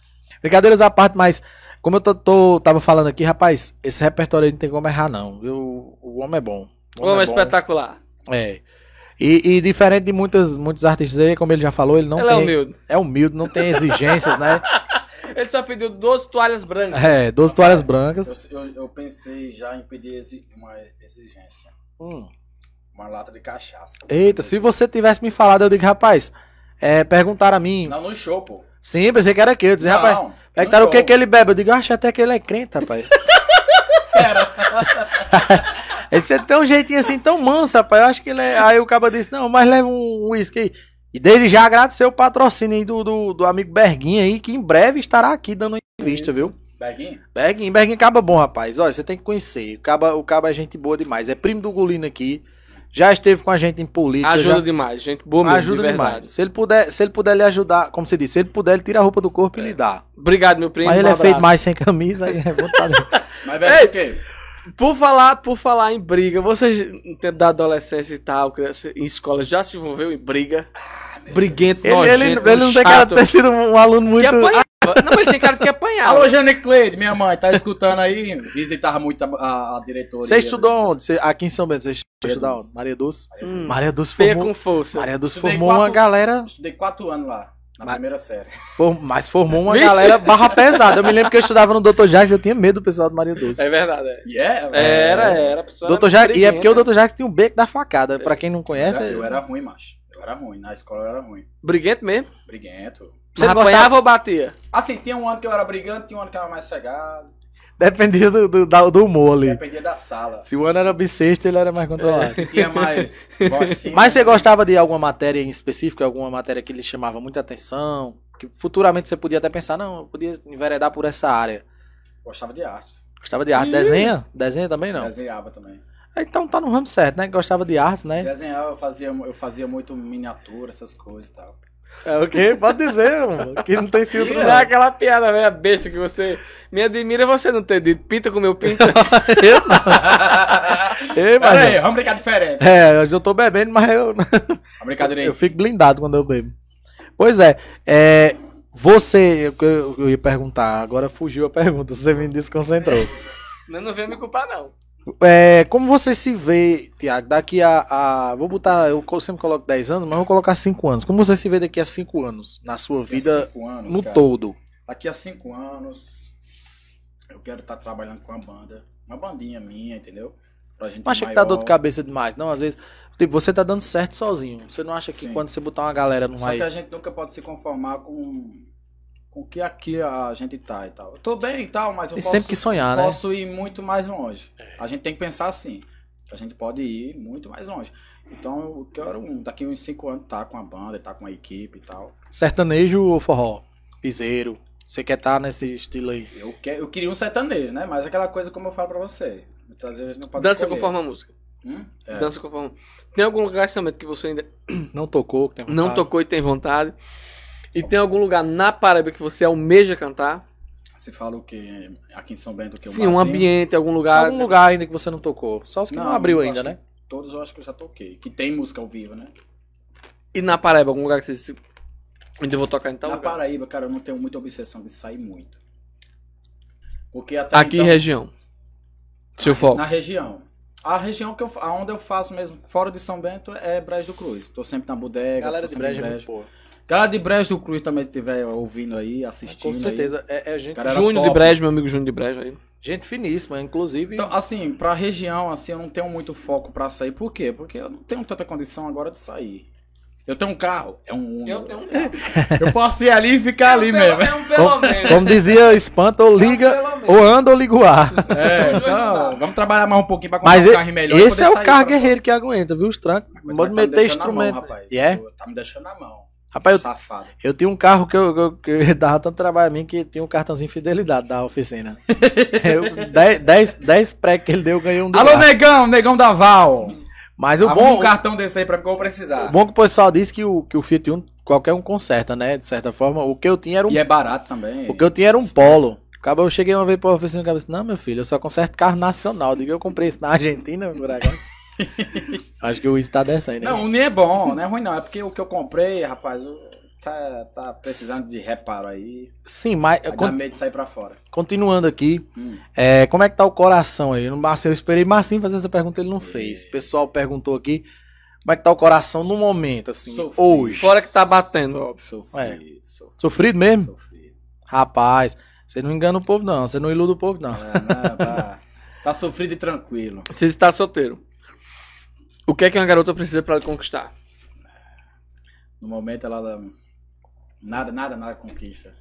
Brincadeiras à parte, mas como eu tô, tô- tava falando aqui, rapaz, esse repertório aí não tem como errar, não. Eu, o homem é bom.
O homem é
bom.
espetacular.
É. E, e diferente de muitas, muitos artistas aí, como ele já falou, ele não
Ele é
tem.
humilde.
é humilde, não tem exigências, né?
Ele só pediu 12 toalhas brancas.
É, 12 toalhas brancas.
Eu, eu- eu pensei já em pedir exi- uma exigência.
Hum.
Uma lata de cachaça.
Eita, se você tivesse me falado, eu digo, rapaz, é, perguntaram a mim.
Não, no show, pô.
Sim, pensei que era aqui. Eu disse, rapaz,
não,
perguntaram
no
o que, é-
show.
que ele bebe. Eu digo, acho até que ele é crente, rapaz. ele disse, ele tem um jeitinho assim tão manso, rapaz. Eu acho que ele é. Aí o cabo disse, não, mas leva um uísque aí. E desde já agradecer o patrocínio aí do, do, do amigo Berguinho aí, que em breve estará aqui dando entrevista, viu?
Berguinho?
Berguinho, Berguinho caba bom, rapaz. Olha, você tem que conhecer. O caba, o caba é gente boa demais. É primo do Golino aqui. Já esteve com a gente em política.
Ajuda
já-
demais, gente. Boa mesmo,
ajuda
de verdade.
demais. Se ele, puder, se ele puder lhe ajudar, como você disse, se ele puder, ele tira a roupa do corpo e lhe dá.
Obrigado, meu primo.
Mas ele
um
é feito
abraço.
mais sem camisa, aí é vontade.
Mas bebe o quê?
Por falar, por falar em briga, vocês no tempo da adolescência e tal, criança, em escola, já se envolveu em briga?
Ah,
Briguento,
ele, ele,
nojento,
ele não tem cara de ter
chato,
sido um aluno
que
muito.
apanhava. Não, mas tem cara que apanhava.
Alô, Jane Cleide, minha mãe, tá escutando aí? Visitava muito a, a, a diretoria.
Você estudou onde? Você- aqui em São Bento, você
Maria
estudou
Dulce.
onde? Maria Dulce.
Hum,
Maria Dulce
Feia
formou.
com força.
Maria Dulce
Estudei
formou
quatro-
uma galera.
né? Estudei quatro anos lá, na
Mas-
primeira série.
form- mas formou uma
Vixe.
galera barra pesada. Eu me lembro que eu estudava no Dr. Jais e eu tinha medo do pessoal do Maria Dulce.
É verdade. é.
E é?
Era, era. a pessoa
Doutor
era
Jacques, e é porque o
briguenta.
Dr. Jacques tinha um beco da facada. Pra quem não
Eu
conhece,
era- Eu era ruim, macho. Eu era ruim, na escola eu era ruim.
Briguento mesmo?
Briguento.
Você
Você
não gostava-
apanhava ou batia?
Assim, tinha um ano que eu era brigante, tinha um ano que eu era mais chegado.
dependia do, do, da- do humor ali.
Dependia da sala.
Se o ano era bissexto, ele era mais controlado.
Se tinha mais gostinho.
Mas você gostava de alguma matéria em específico, alguma matéria que lhe chamava muita atenção? Que futuramente você podia até pensar, não, eu podia enveredar por essa área.
Gostava de artes.
Gostava de arte? Desenha? Desenha também não?
Desenhava também.
Então tá no ramo certo, né? Gostava de arte, né?
Desenhava, eu fazia, eu fazia muito miniatura, essas coisas e tal.
É o quê? Pode dizer, mano. Que não tem filtro,
Não é
não.
aquela piada, velho, besta que você. Me admira você não ter dito pinta com meu pinta.
Ei, mas-
Pera aí, vamos brincar diferente.
É, hoje eu tô bebendo, mas eu,
Uma brincadeira aí.
eu fico blindado quando eu bebo. Pois é, é, você. Eu, eu ia perguntar, agora fugiu a pergunta, você me desconcentrou.
Não, não vem me culpar, não.
É, como você se vê, Tiago, daqui a, a- Vou botar. Eu co- sempre coloco 10 anos, mas eu vou colocar 5 anos. Como você se vê daqui a 5 anos? Na sua
Daqui a
vida
cinco anos,
no
cara.
todo.
Daqui a cinco anos, eu quero estar trabalhando com uma banda. Uma bandinha minha, entendeu? Pra gente
Não acha que
maior.
tá dor de cabeça demais, não? Às vezes. Tipo, você tá dando certo sozinho. Você não acha que
Sim.
quando você botar uma galera
Só
numa.
que a gente nunca pode se conformar com com o que aqui a gente tá e tal. Eu tô bem e tal, mas eu
E
posso,
sempre que sonhar, né?
posso ir muito mais longe. A gente tem que pensar assim, que a gente pode ir muito mais longe. Então eu quero um- daqui uns cinco anos estar com a banda, estar com a equipe e tal.
Sertanejo ou forró? Piseiro. Você quer estar nesse estilo aí?
Eu, que, eu queria um sertanejo, né? Mas aquela coisa como eu falo pra você. Muitas vezes não pode
Dança
escolher.
conforme a música.
Hum? É.
Dança conforme. Tem algum lugar nesse momento que você ainda
Não tocou? que tem
não
vontade?
tocou e tem vontade? E tem algum lugar na Paraíba que você almeja cantar?
Você fala o que aqui em São Bento que é
Sim, um ambiente, algum lugar.
Tá Algum lugar ainda que você não tocou. Só os que não, abriu
eu
ainda,
acho
né?
que Todos eu acho que eu já toquei. Que tem música ao vivo, né?
E na Paraíba, algum lugar que você disse. Onde eu vou tocar então?
Na Paraíba, cara, eu não tenho muita obsessão de sair muito. Porque até
Aqui em
então,
região. Seu foco.
na região. A região que eu, fa- aonde eu faço mesmo, fora de São Bento, é Brejo do Cruz. Tô sempre na bodega,
Galera
tô
de
sempre em
breja, é muito boa.
Galera de Brejo do Cruz também estiver ouvindo aí,
Com
assistindo aí.
certeza. É, é gente,
Cara, era
Júnior de
top.
Brejo, meu amigo Júnior de Brejo aí.
gente finíssima, inclusive.
Então, assim, pra região, assim, eu não tenho muito foco pra sair. Por quê? Porque eu não tenho tanta condição agora de sair. Eu tenho um carro, é um Uno.
um.
Eu posso ir ali e ficar ali mesmo.
como, como dizia Espanta, ou
um
liga, ou anda ou liga o ar.
É, então, vamos trabalhar mais um pouquinho pra comprar
Mas
um
e-
carro melhor. e
esse
poder
é o
sair
carro
pra-
guerreiro que aguenta, viu? Os trancos.
Mas
Pode
tá me
meter
deixando na mão,
instrumento.
rapaz.
E é?
Tu Tá me deixando na mão.
Rapaz, eu,
Safado.
eu tinha um carro que eu, eu- que eu dava tanto trabalho a mim que tinha um cartãozinho fidelidade da oficina. 10 dez pré que ele deu, eu ganhei um do
Alô,
cara.
negão, negão da Val.
Mas o
Arruma
bom,
um cartão desse aí pra mim que eu vou precisar.
o bom é que o pessoal diz que o, que o Fiat Uno, qualquer um conserta, né? De certa forma, o que eu tinha era um
E é barato também.
O que eu tinha era um
Expressa.
polo. Acaba, eu cheguei uma vez pra oficina e cabeça, não, meu filho, eu só conserto carro nacional. Diga, eu comprei isso na Argentina, por acaso. Acho que o Wiz tá descendo.
Não,
Não,
o nem é bom, não é ruim não. É porque o que eu comprei, rapaz, o- tá, tá precisando de reparo aí.
Sim, mas
Vai dar
con-
medo de sair pra fora.
continuando aqui,
Hum.
é, como é que tá o coração aí? Eu, não- assim, eu esperei Marcinho fazer essa pergunta, ele
É.
não fez. O pessoal perguntou aqui, como é que tá o coração no momento, assim,
Sofrido.
hoje?
Fora que tá batendo,
É.
ó.
Sofri, sofri,
Sofrido mesmo?
sofri.
Rapaz, você não engana o povo não, você não iluda o povo não.
É, não, tá, tá sofrido e tranquilo.
Você está solteiro. O que é que uma garota precisa pra conquistar?
No momento ela... ela- Nada, nada, nada conquista.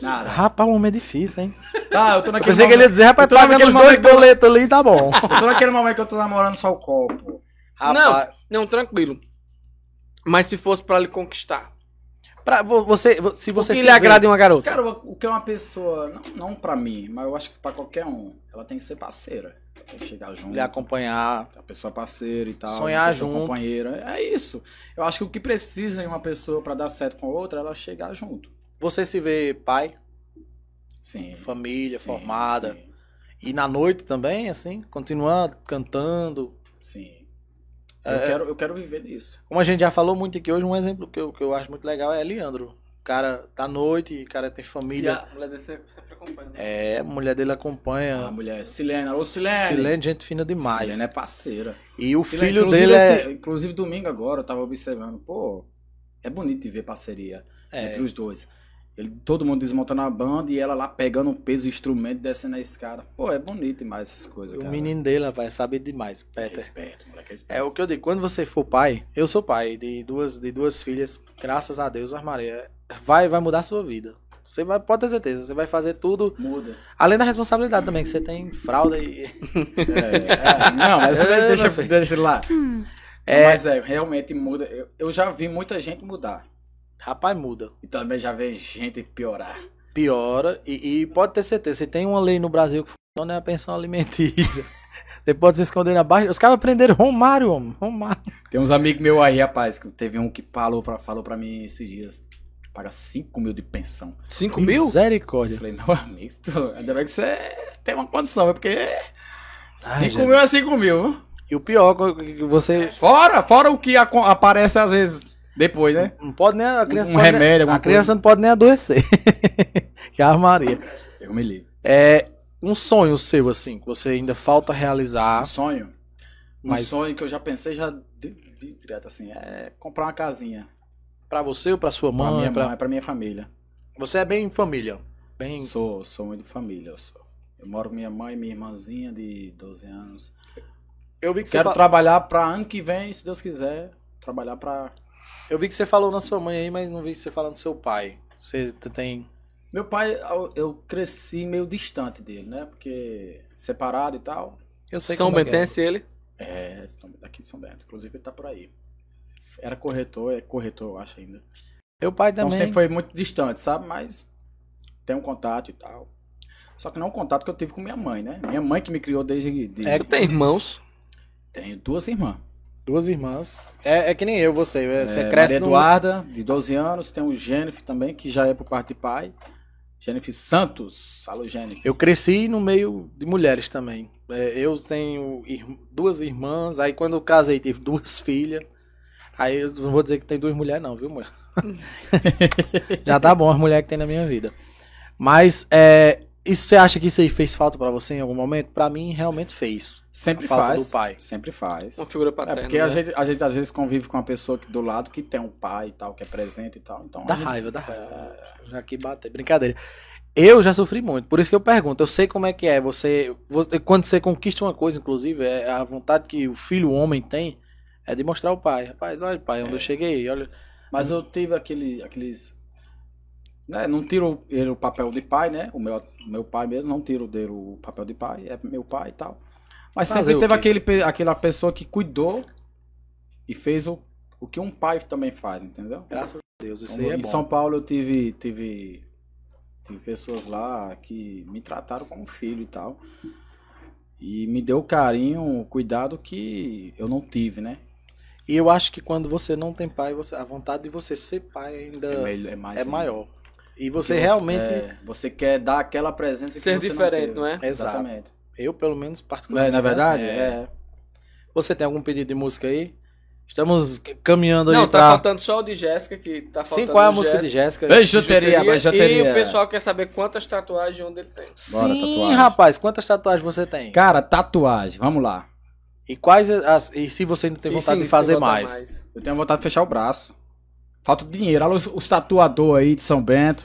Nada.
Rapaz, o homem é difícil, hein?
Tá, eu tô
Eu
naquele
pensei que ele ia dizer, rapaz,
Então,
paga
naquele
os dois
momento que eu-
boletos ali, tá bom.
Eu tô naquele momento que eu tô namorando só o copo.
Rapaz,
Não, tranquilo. Mas se fosse pra lhe conquistar.
Pra vo- você, vo- se você
o que
se
lhe
vê-
agrada em uma garota?
Cara, o o que é uma pessoa, não, não pra mim, mas eu acho que pra qualquer um, ela tem que ser parceira. Tem que chegar junto.
lhe acompanhar,
A pessoa é parceira e tal.
Sonhar
uma pessoa
junto.
Companheira. É isso. Eu acho que o que precisa em uma pessoa pra dar certo com a outra é ela chegar junto.
você se vê pai,
Sim.
família
Sim,
formada
Sim.
e na noite também, assim, continuando cantando.
sim.
É,
Eu, quero, eu quero viver disso.
Como a gente já falou muito aqui hoje, um exemplo que eu, que eu acho muito legal é Leandro. O cara tá à noite, o cara tem família.
mulher dele sempre acompanha. né?
É, a mulher dele
A
acompanha.
mulher, Silene, alô Silene.
É. Silene, gente fina demais.
Silene é parceira.
E o
Silene,
filho
inclusive,
dele é,
esse- Inclusive, domingo agora eu tava observando, pô, é bonito de ver parceria.
é,
entre os dois. Ele, todo mundo desmontando a banda e ela lá pegando o peso, o instrumento, descendo a escada. Pô, é bonito demais essas coisas,
o
cara.
menino dele, rapaz, sabe demais.
é
Peter.
esperto, moleque, é
É
esperto.
o que eu digo, quando você for pai, eu sou pai de duas, de duas filhas, graças a Deus, Maria, vai, vai mudar a sua vida. Você vai, pode ter certeza, você vai fazer tudo,
Muda.
além da responsabilidade também, que você tem fralda e...
É, é, não, mas
É, meu
deixa,
filho.
deixa ele lá.
É.
Mas é, realmente muda. Eu, eu já vi muita gente mudar.
Rapaz, muda,
E também já vi gente piorar.
piora, e, e pode ter certeza, se tem uma lei no Brasil que funciona, é a pensão alimentícia. Você pode se esconder na baixa. Os caras prenderam Romário, homem. Romário.
Tem uns amigos meus aí, rapaz, que teve um que falou pra, falou pra mim esses dias. Paga 5 mil de pensão.
5 mil?
Eu
Misericórdia.
falei, meu amigo, tu- ainda bem que você tem uma condição, é porque.
Ai,
5
Jesus.
mil é 5 mil. viu?
E o pior, que você
Fora, fora o que aco- aparece às vezes depois, né?
não pode nem. A criança
Um
pode nem-
remédio, alguma
A criança não pode nem adoecer. que a Maria.
Eu me livro.
É um sonho seu, assim, que você ainda falta realizar.
Um sonho. Um
Mas-
sonho que eu já pensei já de- de- direto assim, é comprar uma casinha.
Pra você ou pra sua
Pra
mãe?
minha
é pra-
mãe, pra minha família.
Você é bem família. Bem.
Sou, sou muito família, eu sou. Eu moro com minha mãe e minha irmãzinha de 12 anos.
Eu vi que você
Quero
fa-
trabalhar pra ano que vem, se Deus quiser, trabalhar pra.
Eu vi que você falou na sua mãe aí, mas não vi você falando do seu pai. Você t- tem.
Meu pai, eu- eu cresci meio distante dele, né? Porque separado e tal.
Eu sei
São
como é que é.
Bentense ele.
É, estão daqui de São Bento. Inclusive ele tá por aí. Era corretor, é corretor, eu acho ainda.
Meu pai
Então
também.
sempre foi muito distante, sabe? Mas tem um contato e tal. Só que não é um contato que eu tive com minha mãe, né? Minha mãe que me criou desde. desde...
É
Você tem irmãos.
Tenho duas irmãs.
Duas irmãs. É, é que nem eu, você. é- Você
É,
cresce
Maria
no.
Eduarda, de 12 anos. Tem o Jennifer também, que já é por parte de pai. Jennifer Santos. Alô, Jennifer.
Eu cresci no meio de mulheres também. É, eu tenho ir- duas irmãs, aí quando eu casei tive duas filhas. Aí eu não vou dizer que tem duas mulheres, não, viu, mulher? Já tá bom as mulheres que tem na minha vida. Mas, é, isso, você acha que isso aí fez falta pra você em algum momento? Pra mim, realmente fez.
Sempre
A falta
faz.
do pai.
Sempre faz.
Uma figura paterna.
É porque
né?
a gente, a gente às vezes convive com uma pessoa que, do lado que tem um pai e tal, que é presente e tal. Então,
Dá
a gente-
raiva, dá raiva. Já que bater, brincadeira. Eu já sofri muito, por isso que eu pergunto. Eu sei como é que é. Você, você- quando você conquista uma coisa, inclusive, é a vontade que o filho o homem tem é de mostrar ao pai. Rapaz, olha pai, onde eu cheguei, olha.
Mas eu tive aquele, aqueles. né, não tiro ele o papel de pai, né? O meu, o meu pai mesmo, não tiro dele o papel de pai, é meu pai e tal. Mas
Fazer
sempre
o
teve
quê?
aquele, pe- aquela pessoa que cuidou e fez o, o que um pai também faz, entendeu?
Graças a Deus, isso aí
Então,
é
em
bom.
São Paulo eu tive, tive, tive pessoas lá que me trataram como filho e tal. E me deu o carinho, o cuidado que eu não tive, né?
E eu acho que quando você não tem pai, você- a vontade de você ser pai ainda é,
melhor- mais ainda.
maior. E você
Porque
realmente,
é, você quer dar aquela presença
Ser
que você
diferente,
não,
não é?
teve.
Exato.
Exatamente.
eu pelo menos
Não é,
particularmente.
na verdade,
assim,
é.
Você tem algum pedido de música aí? Estamos caminhando
Não,
aí
tá
pra...
faltando só o de Jéssica, que tá faltando.
Sim, qual é a
o
música de
Jéssica.
Jéssica?
Ei, juteria,
Bijuteria,
mas juteria.
é.
E o pessoal quer saber quantas tatuagens onde ele tem.
Bora,
Sim,
tatuagem.
rapaz, quantas tatuagens você tem?
Cara, tatuagem, vamos lá.
E quais as, e se você ainda tem
E
vontade
sim,
de
se
fazer
voltar
mais?
Eu tenho vontade de fechar o braço. Falta dinheiro. Olha os, os tatuadores aí de São Bento.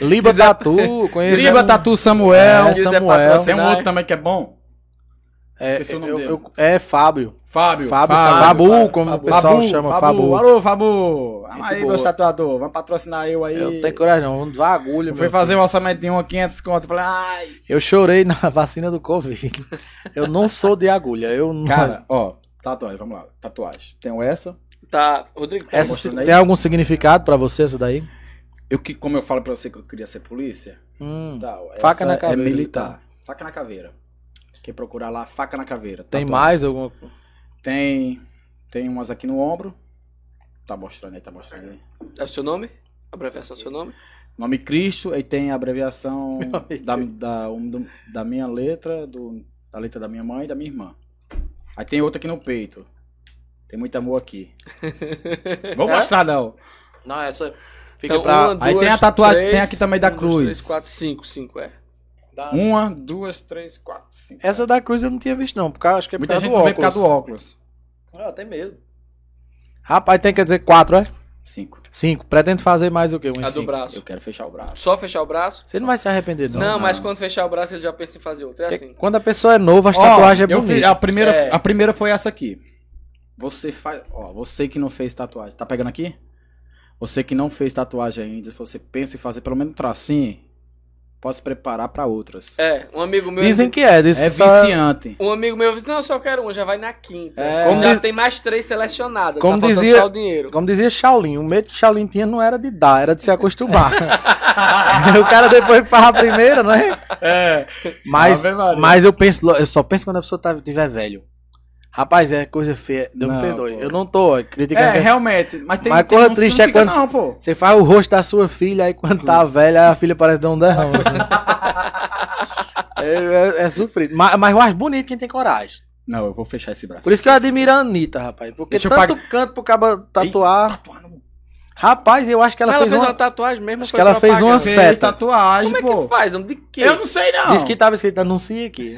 Liba Tatu, conheço.
Liba
um-
Tatu
É, né? Samuel.
Samuel. Tem um
patrocinar.
outro também que é bom.
É,
Esqueci o nome
eu-
dele.
eu- é Fábio.
Fábio.
Fábio,
Fábio.
Fabu, como
Fabu.
o pessoal
Fabu,
chama
Fabu.
Fabu.
Alô, Fabu. Vamos
Gente
aí,
boa.
meu tatuador. Vamos patrocinar eu aí.
Eu não tenho coragem, não. Vamos levar agulha.
Eu
meu
fui
filho.
fazer um orçamento de um 500 conto. Falei, ai,
Eu chorei na vacina do Covid. Eu não sou de agulha. Eu não...
Cara, ó, tatuagem, vamos lá. Tatuagem. Tenho essa.
Tá, Rodrigo, tá
Essa-
mostrando aí.
É, tem algum significado pra você essa daí?
Eu que, como eu falo pra você que eu queria ser polícia,
Hum,
tal, essa
Faca na caveira, então.
É militar. Faca na caveira. Quem procurar lá, faca na caveira.
tem
Tatuagem.
mais alguma
Tem. Tem umas aqui no ombro. Tá mostrando aí, tá mostrando aí.
bom. É o seu nome? Abreviação do seu nome?
Nome Cristo, aí tem a abreviação da, da, um do- da minha letra, do, da letra da minha mãe e da minha irmã. Aí tem outra aqui no peito. Tem muito amor aqui. Vou
É?
mostrar, não.
Não, essa
Então, uma,
Aí tem a
duas,
tatuagem-
três,
tem aqui também da
um, dois,
cruz.
três, quatro, cinco, cinco, é.
Tá.
Uma, duas, três, quatro, cinco.
Essa da cruz eu não tinha visto não, porque eu acho que é por
Muita
causa
gente
do
não vê por causa do
óculos.
óculos.
Ah, tem medo. Rapaz, tem que dizer quatro, é?
Cinco.
Cinco. Pretende fazer mais o quê? Um
A do braço.
Eu quero fechar o braço.
Só fechar o braço?
Você não vai se arrepender, não. né?
Não, mas
não.
quando fechar o braço ele já pensa em fazer outro. É
Porque
assim.
Quando a pessoa é nova, as
Ó,
tatuagens é
eu fiz-
bonitas.
a primeira,
É.
a primeira foi essa aqui. Você faz, ó, você que não fez tatuagem, tá pegando aqui? Você que não fez tatuagem ainda, se você pensa em fazer pelo menos um tracinho, pode se preparar pra outras.
É, um amigo meu.
Dizem que é, dizem
É
que só-
viciante.
Um amigo meu disse, não, eu só quero uma, já vai na quinta.
É.
Como
já
diz-
tem mais três selecionadas,
Como
tá faltando
dizia-
só o dinheiro.
Como dizia Shaolin, o medo que Shaolin tinha não era de dar, era de se acostumar. o cara depois que faz a primeira, né?
É.
Mas,
Ave Maria.
mas eu penso, lo- eu só penso quando a pessoa tá- tiver velho. Rapaz, é coisa feia. Deus me
Não,
perdoe.
pô.
Eu não tô ó, criticando.
É,
quem-
realmente. Mas tem
Mas
tem
coisa
uns que
triste
não
é
fica
quando-
Não, pô.
Você faz o rosto da sua filha, aí quando
Uhum.
tá velha, a filha parece dar um derrame. é, é- é sofrido. Mas, mas eu acho bonito quem tem coragem.
Não, eu vou fechar esse braço.
Por isso que eu admiro a Anitta, rapaz. Porque
Deixa eu
tanto canto pro cara
tá
tatuar. Rapaz, eu acho que ela,
Mas
fez, uma...
tatuagem mesmo,
Acho
foi
que ela fez uma
propaganda.
Fez
Fez
seta.
tatuagem,
Como é
pô.
que faz? homem? De quê?
Eu não sei, não.
Diz que tava escrito, anuncia aqui.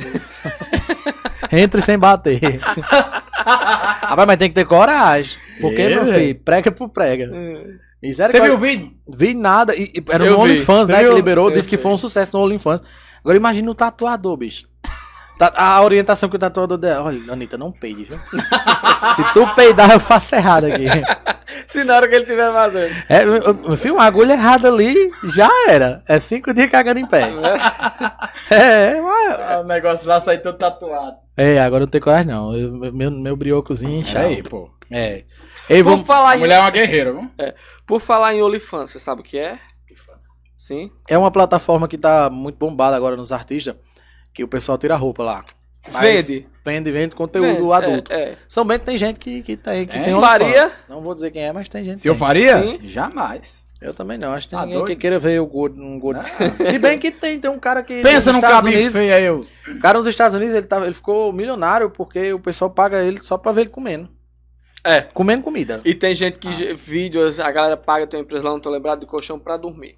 Entre sem bater. Rapaz, mas tem que ter coragem. Porque,
É,
meu
velho.
filho, prega por prega.
Hum.
E sério
Você
que
viu
eu
o vídeo?
vi nada. E, e era
Eu
no
vi.
OnlyFans,
Você
né?
viu?
Que liberou,
Eu
disse que
sei.
foi um sucesso no OnlyFans. Agora imagina o tatuador, bicho. Ta- A orientação que o tatuador der. Olha, Anitta, não peide, viu? Se tu peidar, eu faço errado aqui.
Se na hora que ele tiver vazando.
É, eu- eu- filho, uma agulha errada ali já era. É cinco dias cagando em pé.
né?
É, é, mas-
o negócio lá saiu todo tatuado.
É, agora eu não tenho coragem, não. Eu- meu, meu briocozinho incha.
Aí, pô.
É. Ei,
Por
vamos...
falar,
A
em,
mulher é uma guerreira, viu?
por falar em OnlyFans, você sabe o que é? Sim.
É uma plataforma que tá muito bombada agora nos artistas, que o pessoal tira a roupa lá. Mas
Vende.
Vende, vende conteúdo
Vende,
adulto.
É, é.
São Bento tem gente que, que tem, que
É.
tem OnlyFans.
Faria?
Não vou dizer quem é, mas tem gente.
Se eu
que tem.
faria?
Sim.
Jamais.
Eu também não. Acho que tem
Tá
ninguém
doido?
que queira ver o gordo, um gordo. Se bem que tem, tem um cara que.
Pensa
nos
num
Estados
cabinho
Unidos-
feio aí, eu.
O cara nos Estados Unidos, ele, tava, ele ficou milionário porque o pessoal paga ele só pra ver ele comendo.
É.
Comendo comida.
E tem gente
Ah.
que ge- vídeos, a galera paga tua empresa lá, não tô lembrado, de colchão pra dormir.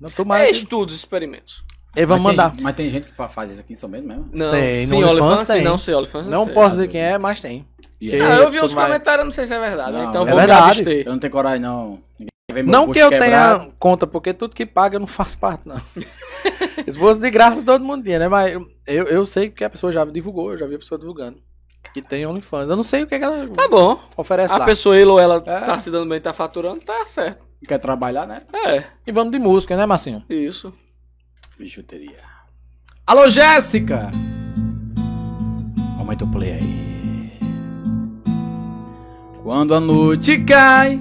Não tô
É
mais.
estudos, experimentos.
Ei, vamos
Mas tem
mandar.
gente- mas tem gente que fa- faz isso aqui em São Bento mesmo.
Não,
Tem, no
sim,
OnlyFans
OnlyFans
tem.
sim, não sei, OnlyFans
Não
sei.
posso dizer quem é, mas tem.
E
Que-
aí,
Ah, eu vi
Isso,
os
mas-
comentários, não sei se é verdade, né?
Não,
Então
é
vou me
verdade.
abster.
Eu não tenho coragem, não. Ninguém vê meu
Não
bucho
que eu
quebrado.
tenha conta, porque tudo que paga eu não faço parte, não. Se fosse de graça, todo mundo tinha, né? Mas eu, eu sei que a pessoa já divulgou, eu já vi a pessoa divulgando. Que tem OnlyFans. Eu não sei o que, que ela
Tá bom.
oferece
A
lá.
pessoa, ele ou ela,
É.
tá se dando bem, tá faturando, tá certo.
Quer trabalhar, né?
É,
E vamos de música, né, Marcinho?
isso.
Bijuteria. Alô, Jéssica! Aumenta o play aí. Quando a noite cai,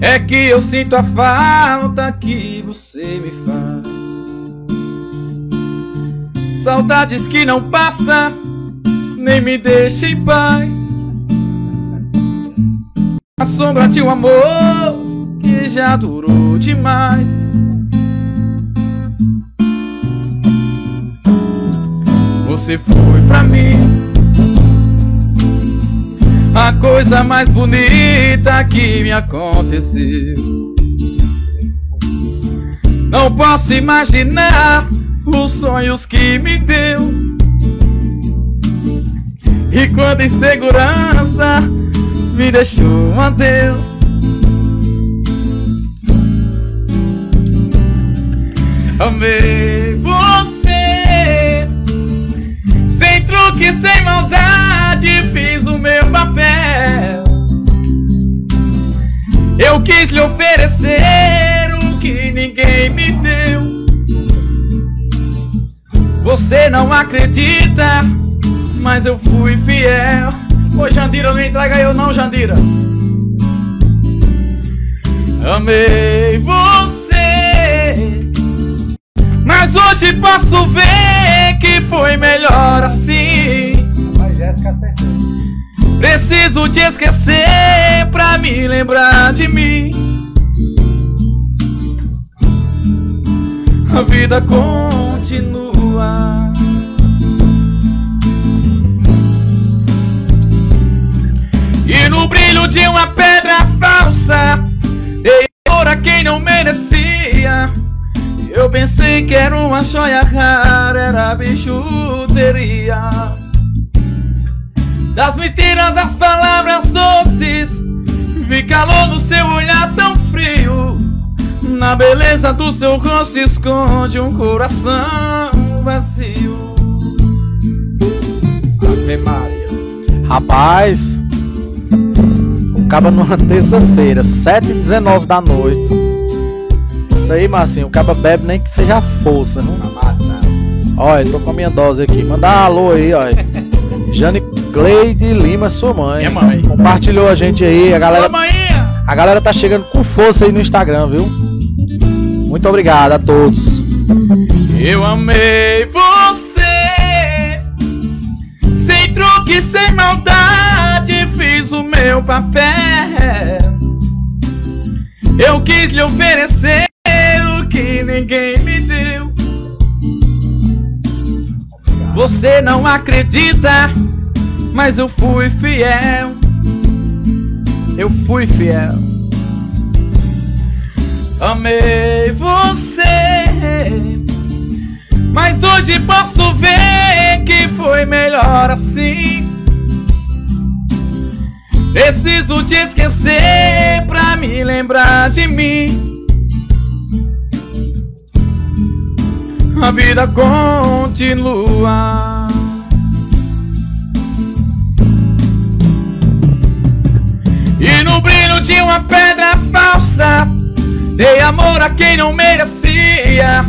é que eu sinto a falta que você me faz. Saudades que não passa, nem me deixa em paz. A sombra de um amor que já durou demais. Você foi pra mim a coisa mais bonita que me aconteceu. Não posso imaginar os sonhos que me deu. E quanta insegurança me deixou um adeus. Amei você. Sem truque, sem maldade, fiz o meu papel. Eu quis lhe oferecer o que ninguém me deu. Você não acredita, mas eu fui fiel. Ô Jandira, não entrega eu não, Jandira. Amei você. Mas hoje posso ver que foi melhor assim. Preciso te esquecer pra me lembrar de mim. A vida continua. E no brilho de uma pedra falsa, dei amor a quem não merecia. Eu pensei que era uma joia rara, era bijuteria. Das mentiras, as palavras doces, vi calor no seu olhar tão frio. Na beleza do seu rosto se esconde um coração vazio. Ave Maria.
Rapaz, é o cabo numa terça-feira, 7h19 da noite. Isso aí, Marcinho. O caba bebe nem que seja a força, né? Olha, tô com a minha dose aqui. Mandar um alô aí, olha. Jane Cleide Lima, sua mãe.
Minha mãe.
Compartilhou a gente aí. A galera, a galera tá chegando com força aí no Instagram, viu? Muito obrigado a todos.
Eu amei você, sem truque, sem maldade, fiz o meu papel. Eu quis lhe oferecer o que ninguém me deu. Você não acredita, mas eu fui fiel. Eu fui fiel. Amei você. Mas hoje posso ver que foi melhor assim. Preciso te esquecer pra me lembrar de mim. A vida continua. E no brilho de uma pedra falsa, dei amor a quem não merecia.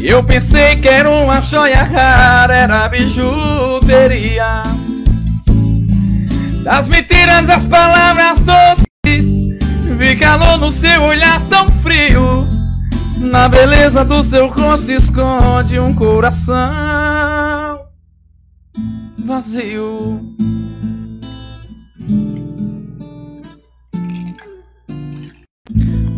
Eu pensei que era uma joia rara, era bijuteria. Das mentiras, as palavras doces, vi calor no seu olhar tão frio. Na beleza do seu rosto se esconde um coração vazio.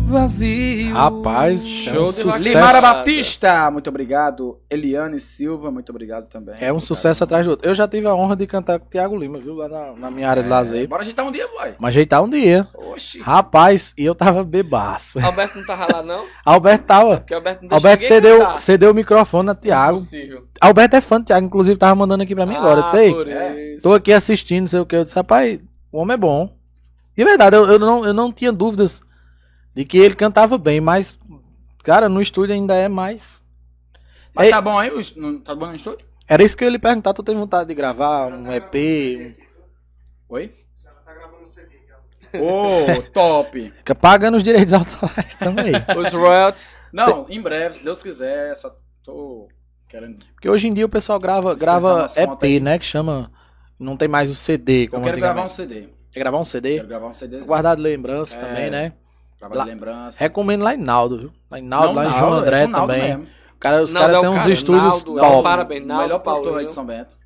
Vazio.
Rapaz, é
Show
um
de bola.
sucesso.
Limara Batista, muito obrigado. Eliane Silva, muito obrigado também.
É um sucesso atrás do outro. Eu já tive a honra de cantar com o Thiago Lima, viu? Lá na, na minha
É.
área de lazer.
Bora agitar um dia, boy.
Mas ajeitar um dia.
Oxi.
Rapaz, e eu tava bebaço.
Alberto não tava lá, não?
Alberto tava.
Porque Alberto não deixa
Alberto
ninguém
cedeu,
cantar.
cedeu o microfone a
Não é
Thiago.
possível.
Alberto é fã do Thiago, inclusive tava mandando aqui pra mim
Ah,
agora. Eu sei.
por
É.
isso.
Tô aqui assistindo, sei o que. Eu disse, rapaz, o homem é bom. De verdade, eu, eu não, eu não tinha dúvidas de que ele cantava bem, mas, cara, no estúdio ainda é mais.
Mas
Ei.
tá bom aí? os- não- Tá bom no estúdio?
Era isso que eu ia lhe perguntar, tu tem vontade de gravar um EP? um-
Oi? Ô, top!
Fica pagando os direitos autorais também.
Os royalties.
Não, em breve, se Deus quiser, só tô querendo.
Porque hoje em dia o pessoal grava,
Dispensar
grava
umas contas aí.
EP, né? Que chama. Não tem mais o CD.
Eu
Como
quero gravar um
antigamente.
CD.
Quer gravar um CD?
Quero gravar um CD.
Guardado lembrança
É.
também, né?
Gravar
lá-
de lembrança.
Recomendo lá em Naldo, viu? Lá em Naldo,
Não,
lá em
Naldo,
João
é
André
com Naldo
também.
mesmo.
O cara, os
Naldo
caras
é o
têm uns
cara,
estúdios
Naldo é o
top.
para- Parabéns,
O
Naldo,
Melhor produtor
Paulinho.
aí de São Bento.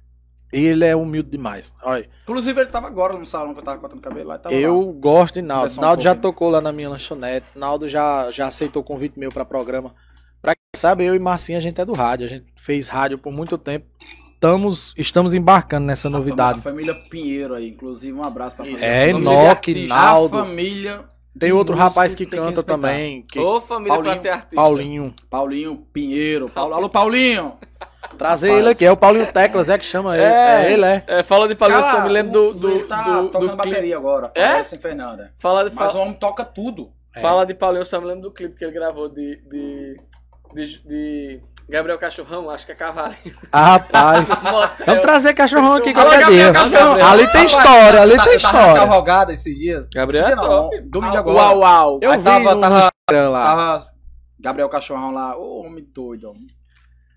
E ele é humilde demais. Olha,
Inclusive, ele tava agora no salão que eu tava cortando cabelo lá. ele Tava
eu
lá.
gosto de Naldo.
Conversar um
Naldo já
pouco.
tocou lá na minha lanchonete. Naldo já, já aceitou convite meu pra programa. Pra quem sabe, eu e Marcinho, a gente é do rádio. A gente fez rádio por muito tempo. Estamos, estamos embarcando nessa
A
novidade.
família Pinheiro aí, inclusive, um abraço pra
Isso.
É,
Família de
Enoque,
artista.
A
Naldo.
família.
Tem
de
outro
músico
rapaz que
tem
canta
respeitar.
também. Que...
Ô, família
Paulinho,
pra ter artista.
Paulinho.
Paulinho Pinheiro. Paulo... Alô, Paulinho!
Trazer
Rapaz.
ele aqui. É o Paulinho Teclas, é que chama ele.
É.
É, ele é.
É, fala de Paulinho, eu só
Cara,
me lembro do.
o-
do,
ele tá
do, do
tocando
clipe.
bateria um. agora.
É?
É? Sem Fernanda.
Fala de,
Mas
fa-
o homem toca tudo.
fala de Paulinho, eu só me lembro do clipe que ele gravou de. de, de, de Gabriel Cachorrão, acho que é Cavalo.
Ah, rapaz.
Motel.
Vamos trazer cachorrão aqui
Alô,
qualquer
Gabriel
dia.
Cachorrão.
Ali tem
Rapaz,
história, ali
tá-
tem
eu Tava na
história.
cavalgada esses dias.
Gabriel
Esse
é
dia não,
top.
domingo
Au,
agora.
Uau, uau.
Eu
Aí
vi
tava-
no
tava-
Instagram lá.
Tava Gabriel Cachorrão lá. Ô, homem doido, homem.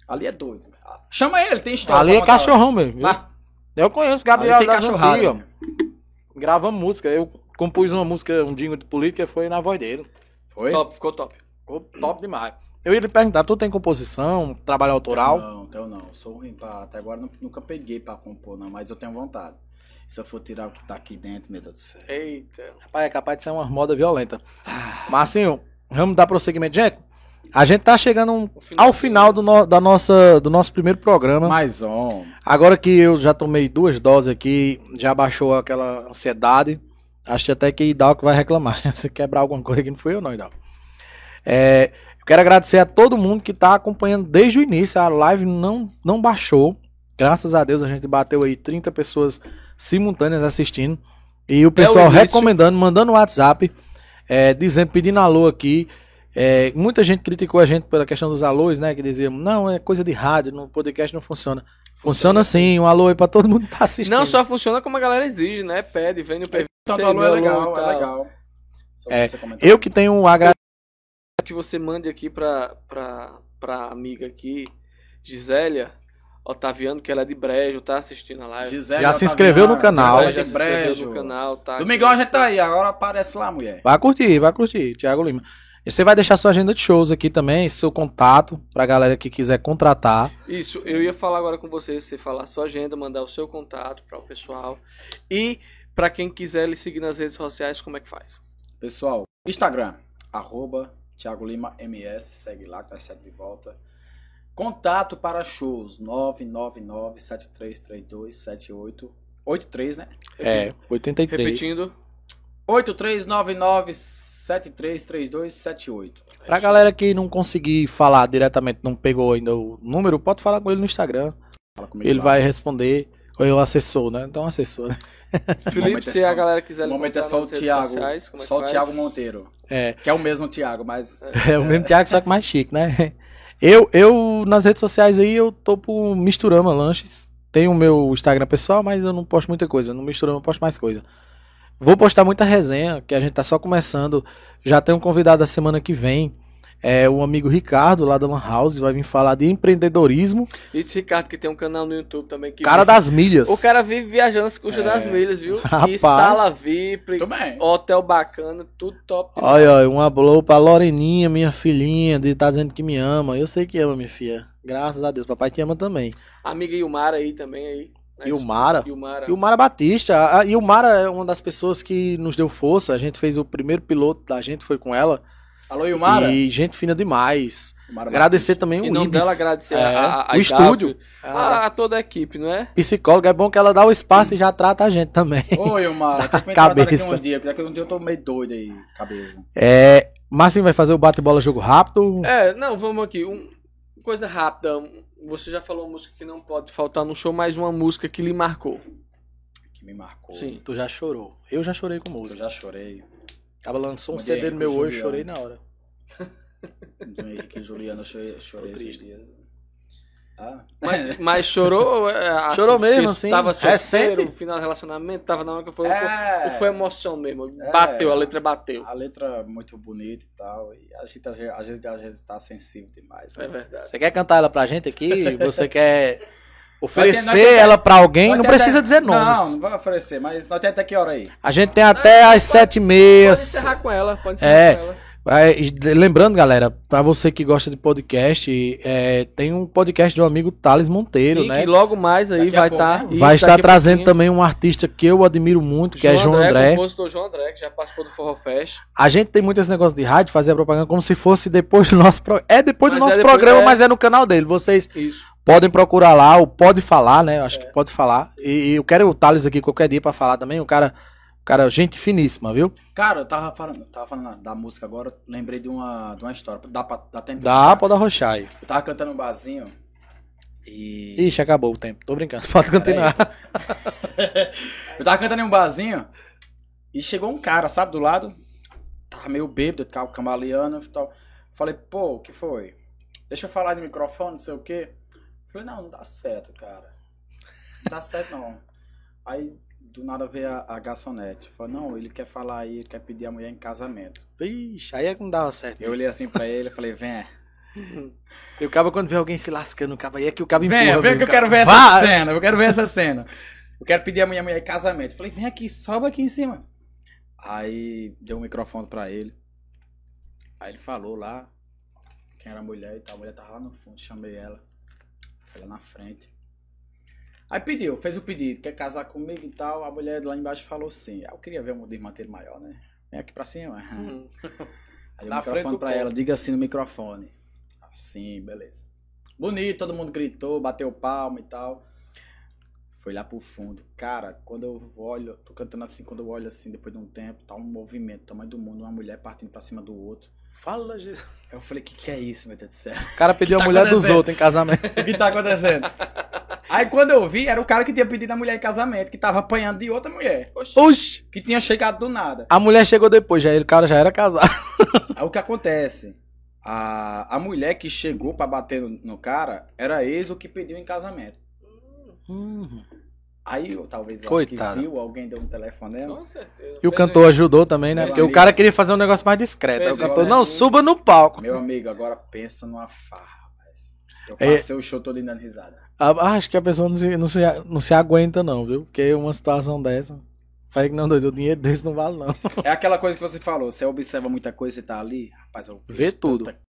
Ali é doido. Chama ele, tem história.
Ali
pra
é
contar.
cachorrão mesmo. viu?
Lá,
Eu conheço
ali
Gabriel
tem
das
cachorrada. né?
Antigas. Grava música. Eu compus uma música, um dingo de política, foi na voz dele.
Foi?
Top, ficou top.
Ficou top demais. Eu ia lhe perguntar, tu tem composição, trabalho autoral?
Não, então não. Sou ruim pra... Até agora nu- nunca peguei pra compor, não. Mas eu tenho vontade. Se eu for tirar o que tá aqui dentro, meu Deus do céu.
Eita.
Rapaz, é capaz de ser uma moda violenta. Mas assim, vamos dar prosseguimento. Gente, a gente tá chegando um- ao final do, no- da nossa, do nosso primeiro programa.
Mais um.
Agora que eu já tomei duas doses aqui, já baixou aquela ansiedade. Acho que até que Hidalgo vai reclamar. Se quebrar alguma coisa aqui, não fui eu, não, Hidalgo. É, eu quero agradecer a todo mundo que está acompanhando desde o início. A live não, não baixou. Graças a Deus a gente bateu aí 30 pessoas simultâneas assistindo. E o pessoal
início.
recomendando, mandando um WhatsApp, é, dizendo, pedindo alô aqui. É, muita gente criticou a gente pela questão dos alôs, né? Que diziam, não, é coisa de rádio, no podcast não funciona. Funciona sim, um alô aí pra todo mundo que tá assistindo.
Não, só funciona como a galera exige, né? Pede, vem no PV.
Então,
Sei,
alô é
alô
legal,
e
é
tal.
legal. Só
É,
você comentar.
Eu que tenho um agradecimento
que você mande aqui pra, pra, pra amiga aqui, Gisélia Otaviano, que ela é de Brejo, tá assistindo a live.
Gisele
Já se inscreveu no
Otaviano,
canal.
Ela
de
já se inscreveu
Brejo.
no canal, tá?
Domingão a gente tá aí, agora aparece lá, mulher.
Vai curtir, vai curtir, Thiago Lima. E Você vai deixar sua agenda de shows aqui também, seu contato, pra galera que quiser contratar.
Isso,
Sim.
eu ia falar agora com você, você falar a sua agenda, mandar o seu contato para o pessoal. E para quem quiser lhe seguir nas redes sociais, como é que faz?
Pessoal, Instagram, arroba Thiago Lima MS, segue lá que nós segue de volta. Contato para shows, 999-7332-7883, né?
É, 83.
Repetindo.
8399-733278.
Pra galera que não conseguir falar diretamente, não pegou ainda o número, pode falar com ele no Instagram.
Fala comigo
Ele
lá.
vai responder. Ou eu assessor, né? Então assessor, né?
Felipe,
momento é
se a
só-
galera quiser
No
lhe
momento é
encontrar
só o
nas redes
Thiago,
sociais, como é que
só o
faz?
Thiago Monteiro,
É,
que é o mesmo Thiago, mas
é o mesmo Thiago, só que mais chique, né? Eu, eu, nas redes sociais aí, eu tô por Misturama Lanches. Tem o meu Instagram pessoal, mas eu não posto muita coisa. No Misturama eu posto mais coisa. Vou postar muita resenha, que a gente tá só começando. Já tem um convidado da semana que vem. É o amigo Ricardo, lá da Lan House, vai vir falar de empreendedorismo.
E esse Ricardo, que tem um canal no YouTube também. Que
Cara
vive-
das milhas.
O cara vive viajando, as custas
É.
das milhas, viu? E
Rapaz.
sala VIP,
tudo bem.
hotel bacana, tudo top.
Olha, olha, um alô pra Loreninha, minha filhinha, de tá dizendo que me ama. Eu sei que ama, minha filha. Graças a Deus, papai te ama também.
Amiga Ilmara aí também aí. né?
Ilmara?
Ilmara.
Ilmara Batista. A Ilmara é uma das pessoas que nos deu força. A gente fez o primeiro piloto da gente, foi com ela.
Alô, Ilmara?
E gente fina demais.
Ilmara
Agradecer também o
Em nome
Ibis.
dela, Ah! agradecer
um É,
a, a, a
o
IW,
estúdio. Ah. A
A, a toda a equipe, não é?
psicóloga, é bom que ela dá o espaço e já trata a gente também.
Ô, Ilmara, tem que me
Cabeça.
tratar daqui uns dias, porque daqui uns dias eu tô meio doido aí, de cabeça.
É, Marcinho vai fazer o bate-bola jogo rápido.
É, não, vamos aqui. Um, coisa rápida. um- Você já falou uma música que não pode faltar no show, mais uma música que lhe marcou.
Que me marcou.
Sim.
Tu já chorou. Eu já chorei com
Eu
música.
já chorei.
Acaba lançou um
Mulher
CD no meu
com
olho,
Juliana.
chorei na hora.
Do Então, Henrique e Juliano, eu chorei, chorei
Tô
esses
triste.
dias. Ah,
Mas, mas chorou? é, assim,
Chorou mesmo,
porque
assim,
Tava
recente?
solteiro, no final do relacionamento, tava na hora que foi.
É.
Ou foi emoção mesmo?
É.
Bateu, a letra bateu.
a letra é muito bonita e tal. E a gente às vezes, às vezes, às vezes tá sensível demais.
É
né?
verdade.
Você quer cantar ela pra gente aqui? Você quer
Vai
oferecer
ter- vai ter-
ela pra alguém?
Vai
Não
ter até-
precisa dizer nomes.
Não, não vai oferecer, mas nós temos até que hora aí.
A gente tem até às sete e meia.
Pode encerrar com ela, pode encerrar
É.
com ela.
Vai- e de- Lembrando, galera, pra você que gosta de podcast, é, tem um podcast do amigo Thales Monteiro,
Sim,
né?
que logo mais aí
Daqui a
vai tá.
pouco,
estar.
né?
Vai estar trazendo também um artista que eu admiro muito, que é João André.
compositor João André, que já participou do Forró Fest.
A gente tem muito esse negócio de rádio, fazer a propaganda como se fosse depois do nosso programa. É depois
Mas
do
é
nosso
depois-
programa,
é.
mas é no canal dele. Vocês
Isso.
Podem procurar lá, ou pode falar, né? Eu
É.
acho que pode falar. E, e eu quero o Thales aqui qualquer dia pra falar também. O cara, o cara, gente finíssima, viu?
Cara, eu tava falando, tava falando da música agora, lembrei de uma, de uma história. Dá, pra, dá tempo?
Dá, pode arrochar aí.
Eu tava cantando um barzinho e.
Ixi, acabou o tempo. Tô brincando. Pode continuar.
Eu tava cantando em um barzinho e chegou um cara, sabe, do lado. Tava meio bêbado, tava cambaleando e tal. Falei, pô, o que foi? Deixa eu falar de microfone, não sei o quê. Falei, não, não dá certo, cara. Não dá certo, não. Aí, do nada, veio a, a garçonete. Falei, não, ele quer falar aí, ele quer pedir a mulher em casamento.
Ixi, aí é que não dava certo.
Eu olhei assim pra ele, falei, vem.
E o cabo, quando vê alguém se lascando, o cabo aí é que o cabo empurra.
Vem, vem
mesmo,
que eu
cara.
quero ver essa
Vai!
cena, eu quero ver essa cena. Eu quero pedir a minha mulher em casamento. Falei, vem aqui, sobe aqui em cima. Aí deu um microfone pra ele. Aí ele falou lá quem era a mulher e tal. A mulher tava lá no fundo, chamei ela. Foi lá na frente. Aí pediu, fez o pedido, quer casar comigo e tal. A mulher lá embaixo falou sim. Aí eu queria ver um desmanteiro maior, né? Vem aqui pra cima.
Hum.
Aí o
Na frente
microfone
do
pra
povo.
ela, diga assim no microfone. Assim, beleza. Bonito, todo mundo gritou, bateu palma e tal. Foi lá pro fundo. Cara, quando eu olho, tô cantando assim, quando eu olho assim, depois de um tempo, tá um movimento, tamanho do mundo, uma mulher partindo pra cima do outro.
Fala, Jesus.
Aí eu falei, que que é isso, meu Deus do céu?
O cara pediu
Que
a
tá
mulher dos
acontecendo?
outros em casamento.
O que tá acontecendo? Aí quando eu vi, era o cara que tinha pedido a mulher em casamento, que tava apanhando de outra mulher,
Oxi.
Oxi!
que tinha chegado do nada.
A mulher chegou depois, já, ele- o cara já era casado.
Aí o que acontece? A, a mulher que chegou
Uhum.
pra bater no, no cara era ex o que pediu em casamento. Aí eu, talvez eu
Coitado.
acho que viu, alguém deu um telefonema.
Com certeza.
E o cantor ajudou também, né?
Meu
Porque o
é.
amigo.
cara queria fazer um negócio mais discreto. Aí o
Fez igual,
cantor,
né?
não, suba no palco.
Meu amigo, agora pensa numa farra, rapaz. Eu
É.
passei o show todo indo dando risada.
Ah, acho que a pessoa não se, não, se, não se aguenta, não, viu? Porque uma situação dessa. Falei que não, doido, o dinheiro desse não vale, não.
É aquela coisa que você falou, você observa muita coisa, você tá ali, rapaz, eu
Vê
vejo
tudo.
Tanta,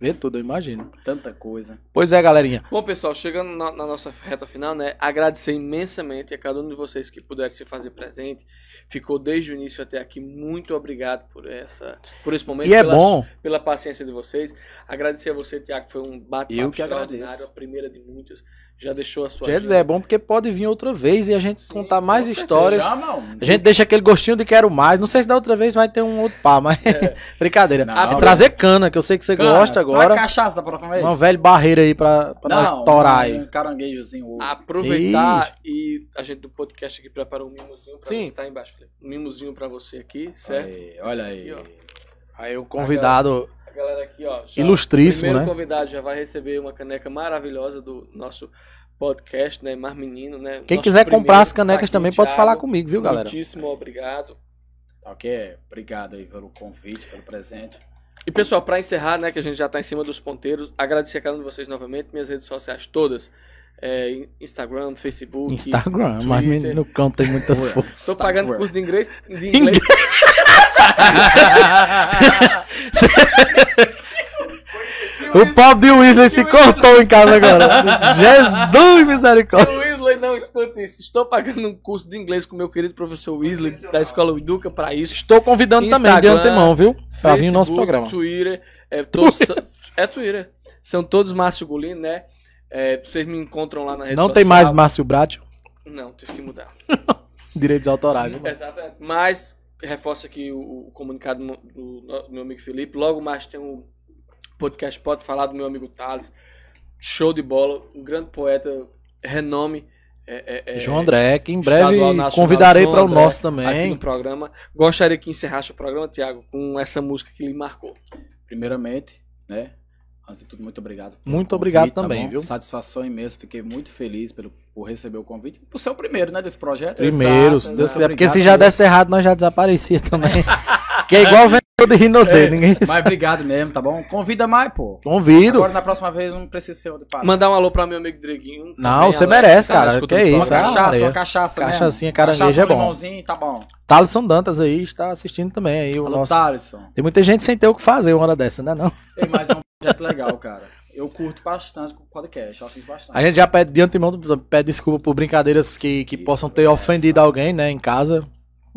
Vê tudo, eu imagino.
tanta coisa.
Pois é, galerinha.
Bom, pessoal, chegando na, na nossa reta final, né? Agradecer imensamente a cada um de vocês que puderam se fazer presente. Ficou desde o início até aqui. Muito obrigado por essa, por esse momento.
E é
pela-
bom.
pela paciência de vocês. Agradecer a você, Tiago, que foi um bate-papo
Eu que
extraordinário,
agradeço.
a primeira de muitas. Já deixou a sua
Quer dizer, é bom porque pode vir outra vez e a gente
Sim,
contar
com
mais
certeza.
histórias.
Já não.
A gente deixa aquele gostinho de quero mais. Não sei se da outra vez vai ter um outro par, mas.
É.
Brincadeira.
Não,
Ah,
não.
trazer cana, que eu sei que você
Cara,
gosta agora.
Tá cachaça da próxima vez?
Uma velha barreira aí pra, pra nós torar aí.
né?
um caranguejozinho. ou-
Ah, aproveitar e a gente do podcast aqui preparou um mimozinho pra
Sim.
você. Tá aí embaixo, Felipe. Um mimozinho pra você aqui, certo?
Aí, olha aí.
Aqui, ó.
Aí o Um convidado
A galera aqui, ó. já-
ilustríssimo,
primeiro
né?
convidado já vai receber uma caneca maravilhosa do nosso podcast, né? Mar Menino, né?
Quem
Nosso
quiser
primeiro
comprar as
tá
canecas
aqui,
também pode
Thiago.
falar comigo, viu, galera?
Muitíssimo obrigado.
Tá ok? Obrigado aí pelo convite, pelo presente.
E pessoal, para encerrar, né, que a gente já tá em cima dos ponteiros, agradecer a cada um de vocês novamente, minhas redes sociais todas, é, Instagram, Facebook.
Instagram, mas
Twitter.
menino, no campo tem muita força.
Estou pagando
Instagram.
curso de inglês, de inglês
O pobre de Weasley se cortou em casa agora. Jesus misericórdia.
O Weasley não escuta isso. Estou pagando um curso de inglês com meu querido professor Weasley da escola Educa para isso.
Estou convidando também de
Instagram,
antemão, viu? Pra vir no Tá nosso
Facebook,
programa.
Twitter, é, todos, é Twitter. São todos Márcio Golino, né? É, vocês me encontram lá na rede
Não
social.
tem mais Márcio Bratio,
Não, tive que mudar.
direitos autorais. né? viu, mano?
Exatamente. Mas reforço aqui o, o comunicado do, do no- meu amigo Felipe. Logo mais tem um podcast Pode Falar do meu amigo Thales. Show de bola. Um grande poeta, renome. é- é- é-
João André, que em
Estadual
breve
Nacional
convidarei
João
para o
André,
nosso
aqui no
também.
programa. Gostaria que encerrasse o programa, Tiago, com essa música que lhe marcou.
Primeiramente, né? Antes de tudo, muito obrigado. pelo
Muito obrigado
tá
também, viu?
Satisfação imensa. Fiquei muito feliz pelo, por receber o convite. Por ser o primeiro, né? Desse projeto. né?
Primeiro, se
Exato,
Deus
exato.
quiser. Porque se
Obrigado,
já
Deus.
desse errado, nós já desaparecia também. que é igual o vendedor de Rinodê, ninguém
Mas obrigado mesmo, tá bom? Convida mais, pô.
Convido.
Agora, na próxima vez, não precisa ser o de parar.
Mandar um alô para meu amigo Dreguinho.
Ah. Não,
Também,
você
alô,
merece,
tá na
cara,
escuta
que
do
isso,
uma
programa.
ah,
cachaça,
Maria.
uma cachaça mesmo.
Cachaçinha, caranguejo
Cachaça,
é bom.
um limãozinho, tá bom.
Thaleson Dantas aí está assistindo também aí o
Alô,
nosso.
Thaleson.
Tem muita gente sem ter o que fazer uma hora dessa, né? Não.
Tem mais um projeto legal, cara. Eu curto bastante o podcast, eu assisto bastante.
A gente já pede de antemão, pede desculpa por brincadeiras que, que possam ter ofendido alguém, né, em casa.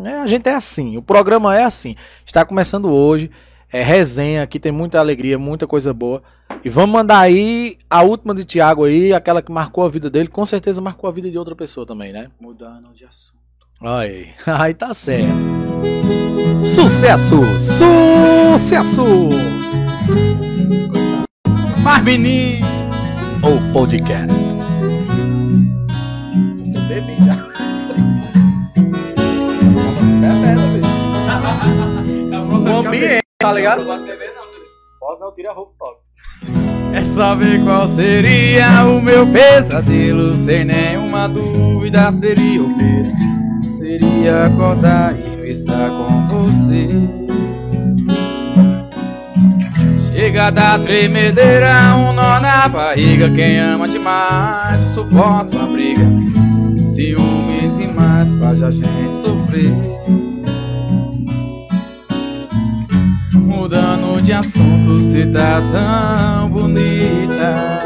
É, a gente é assim, o programa é assim. Está começando hoje, é resenha, aqui tem muita alegria, muita coisa boa. E vamos mandar aí a última de Thiago aí, aquela que marcou a vida dele, com certeza marcou a vida de outra pessoa também, né?
Mudando de assunto.
Aí, aí tá certo. Sucesso! Sucesso!
Mas, menino!
O podcast.
O ambiente, tá ligado?
Posso não, tira a roupa, top.
É saber qual seria o meu pesadelo Sem nenhuma dúvida seria o medo Seria acordar e não estar com você Chega da tremedeira, um nó na barriga Quem ama demais não suporta uma briga Ciúmes e mais faz a gente sofrer Mudando de assunto, cê tá tão bonita.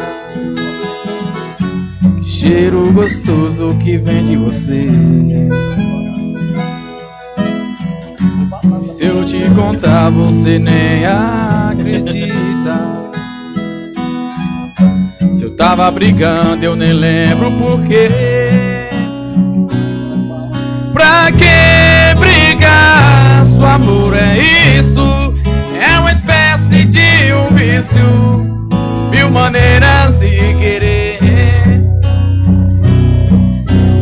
Que cheiro gostoso que vem de você. E se eu te contar, você nem acredita. Se eu tava brigando, eu nem lembro porquê. Pra que brigar? Seu amor é isso, é uma espécie de um vício. Mil maneiras de querer.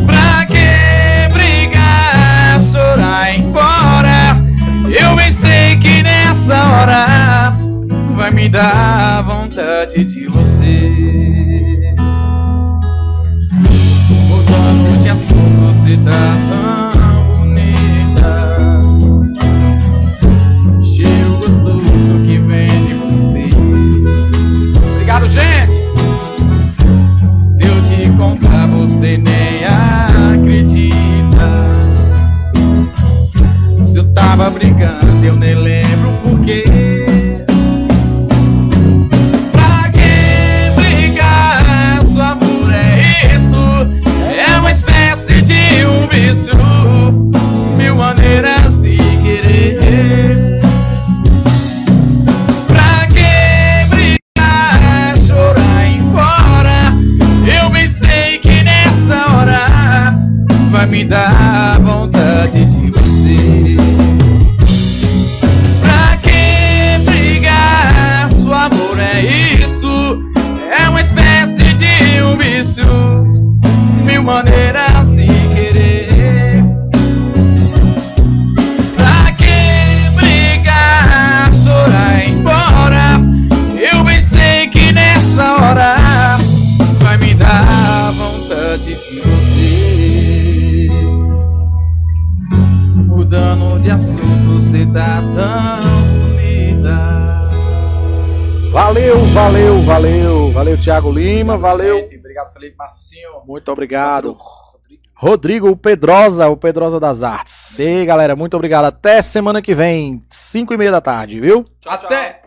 Pra que brigar? Chorar e ir embora. Eu bem sei que nessa hora vai me dar vontade de você. Mudando de assunto, tava brigando, eu nem lembro porquê. Pra que brigar? Seu amor é isso, é uma espécie de um vício. Mil maneiras de querer. Pra que brigar? Chorar e ir embora. Eu bem sei que nessa hora vai me dar vontade de você. Pra que brigar? Seu amor é isso, é uma espécie de um vício, mil maneiras sem querer. Pra que brigar, chorar e ir embora? Eu bem sei que nessa hora vai me dar vontade de você. Mudando de assunto, você tá tão bonita.
Valeu, valeu, valeu. Valeu, Thiago Lima, valeu.
Gente, obrigado, Felipe Massinho.
Muito obrigado. Rodrigo Pedrosa, o Pedrosa das Artes. E aí, galera, muito obrigado. Até semana que vem, 5 e meia da tarde, viu?
Até!